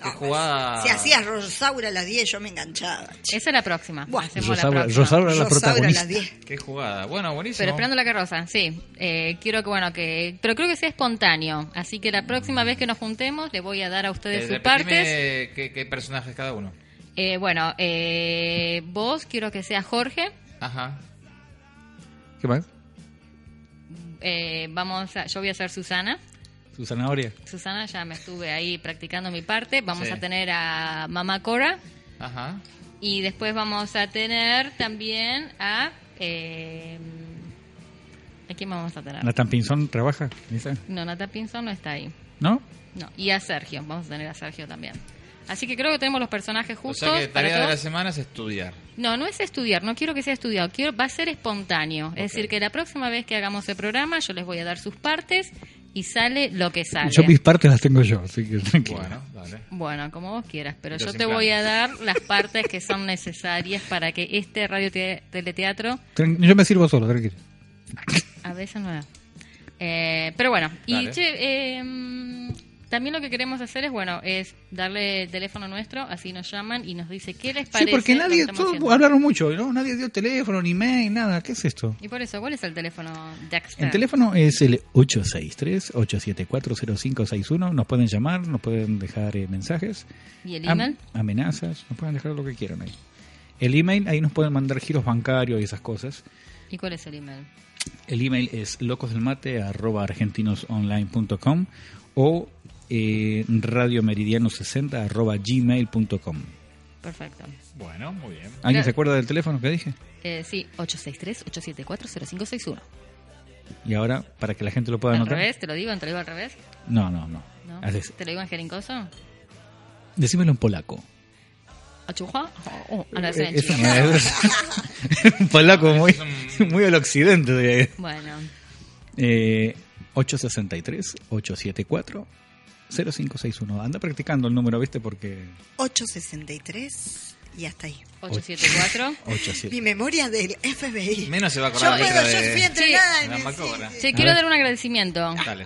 Speaker 5: Ah,
Speaker 3: Qué jugada.
Speaker 6: Ah, Si hacías Rosaura a las 10, yo me enganchaba.
Speaker 5: Esa es la próxima.
Speaker 6: Buah.
Speaker 5: Hacemos la
Speaker 4: Rosaura,
Speaker 5: próxima.
Speaker 4: Rosaura es la
Speaker 6: Rosaura a las
Speaker 4: protagonista.
Speaker 6: 10.
Speaker 3: Qué jugada. Bueno, buenísimo.
Speaker 5: Pero esperando la carroza, sí. Eh, quiero que, bueno, que. Pero creo que sea espontáneo. Así que la próxima vez que nos juntemos, le voy a dar a
Speaker 3: Eh,
Speaker 5: ustedes sus
Speaker 3: repetime
Speaker 5: partes.
Speaker 3: Qué, qué personajes cada uno.
Speaker 5: Eh, bueno, eh, vos quiero que sea Jorge.
Speaker 3: Ajá.
Speaker 4: ¿Qué más?
Speaker 5: Eh, vamos a, yo voy a ser Susana.
Speaker 4: Su zanahoria.
Speaker 5: Susana, ya me estuve ahí practicando mi parte. Vamos
Speaker 3: Sí.
Speaker 5: a tener a Mamá Cora.
Speaker 3: Ajá.
Speaker 5: Y después vamos a tener también a. eh, ¿A quién vamos a tener?
Speaker 4: Nathan Pinzón trabaja, ¿viste?
Speaker 5: No, Nata Pinson no está ahí.
Speaker 4: ¿no?
Speaker 5: No, y a Sergio, vamos a tener a Sergio también. Así que creo que tenemos los personajes justos.
Speaker 3: o sea que
Speaker 5: para
Speaker 3: tarea de la
Speaker 5: todos.
Speaker 3: semana es estudiar.
Speaker 5: No, no es estudiar, no quiero que sea estudiado, quiero, va a ser espontáneo. Es decir, que la próxima vez que hagamos el programa yo les voy a dar sus partes y sale lo que sale.
Speaker 4: Yo mis partes las tengo yo, así que tranquilo.
Speaker 3: Bueno, dale.
Speaker 5: Bueno, como vos quieras, pero
Speaker 3: Los
Speaker 5: yo te voy a
Speaker 3: implantes.
Speaker 5: dar las partes que son necesarias para que este radio te- teleteatro
Speaker 4: Tran- Yo me sirvo solo, tranquilo.
Speaker 5: a veces no da. Eh, pero bueno, y
Speaker 3: Dale.
Speaker 5: che, eh, mm, también lo que queremos hacer es, bueno, es darle el teléfono nuestro, así nos llaman y nos dice qué les
Speaker 4: Sí,
Speaker 5: parece.
Speaker 4: porque
Speaker 5: lo que
Speaker 4: nadie,
Speaker 5: estamos
Speaker 4: todos
Speaker 5: haciendo?
Speaker 4: hablaron mucho, ¿no? Nadie dio teléfono, ni mail, nada. ¿Qué es esto?
Speaker 5: Y por eso, ¿cuál es el teléfono, Dexter?
Speaker 4: El teléfono es el 863-874-0561. Nos pueden llamar, nos pueden dejar eh, mensajes,
Speaker 5: ¿Y el
Speaker 4: am-
Speaker 5: email?
Speaker 4: amenazas, nos pueden dejar lo que quieran ahí. El email, ahí nos pueden mandar giros bancarios y esas cosas.
Speaker 5: ¿Y cuál es el email?
Speaker 4: El email es locosdelmate.argentinosonline.com o eh, radiomeridiano60 arroba gmail.com.
Speaker 5: Perfecto.
Speaker 3: Bueno, muy bien.
Speaker 4: ¿Alguien
Speaker 5: Claro.
Speaker 4: se acuerda del teléfono que dije?
Speaker 5: Eh, sí, 863-874-0561.
Speaker 4: Y ahora, para que la gente lo pueda
Speaker 5: ¿Al
Speaker 4: anotar.
Speaker 5: revés? ¿Te lo digo? ¿Te lo digo al revés?
Speaker 4: No, no, no.
Speaker 5: ¿No?
Speaker 4: Haces-
Speaker 5: ¿Te lo digo en jeringoso?
Speaker 4: decímelo en polaco.
Speaker 5: ¿Achuja? Oh, oh, ahora
Speaker 4: Eh,
Speaker 5: sé en
Speaker 4: eso
Speaker 5: chino.
Speaker 4: no es- un polaco muy, muy al occidente. de-
Speaker 5: Bueno,
Speaker 4: Eh, 863-874-0561. Anda practicando el número, ¿viste? Porque...
Speaker 6: 863 y hasta ahí.
Speaker 5: 874.
Speaker 4: 87.
Speaker 6: Mi memoria del FBI.
Speaker 3: Menos se va a
Speaker 6: Yo,
Speaker 3: acordar la
Speaker 6: puedo,
Speaker 3: letra
Speaker 6: yo
Speaker 3: de-
Speaker 6: fui entrenada
Speaker 3: de
Speaker 6: en
Speaker 3: la
Speaker 6: el-
Speaker 3: macobra.
Speaker 6: sí, sí.
Speaker 5: Che, quiero dar un agradecimiento.
Speaker 3: Dale.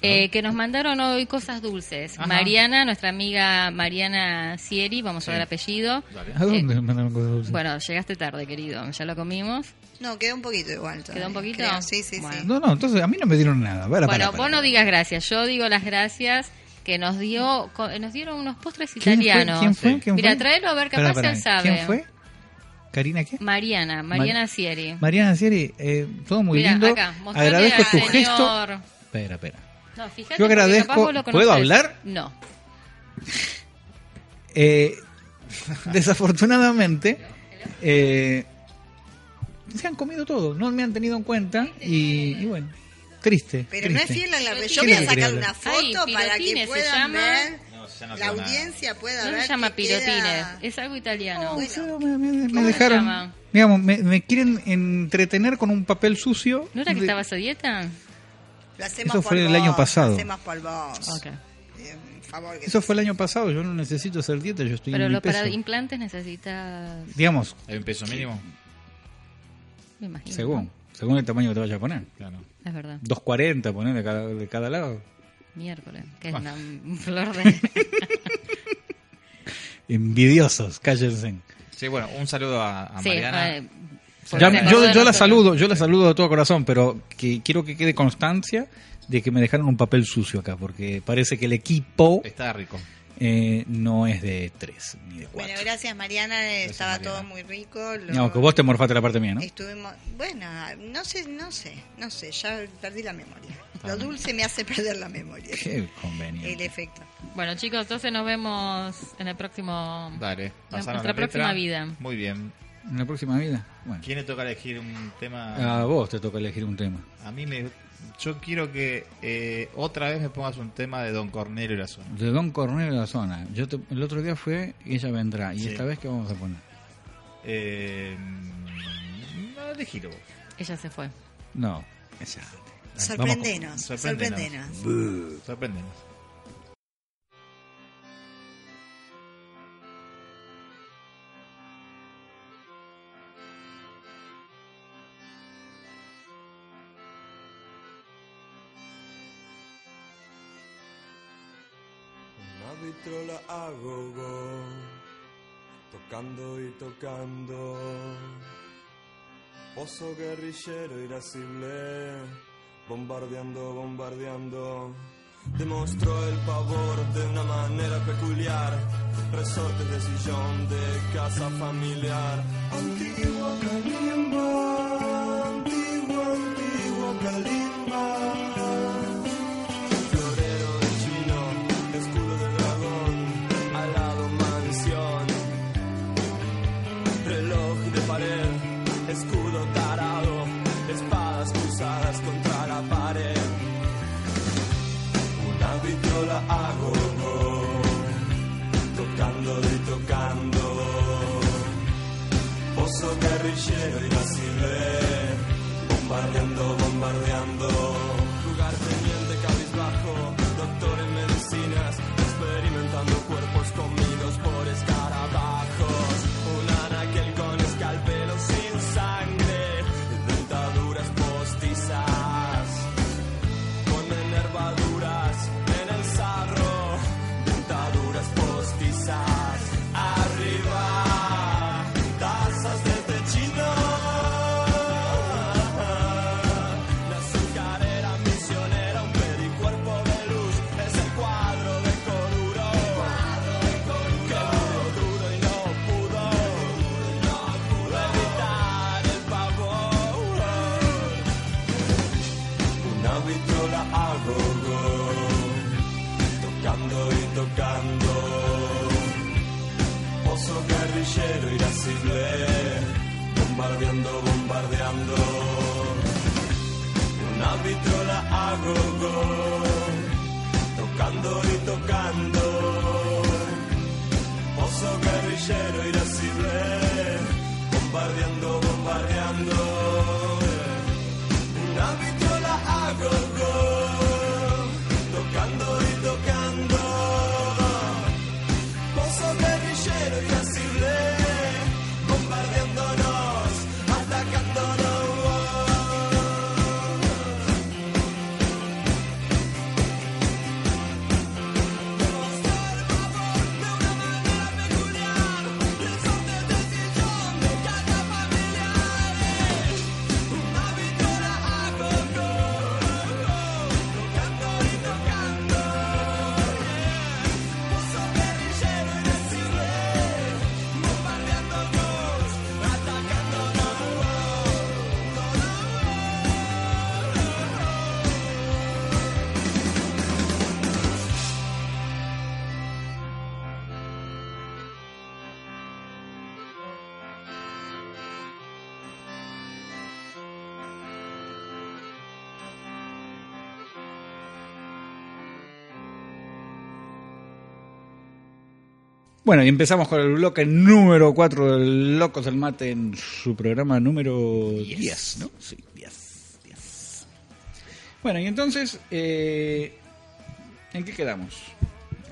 Speaker 5: Eh, que nos mandaron hoy cosas dulces.
Speaker 3: Ajá.
Speaker 5: Mariana, nuestra amiga Mariana Sieri, vamos
Speaker 3: Sí.
Speaker 5: a dar apellido.
Speaker 3: Dale.
Speaker 4: ¿A dónde mandaron cosas dulces?
Speaker 5: Eh, Bueno, llegaste tarde, querido. Ya lo comimos.
Speaker 6: No, quedó un poquito igual. todavía,
Speaker 5: un poquito?
Speaker 6: creo. Sí, sí,
Speaker 5: Bueno.
Speaker 6: sí.
Speaker 4: No, no, entonces a mí no me dieron nada. Para,
Speaker 5: bueno,
Speaker 4: para, para,
Speaker 5: vos no
Speaker 4: para.
Speaker 5: digas gracias. Yo digo las gracias que nos dio, co- eh, nos dieron unos postres
Speaker 4: ¿Quién fue?
Speaker 5: italianos.
Speaker 4: ¿Quién fue? ¿Quién
Speaker 5: Mira,
Speaker 4: fue?
Speaker 5: tráelo a ver,
Speaker 4: Para,
Speaker 5: capaz
Speaker 4: para.
Speaker 5: él sabe.
Speaker 4: ¿Quién fue? ¿Karina qué?
Speaker 5: Mariana, Mariana Sieri.
Speaker 4: Mariana Sieri, eh, todo muy
Speaker 5: Mirá,
Speaker 4: lindo.
Speaker 5: acá, mostrale
Speaker 4: Agradezco
Speaker 5: al
Speaker 4: tu
Speaker 5: señor.
Speaker 4: gesto. Espera, espera.
Speaker 5: No, fíjate
Speaker 4: Yo
Speaker 5: porque
Speaker 4: agradezco-
Speaker 5: capaz vos lo
Speaker 4: ¿puedo
Speaker 5: conocés.
Speaker 4: hablar?
Speaker 5: No.
Speaker 4: Eh, desafortunadamente, eh, se han comido todo, no me han tenido en cuenta y, y bueno, triste.
Speaker 6: Pero no es
Speaker 4: triste.
Speaker 6: fiel a la Yo
Speaker 5: ¿Qué
Speaker 6: voy
Speaker 4: le
Speaker 6: a sacar
Speaker 4: quería
Speaker 6: una
Speaker 4: hablar?
Speaker 5: Ay,
Speaker 6: foto para que
Speaker 5: pirotines se
Speaker 6: puedan
Speaker 5: llama.
Speaker 6: ver.
Speaker 3: No, ya no
Speaker 6: la
Speaker 3: sé nada.
Speaker 6: audiencia pueda
Speaker 5: No
Speaker 6: ver.
Speaker 5: se llama
Speaker 6: que
Speaker 5: pirotines,
Speaker 6: queda-
Speaker 5: es algo italiano.
Speaker 4: O sea, me, me- me
Speaker 5: se
Speaker 4: dejaron,
Speaker 5: llama?
Speaker 4: digamos, me, me quieren entretener con un papel sucio.
Speaker 5: ¿No era que
Speaker 4: de-
Speaker 5: estabas a dieta?
Speaker 6: Lo hacemos
Speaker 4: Eso
Speaker 6: por
Speaker 4: fue el
Speaker 6: vos,
Speaker 4: año pasado.
Speaker 6: Lo hacemos por vos.
Speaker 5: Ok.
Speaker 6: Eh, por favor, que
Speaker 4: Eso fue el año pasado, yo no necesito hacer dieta, yo estoy
Speaker 5: Pero
Speaker 4: en mi
Speaker 5: los para
Speaker 4: peso.
Speaker 5: implantes necesitas.
Speaker 4: Digamos,
Speaker 3: Hay un peso mínimo.
Speaker 5: Me imagino.
Speaker 4: según, según el tamaño que te vayas a poner.
Speaker 3: Claro.
Speaker 5: Es verdad.
Speaker 4: 2.40 poner de cada, de cada lado.
Speaker 5: Miércoles.
Speaker 4: Ah.
Speaker 5: Que es una flor de.
Speaker 4: Envidiosos, cállense.
Speaker 3: Sí, bueno, un saludo a, a
Speaker 5: Sí,
Speaker 3: Mariana.
Speaker 5: eh, por
Speaker 4: Ya- yo,
Speaker 5: recordar
Speaker 4: yo la
Speaker 5: nosotros.
Speaker 4: saludo, yo la saludo de todo corazón, pero que quiero que quede constancia de que me dejaron un papel sucio acá, porque parece que el equipo
Speaker 3: Está rico.
Speaker 4: eh, no es de tres ni de
Speaker 6: Bueno,
Speaker 4: cuatro.
Speaker 6: gracias Mariana, eh, estaba
Speaker 3: Mariana.
Speaker 6: todo muy rico. lo-
Speaker 4: No, que vos te morfaste la parte
Speaker 6: Este,
Speaker 4: mía, ¿no?
Speaker 6: Estuvimos, bueno, no sé, no sé, no sé, ya perdí la memoria. Lo dulce me hace perder la memoria.
Speaker 4: Qué
Speaker 6: El
Speaker 4: conveniente.
Speaker 6: efecto.
Speaker 5: Bueno, chicos, entonces nos vemos en el próximo.
Speaker 3: Dale. pasaron
Speaker 5: nuestra
Speaker 3: la letra.
Speaker 5: próxima vida.
Speaker 3: Muy bien.
Speaker 4: En la próxima vida, bueno.
Speaker 3: ¿Quién le toca elegir un tema?
Speaker 4: A vos te toca elegir un tema.
Speaker 3: A mí me. Yo quiero que eh, otra vez me pongas un tema de Don Cornelio y la zona.
Speaker 4: De Don Cornelio de la zona. Yo te- el otro día fue y ella vendrá. ¿Y
Speaker 3: Sí.
Speaker 4: esta vez qué vamos a poner?
Speaker 3: Eh, mm, elegilo vos.
Speaker 5: Ella se fue.
Speaker 4: No.
Speaker 6: Sorprendenos,
Speaker 3: Vamos con-
Speaker 6: sorprendenos.
Speaker 3: Sorprendenos.
Speaker 7: Una vitrola a gogo, tocando y tocando. Pozo guerrillero irascible, bombardeando, bombardeando. Demostró el pavor de una manera peculiar, resortes de sillón de casa familiar. Antigua calimba, antigua, antigua calimba. Florero de chino, escudo de dragón, alado mansión, reloj de pared, escudo tarado, espadas cruzadas contra la pared, una vitrola a gogo, tocando y tocando, pozo guerrillero y bombardeando, bombardeando, lugar teniente cabizbajo, doctor en medicinas, experimentando cuerpos comidos por escarabajos, un anaquel con escalpelo sin sangre, dentaduras postizas, con enervaduras en el sarro, dentaduras postizas, arriba, tazas de techino. La azucarera misionera, un pericuerpo de luz, es el cuadro de Coruro. Que duro, duro y no pudo, evitar el pavor. Una vitrola a gogo, tocando y tocando. Oso guerrillero irascible, bombardeando, bombardeando una vitrola a gogo, tocando y tocando, oso guerrillero irascible, bombardeando, bombardeando, una vitrola a gogo, tocando y tocando, oso guerrillero irascible, bombardeándonos, atacándonos.
Speaker 4: Bueno, y empezamos con el bloque número 4 de Locos del Mate en su programa número 10, ¿no? Sí, 10. Bueno, y entonces, eh, ¿en qué quedamos?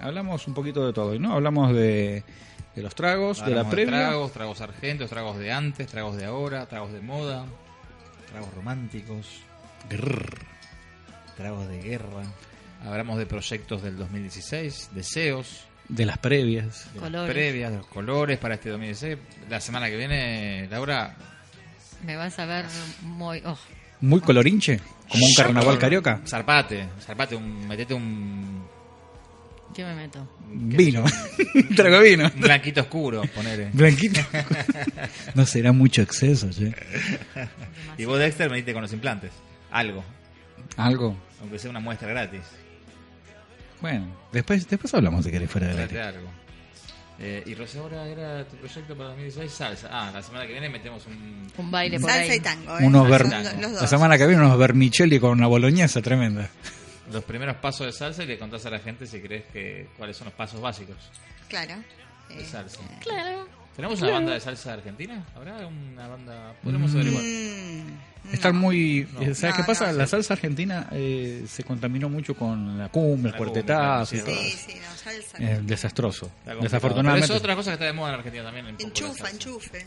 Speaker 4: Hablamos un poquito de todo, ¿no? Hablamos de, de los tragos, de la
Speaker 3: Hablamos
Speaker 4: previa.
Speaker 3: Tragos, tragos argentos, tragos de antes, tragos de ahora, tragos de moda, tragos románticos, tragos de guerra. Hablamos de proyectos del 2016, deseos,
Speaker 4: De las previas.
Speaker 3: de las
Speaker 5: Colores.
Speaker 3: previas, de los colores para este 2016. La semana que viene, Laura,
Speaker 5: Me vas a ver muy... oh,
Speaker 4: Muy colorinche, como un carnaval
Speaker 3: zarpate,
Speaker 4: carioca.
Speaker 3: Zarpate, zarpate, un, metete un,
Speaker 5: ¿Qué me meto?
Speaker 4: Vino, trago de vino.
Speaker 3: un blanquito oscuro, ponele.
Speaker 4: Blanquito. no será mucho exceso, ¿eh? ¿sí?
Speaker 3: Y vos, Dexter, venite con los implantes. Algo,
Speaker 4: Algo.
Speaker 3: aunque sea una muestra gratis.
Speaker 4: Bueno, después, después hablamos de que le fuera de
Speaker 3: Trate
Speaker 4: la
Speaker 3: algo. Eh, y Rosé, ahora era tu proyecto para 2016, salsa. Ah, la semana que viene metemos un...
Speaker 5: Un baile por
Speaker 6: Salsa
Speaker 5: ahí.
Speaker 6: y tango, ¿eh?
Speaker 4: Unos
Speaker 6: Son
Speaker 4: ver-
Speaker 6: lo- los
Speaker 4: La
Speaker 6: dos.
Speaker 4: semana que viene unos vermicelli con una boloñesa tremenda.
Speaker 3: los primeros pasos de salsa y le contás a la gente si crees que cuáles son los pasos básicos
Speaker 6: Claro.
Speaker 3: de
Speaker 6: Eh,
Speaker 3: salsa.
Speaker 5: Claro.
Speaker 3: ¿Tenemos una banda de salsa argentina? ¿Habrá una banda? Podemos
Speaker 4: Mm.
Speaker 3: averiguar.
Speaker 6: mm,
Speaker 4: Están muy.
Speaker 3: No.
Speaker 4: eh, ¿Sabes
Speaker 3: No,
Speaker 4: qué pasa?
Speaker 3: no,
Speaker 4: la
Speaker 3: sí.
Speaker 4: salsa argentina eh, se contaminó mucho con la cumbia, el
Speaker 3: La
Speaker 4: cuartetazo y
Speaker 3: cumbia,
Speaker 4: todo.
Speaker 3: claro, sí,
Speaker 4: eso.
Speaker 3: sí, no, salsa.
Speaker 4: Eh, desastroso.
Speaker 3: Está complicado.
Speaker 4: Desafortunadamente.
Speaker 3: Pero es otra cosa que está de moda en Argentina también. un poco la
Speaker 6: Enchufa,
Speaker 3: salsa.
Speaker 6: enchufe.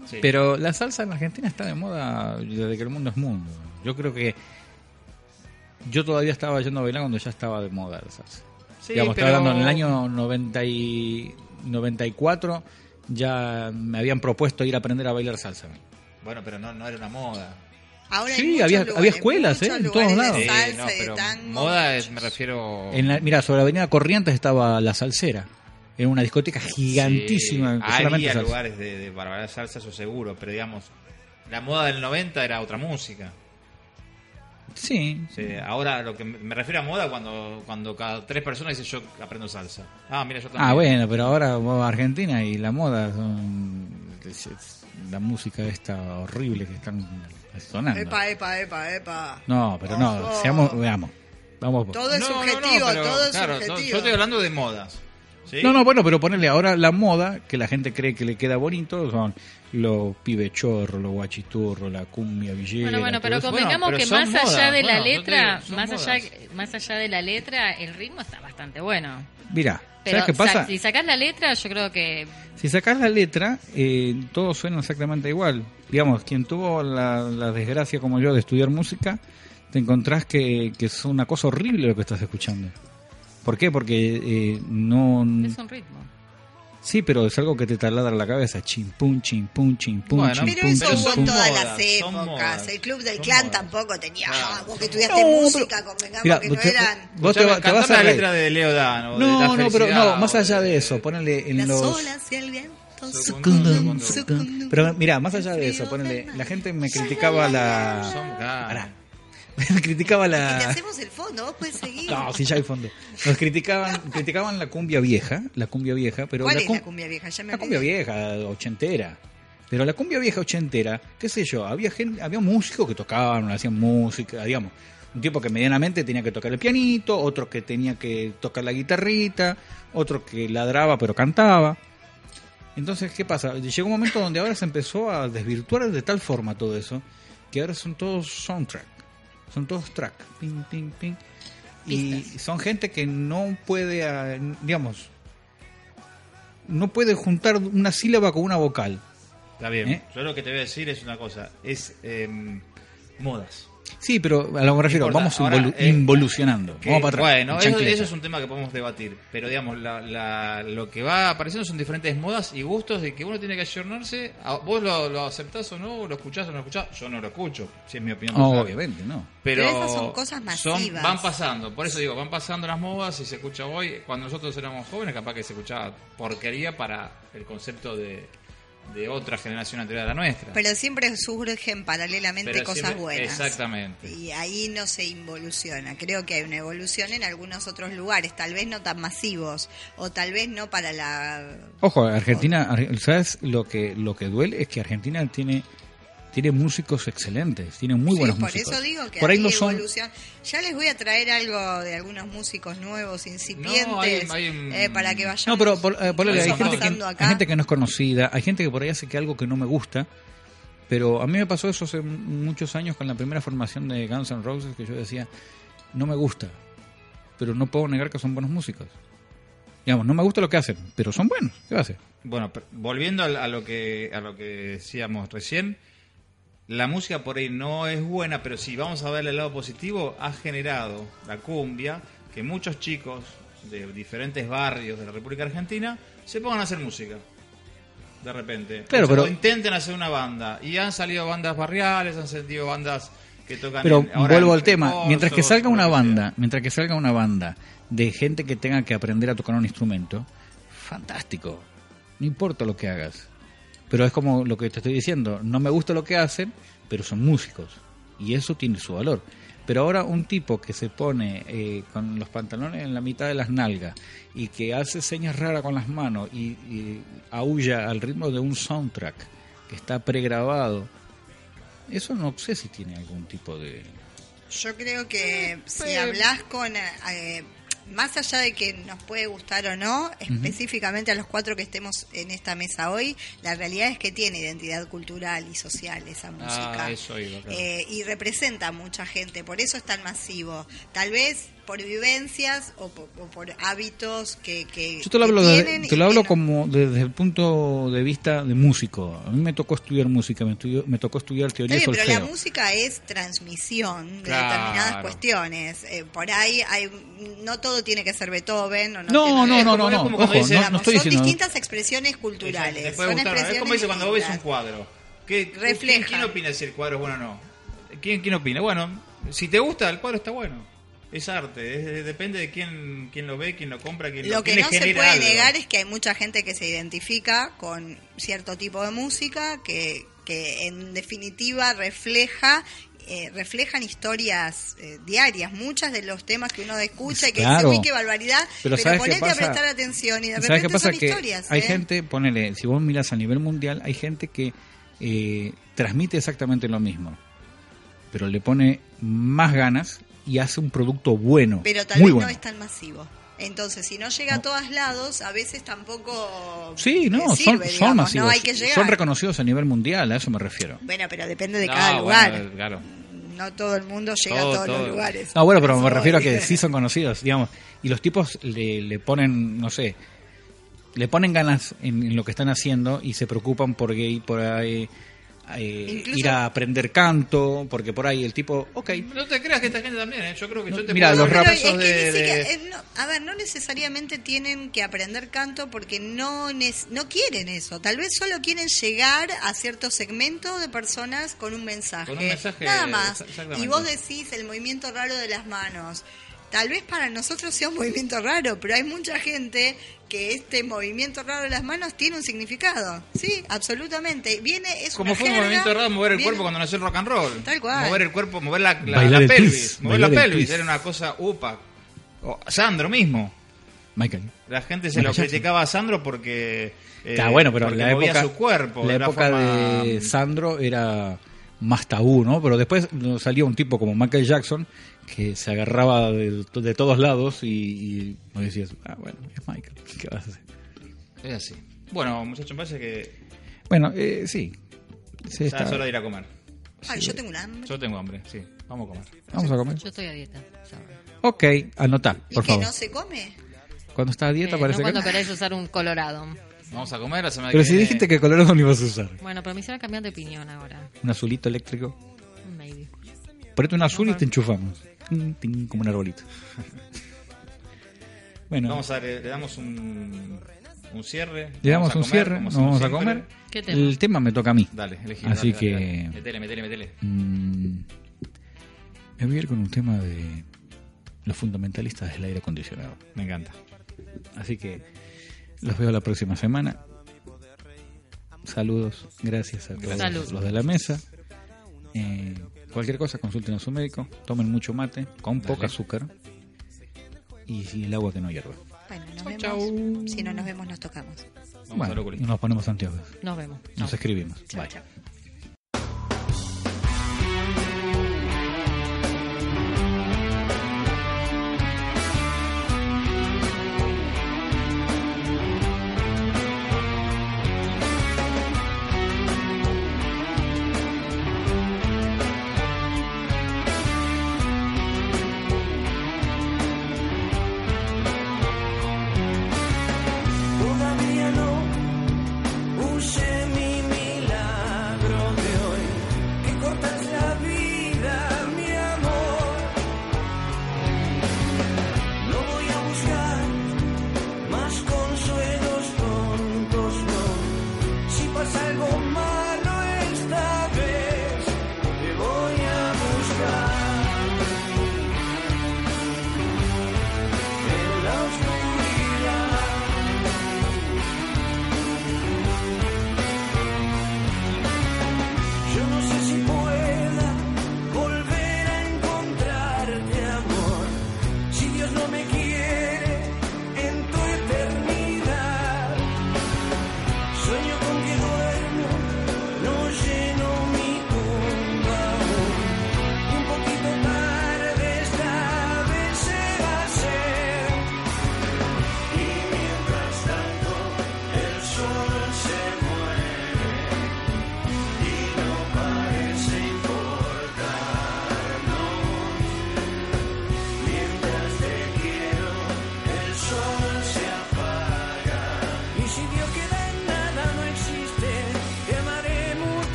Speaker 6: ¿no?
Speaker 3: Sí.
Speaker 4: Pero la salsa en Argentina está de moda desde que el mundo es mundo. Yo creo que yo todavía estaba yendo a bailar cuando ya estaba de moda la salsa.
Speaker 3: Sí,
Speaker 4: Digamos,
Speaker 3: pero-
Speaker 4: estaba hablando en el año 90 y 94 ya me habían propuesto ir a aprender a bailar salsa.
Speaker 3: Bueno, pero no, no era una moda.
Speaker 6: Ahora hay
Speaker 4: Sí,
Speaker 6: muchos
Speaker 4: había,
Speaker 6: lugares,
Speaker 4: había escuelas,
Speaker 6: muchos
Speaker 4: ¿eh? En
Speaker 6: lugares
Speaker 4: todos
Speaker 6: de
Speaker 4: lados.
Speaker 6: salsa
Speaker 3: Sí, no,
Speaker 6: y de
Speaker 3: pero
Speaker 6: tango.
Speaker 3: moda es, me refiero...
Speaker 4: En la- mira, sobre la avenida Corrientes estaba la salsera. Era una discoteca gigantísima.
Speaker 3: Sí,
Speaker 4: solamente
Speaker 3: había
Speaker 4: salsa.
Speaker 3: lugares de, de barbaridad de salsa, eso seguro, pero digamos, la moda del 90 era otra música.
Speaker 4: Sí.
Speaker 3: O sea, ahora lo que me me refiero a moda cuando, cuando cada tres personas dicen yo aprendo salsa. Ah, mira, yo también.
Speaker 4: Ah, bueno, pero ahora vos a Argentina y la moda son es- es la música esta horrible que están sonando.
Speaker 6: Epa, epa, epa, epa.
Speaker 4: No, pero no,
Speaker 6: Ojo.
Speaker 4: seamos, veamos. Vamos. por-
Speaker 6: Todo es subjetivo,
Speaker 3: pero,
Speaker 6: todo es
Speaker 3: claro,
Speaker 6: subjetivo.
Speaker 3: Yo estoy hablando de modas. ¿sí?
Speaker 4: No, no, bueno, pero ponerle ahora la moda que la gente cree que le queda bonito son los pibechorros, los guachiturros, la cumbia villera.
Speaker 5: Bueno, bueno, pero
Speaker 4: todo eso.
Speaker 5: convengamos
Speaker 4: Bueno,
Speaker 5: que
Speaker 4: pero
Speaker 5: más
Speaker 4: son
Speaker 5: allá
Speaker 4: modas.
Speaker 5: de la
Speaker 4: Bueno, yo te
Speaker 5: letra,
Speaker 4: digo, son
Speaker 5: más
Speaker 4: modas.
Speaker 5: allá más allá de la letra, el ritmo está bastante bueno.
Speaker 4: Mira,
Speaker 5: Pero
Speaker 4: ¿sabes qué
Speaker 5: sa-
Speaker 4: pasa?
Speaker 5: si sacás la letra, yo creo que
Speaker 4: Si sacás la letra, eh, todo suena exactamente igual. Digamos, quien tuvo la, la desgracia como yo de estudiar música, te encontrás que, que es una cosa horrible lo que estás escuchando. ¿Por qué? Porque eh, no...
Speaker 5: es un ritmo.
Speaker 4: Sí, pero es algo que te taladra la cabeza. Chim, pum, chim, pum, chim, pum,
Speaker 6: Bueno,
Speaker 4: chim,
Speaker 6: pero
Speaker 4: pum,
Speaker 6: eso
Speaker 4: chim,
Speaker 6: fue en
Speaker 4: pum.
Speaker 6: todas
Speaker 4: Modas,
Speaker 6: las
Speaker 4: son
Speaker 6: épocas.
Speaker 4: modas.
Speaker 6: El club del clan tampoco tenía. Ah, vos que estudiaste
Speaker 4: No,
Speaker 6: música, convengamos
Speaker 4: Mira,
Speaker 6: que no
Speaker 4: te-
Speaker 6: eran.
Speaker 4: vos te,
Speaker 3: Escuchame,
Speaker 4: va- te vas
Speaker 3: cantame
Speaker 4: a
Speaker 3: la
Speaker 4: reír.
Speaker 3: letra de Leo Dan o de La
Speaker 4: No, no, pero
Speaker 3: Felicidad
Speaker 4: no, más allá de eso, ponele en
Speaker 6: Las
Speaker 4: los
Speaker 6: olas y el viento.
Speaker 4: Sucundum, sucundum. Pero mira, más allá de eso, ponele, la gente me criticaba la. Pará. Me criticaba
Speaker 6: Y te
Speaker 4: la.
Speaker 6: hacemos el fondo, vos puedes seguir.
Speaker 4: No, si ya hay fondo. Nos criticaban, criticaban la cumbia vieja, la cumbia vieja, pero
Speaker 6: ¿Cuál
Speaker 4: la,
Speaker 6: es
Speaker 4: cum-
Speaker 6: la cumbia vieja? Ya me
Speaker 4: la cumbia
Speaker 6: olvidé.
Speaker 4: vieja, ochentera. Pero la cumbia vieja ochentera, qué sé yo, había gen- había músicos que tocaban, hacían música, digamos. Un tipo que medianamente tenía que tocar el pianito, otro que tenía que tocar la guitarrita, otro que ladraba pero cantaba. Entonces, ¿qué pasa? Llegó un momento donde ahora se empezó a desvirtuar de tal forma todo eso, que ahora son todos soundtrack. Son todos track. Ping, ping, ping. Y son gente que no puede, ah, digamos, no puede juntar una sílaba con una vocal.
Speaker 3: Está bien.
Speaker 4: ¿Eh?
Speaker 3: Yo lo que te voy a decir es una cosa, es em, modas.
Speaker 4: Sí, pero a lo que me refiero,
Speaker 3: Importa.
Speaker 4: vamos
Speaker 3: Ahora,
Speaker 4: involu-
Speaker 3: eh,
Speaker 4: involucionando.
Speaker 3: Que,
Speaker 4: vamos para atrás.
Speaker 3: Bueno, eso,
Speaker 4: chancleta.
Speaker 3: eso es un tema que podemos debatir. Pero digamos, la- la- lo que va apareciendo son diferentes modas y gustos de que uno tiene que ayornarse. A- ¿Vos lo, lo aceptás o no? ¿Lo escuchás o no lo escuchás? Yo no lo escucho, si es mi opinión. personal.
Speaker 4: Obviamente, no.
Speaker 3: Pero,
Speaker 6: Pero esas son cosas masivas.
Speaker 3: van pasando, por eso digo, van pasando las modas y se escucha hoy. Cuando nosotros éramos jóvenes, capaz que se escuchaba porquería para el concepto de, de otra generación anterior a la nuestra.
Speaker 6: Pero siempre surgen paralelamente
Speaker 3: Pero
Speaker 6: cosas
Speaker 3: siempre-
Speaker 6: buenas.
Speaker 3: Exactamente.
Speaker 6: Y ahí no se involuciona. Creo que hay una evolución en algunos otros lugares, tal vez no tan masivos, o tal vez no para la.
Speaker 4: Ojo, Argentina, Ar- ¿sabes lo que lo que duele? Es que Argentina tiene tiene músicos excelentes, tiene muy buenos
Speaker 6: por
Speaker 4: músicos.
Speaker 6: eso digo que
Speaker 4: por ahí
Speaker 6: hay
Speaker 4: no son
Speaker 6: evolución. Ya les voy a traer algo de algunos músicos nuevos, incipientes,
Speaker 3: hay un-
Speaker 6: eh, para que vayan.
Speaker 4: No, pero por, eh, ponele,
Speaker 6: Eso
Speaker 4: hay, gente que,
Speaker 6: pasando acá.
Speaker 4: hay gente que no es conocida, hay gente que por ahí hace que algo que no me gusta, pero a mí me pasó eso hace m- muchos años con la primera formación de Guns N' Roses que yo decía, no me gusta, pero no puedo negar que son buenos músicos. Digamos, no me gusta lo que hacen, pero son buenos. ¿Qué va a hacer?
Speaker 3: Bueno, pero volviendo al- a lo que a lo que decíamos recién, la música por ahí no es buena, pero si vamos a ver el lado positivo, ha generado la cumbia que muchos chicos de diferentes barrios de la República Argentina se pongan a hacer música. De repente.
Speaker 4: Claro,
Speaker 3: O sea,
Speaker 4: pero-
Speaker 3: o intenten hacer una banda. Y han salido bandas barriales, han salido bandas que tocan.
Speaker 4: Pero
Speaker 3: en- ahora
Speaker 4: vuelvo
Speaker 3: en
Speaker 4: al tema,
Speaker 3: cosos,
Speaker 4: mientras que salga
Speaker 3: lo
Speaker 4: una
Speaker 3: sea.
Speaker 4: banda, mientras que salga una banda de gente que tenga que aprender a tocar un instrumento, fantástico. No importa lo que hagas. Pero es como lo que te estoy diciendo, no me gusta lo que hacen, pero son músicos y eso tiene su valor. Pero ahora un tipo que se pone eh, con los pantalones en la mitad de las nalgas y que hace señas raras con las manos y, y aúlla al ritmo de un soundtrack que está pregrabado, eso no sé si tiene algún tipo de... eh,
Speaker 6: Yo creo que si hablas con eh, más allá de que nos puede gustar o no, específicamente a los cuatro que estemos en esta mesa hoy, la realidad es que tiene identidad cultural y social
Speaker 4: Ah,
Speaker 6: esa música.
Speaker 3: eso iba, claro.
Speaker 6: Eh, y representa a mucha gente, por eso es tan masivo. Tal vez por vivencias o po- o por, hábitos que, que-
Speaker 4: Yo te lo
Speaker 6: que
Speaker 4: hablo, de-
Speaker 6: tienen
Speaker 4: te
Speaker 6: y
Speaker 4: lo
Speaker 6: que
Speaker 4: hablo
Speaker 6: no-
Speaker 4: como desde el punto de vista de músico. A mí me tocó estudiar música, me, estudió- me tocó estudiar teoría
Speaker 6: Está
Speaker 4: y
Speaker 6: bien,
Speaker 4: solfeo.
Speaker 6: pero la música es transmisión de
Speaker 4: Claro.
Speaker 6: determinadas cuestiones. Eh, por ahí hay, no todo tiene que ser Beethoven. O no,
Speaker 4: No,
Speaker 6: tiene-
Speaker 4: no,
Speaker 6: es
Speaker 4: no,
Speaker 6: como-
Speaker 4: no,
Speaker 6: es
Speaker 4: no.
Speaker 6: como
Speaker 4: Ojo,
Speaker 6: cuando dicen,
Speaker 4: no- no
Speaker 6: digamos,
Speaker 4: estoy
Speaker 6: son
Speaker 4: diciendo-
Speaker 6: distintas expresiones culturales.
Speaker 3: Te
Speaker 6: son
Speaker 3: puede gustar, ¿no? Es
Speaker 6: expresiones
Speaker 3: como dice cuando ves un
Speaker 6: distintas.
Speaker 3: cuadro. ¿Qué,
Speaker 6: Refleja.
Speaker 3: ¿quién, quién opina si el cuadro es bueno o no? ¿Quién, quién opina? Bueno, si te gusta, el cuadro está bueno. Es arte, es- es- depende de quién, quién lo ve, quién lo compra, quién
Speaker 6: Lo que
Speaker 3: quién
Speaker 6: no
Speaker 3: le
Speaker 6: se
Speaker 3: genera
Speaker 6: puede
Speaker 3: algo.
Speaker 6: negar es que hay mucha gente que se identifica con cierto tipo de música que, que en definitiva refleja eh, reflejan historias eh, diarias, muchas de los temas que uno escucha y que dice,
Speaker 4: Claro.
Speaker 6: uy, qué barbaridad,
Speaker 4: Pero
Speaker 6: pero,
Speaker 4: ¿sabes qué
Speaker 6: ponete a
Speaker 4: pasa?
Speaker 6: prestar atención y de
Speaker 4: ¿Sabes
Speaker 6: repente
Speaker 4: qué pasa?
Speaker 6: son
Speaker 4: Que
Speaker 6: historias.
Speaker 4: hay
Speaker 6: ¿eh?
Speaker 4: gente, ponele, si vos miras a nivel mundial, hay gente que eh, transmite exactamente lo mismo, pero le pone más ganas y hace un producto bueno,
Speaker 6: pero tal
Speaker 4: muy
Speaker 6: vez
Speaker 4: bueno.
Speaker 6: no es tan masivo. Entonces, si no llega a todos lados, a veces tampoco
Speaker 4: Sí,
Speaker 6: eh,
Speaker 4: no, son,
Speaker 6: sirve,
Speaker 4: son
Speaker 6: digamos,
Speaker 4: masivos,
Speaker 6: No hay que llegar.
Speaker 4: son reconocidos a nivel mundial, a eso me refiero.
Speaker 6: bueno, pero depende de
Speaker 4: No,
Speaker 6: cada
Speaker 4: Ah, bueno,
Speaker 6: lugar.
Speaker 4: claro.
Speaker 6: No todo el mundo llega
Speaker 4: Todo,
Speaker 6: a todos
Speaker 4: todo.
Speaker 6: los lugares.
Speaker 4: No, Ah, bueno, pero
Speaker 6: Por
Speaker 4: me
Speaker 6: eso
Speaker 4: refiero a
Speaker 6: voy.
Speaker 4: que sí son conocidos, digamos. Y los tipos le, le ponen, no sé, le ponen ganas en, en lo que están haciendo y se preocupan por gay, por ahí. eh,
Speaker 3: Incluso-
Speaker 4: ir a aprender canto, porque por ahí el tipo, ok,
Speaker 3: No te creas que esta gente también, ¿eh? yo creo que yo te
Speaker 4: mira,
Speaker 3: puedo
Speaker 4: los
Speaker 3: dar
Speaker 4: rap-
Speaker 3: casos
Speaker 4: Es que ni
Speaker 3: de-
Speaker 4: siquiera-
Speaker 3: de-
Speaker 6: Eh, no, a ver, no necesariamente tienen que aprender canto porque no, nes- no quieren eso. Tal vez solo quieren llegar a cierto segmento de personas con un mensaje.
Speaker 3: Con un mensaje,
Speaker 6: Nada más.
Speaker 3: exa- exactamente.
Speaker 6: Y vos decís el movimiento raro de las manos. Tal vez para nosotros sea un movimiento raro, pero hay mucha gente que este movimiento raro de las manos tiene un significado. Sí, absolutamente. Viene, es
Speaker 3: Como
Speaker 6: una
Speaker 3: fue un
Speaker 6: jerga,
Speaker 3: movimiento raro mover el
Speaker 6: viene-
Speaker 3: cuerpo cuando nació el rock and roll.
Speaker 6: Tal cual.
Speaker 3: Mover el cuerpo, mover la, la-
Speaker 4: Bailar
Speaker 3: la
Speaker 4: el
Speaker 3: pelvis.
Speaker 4: twist,
Speaker 3: mover la
Speaker 4: bailar el
Speaker 3: pelvis.
Speaker 4: twist.
Speaker 3: Era una cosa upa. O Sandro mismo.
Speaker 4: Michael.
Speaker 3: La gente se lo
Speaker 4: Michael Jackson.
Speaker 3: criticaba a Sandro porque. eh,
Speaker 4: Está Ah, bueno, pero
Speaker 3: porque
Speaker 4: la
Speaker 3: movía
Speaker 4: época,
Speaker 3: su cuerpo.
Speaker 4: la
Speaker 3: de una
Speaker 4: época
Speaker 3: forma- mm.
Speaker 4: de Sandro era más tabú, ¿no? Pero después nos salió un tipo como Michael Jackson que se agarraba de, de todos lados y, y vos decías, ah, bueno, es Michael, ¿qué vas a hacer?
Speaker 3: Es así. Bueno, muchachos, me parece que.
Speaker 4: Bueno, eh, sí. Sí,
Speaker 3: ya
Speaker 4: está.
Speaker 3: es hora de ir a comer.
Speaker 6: Ay, yo tengo un hambre.
Speaker 3: Yo tengo hambre, sí. Vamos a comer.
Speaker 4: Vamos a comer.
Speaker 5: Yo estoy a dieta. sorry.
Speaker 4: Ok, anotá,
Speaker 6: ¿Y
Speaker 4: por
Speaker 6: que
Speaker 4: favor.
Speaker 6: no se come?
Speaker 4: Cuando está a dieta
Speaker 5: Eh,
Speaker 4: parece
Speaker 5: no
Speaker 4: que...
Speaker 5: cuando querés usar un colorado.
Speaker 3: Vamos a comer la semana
Speaker 4: Pero
Speaker 3: que
Speaker 4: si
Speaker 3: viene.
Speaker 4: dijiste que colorado no ibas a usar.
Speaker 5: Bueno, pero me hicieron cambiar de opinión ahora.
Speaker 4: Un azulito eléctrico.
Speaker 5: Maybe.
Speaker 4: Ponete un azul y te enchufamos. Tin, tin, como un arbolito. bueno.
Speaker 3: Vamos a eh, le, le damos un, un cierre.
Speaker 4: Le damos
Speaker 3: Vamos a
Speaker 4: un
Speaker 3: comer,
Speaker 4: cierre,
Speaker 3: como
Speaker 4: nos
Speaker 3: hacemos
Speaker 4: vamos a
Speaker 3: siempre.
Speaker 4: comer.
Speaker 5: ¿Qué tema?
Speaker 4: El tema me toca a mí.
Speaker 3: Dale, elegí.
Speaker 4: Así
Speaker 3: dale,
Speaker 4: que.
Speaker 3: dale, dale. Metele, metele, metele.
Speaker 4: mm, me voy a ir con un tema de los fundamentalistas del aire acondicionado.
Speaker 3: Me encanta.
Speaker 4: Así que los veo la próxima semana. Saludos, gracias a todos
Speaker 5: Salud.
Speaker 4: los de la mesa. Eh, cualquier cosa, consulten a su médico. Tomen mucho mate con poco azúcar y, y el agua que no hierva.
Speaker 6: Bueno, nos vemos. Si no nos vemos, nos tocamos.
Speaker 3: al
Speaker 4: Bueno,
Speaker 3: oculista.
Speaker 4: y nos ponemos anteojos.
Speaker 5: Nos vemos.
Speaker 4: Nos escribimos.
Speaker 6: Chao,
Speaker 4: Bye.
Speaker 6: chao.
Speaker 7: Todavía no huye mi milagro.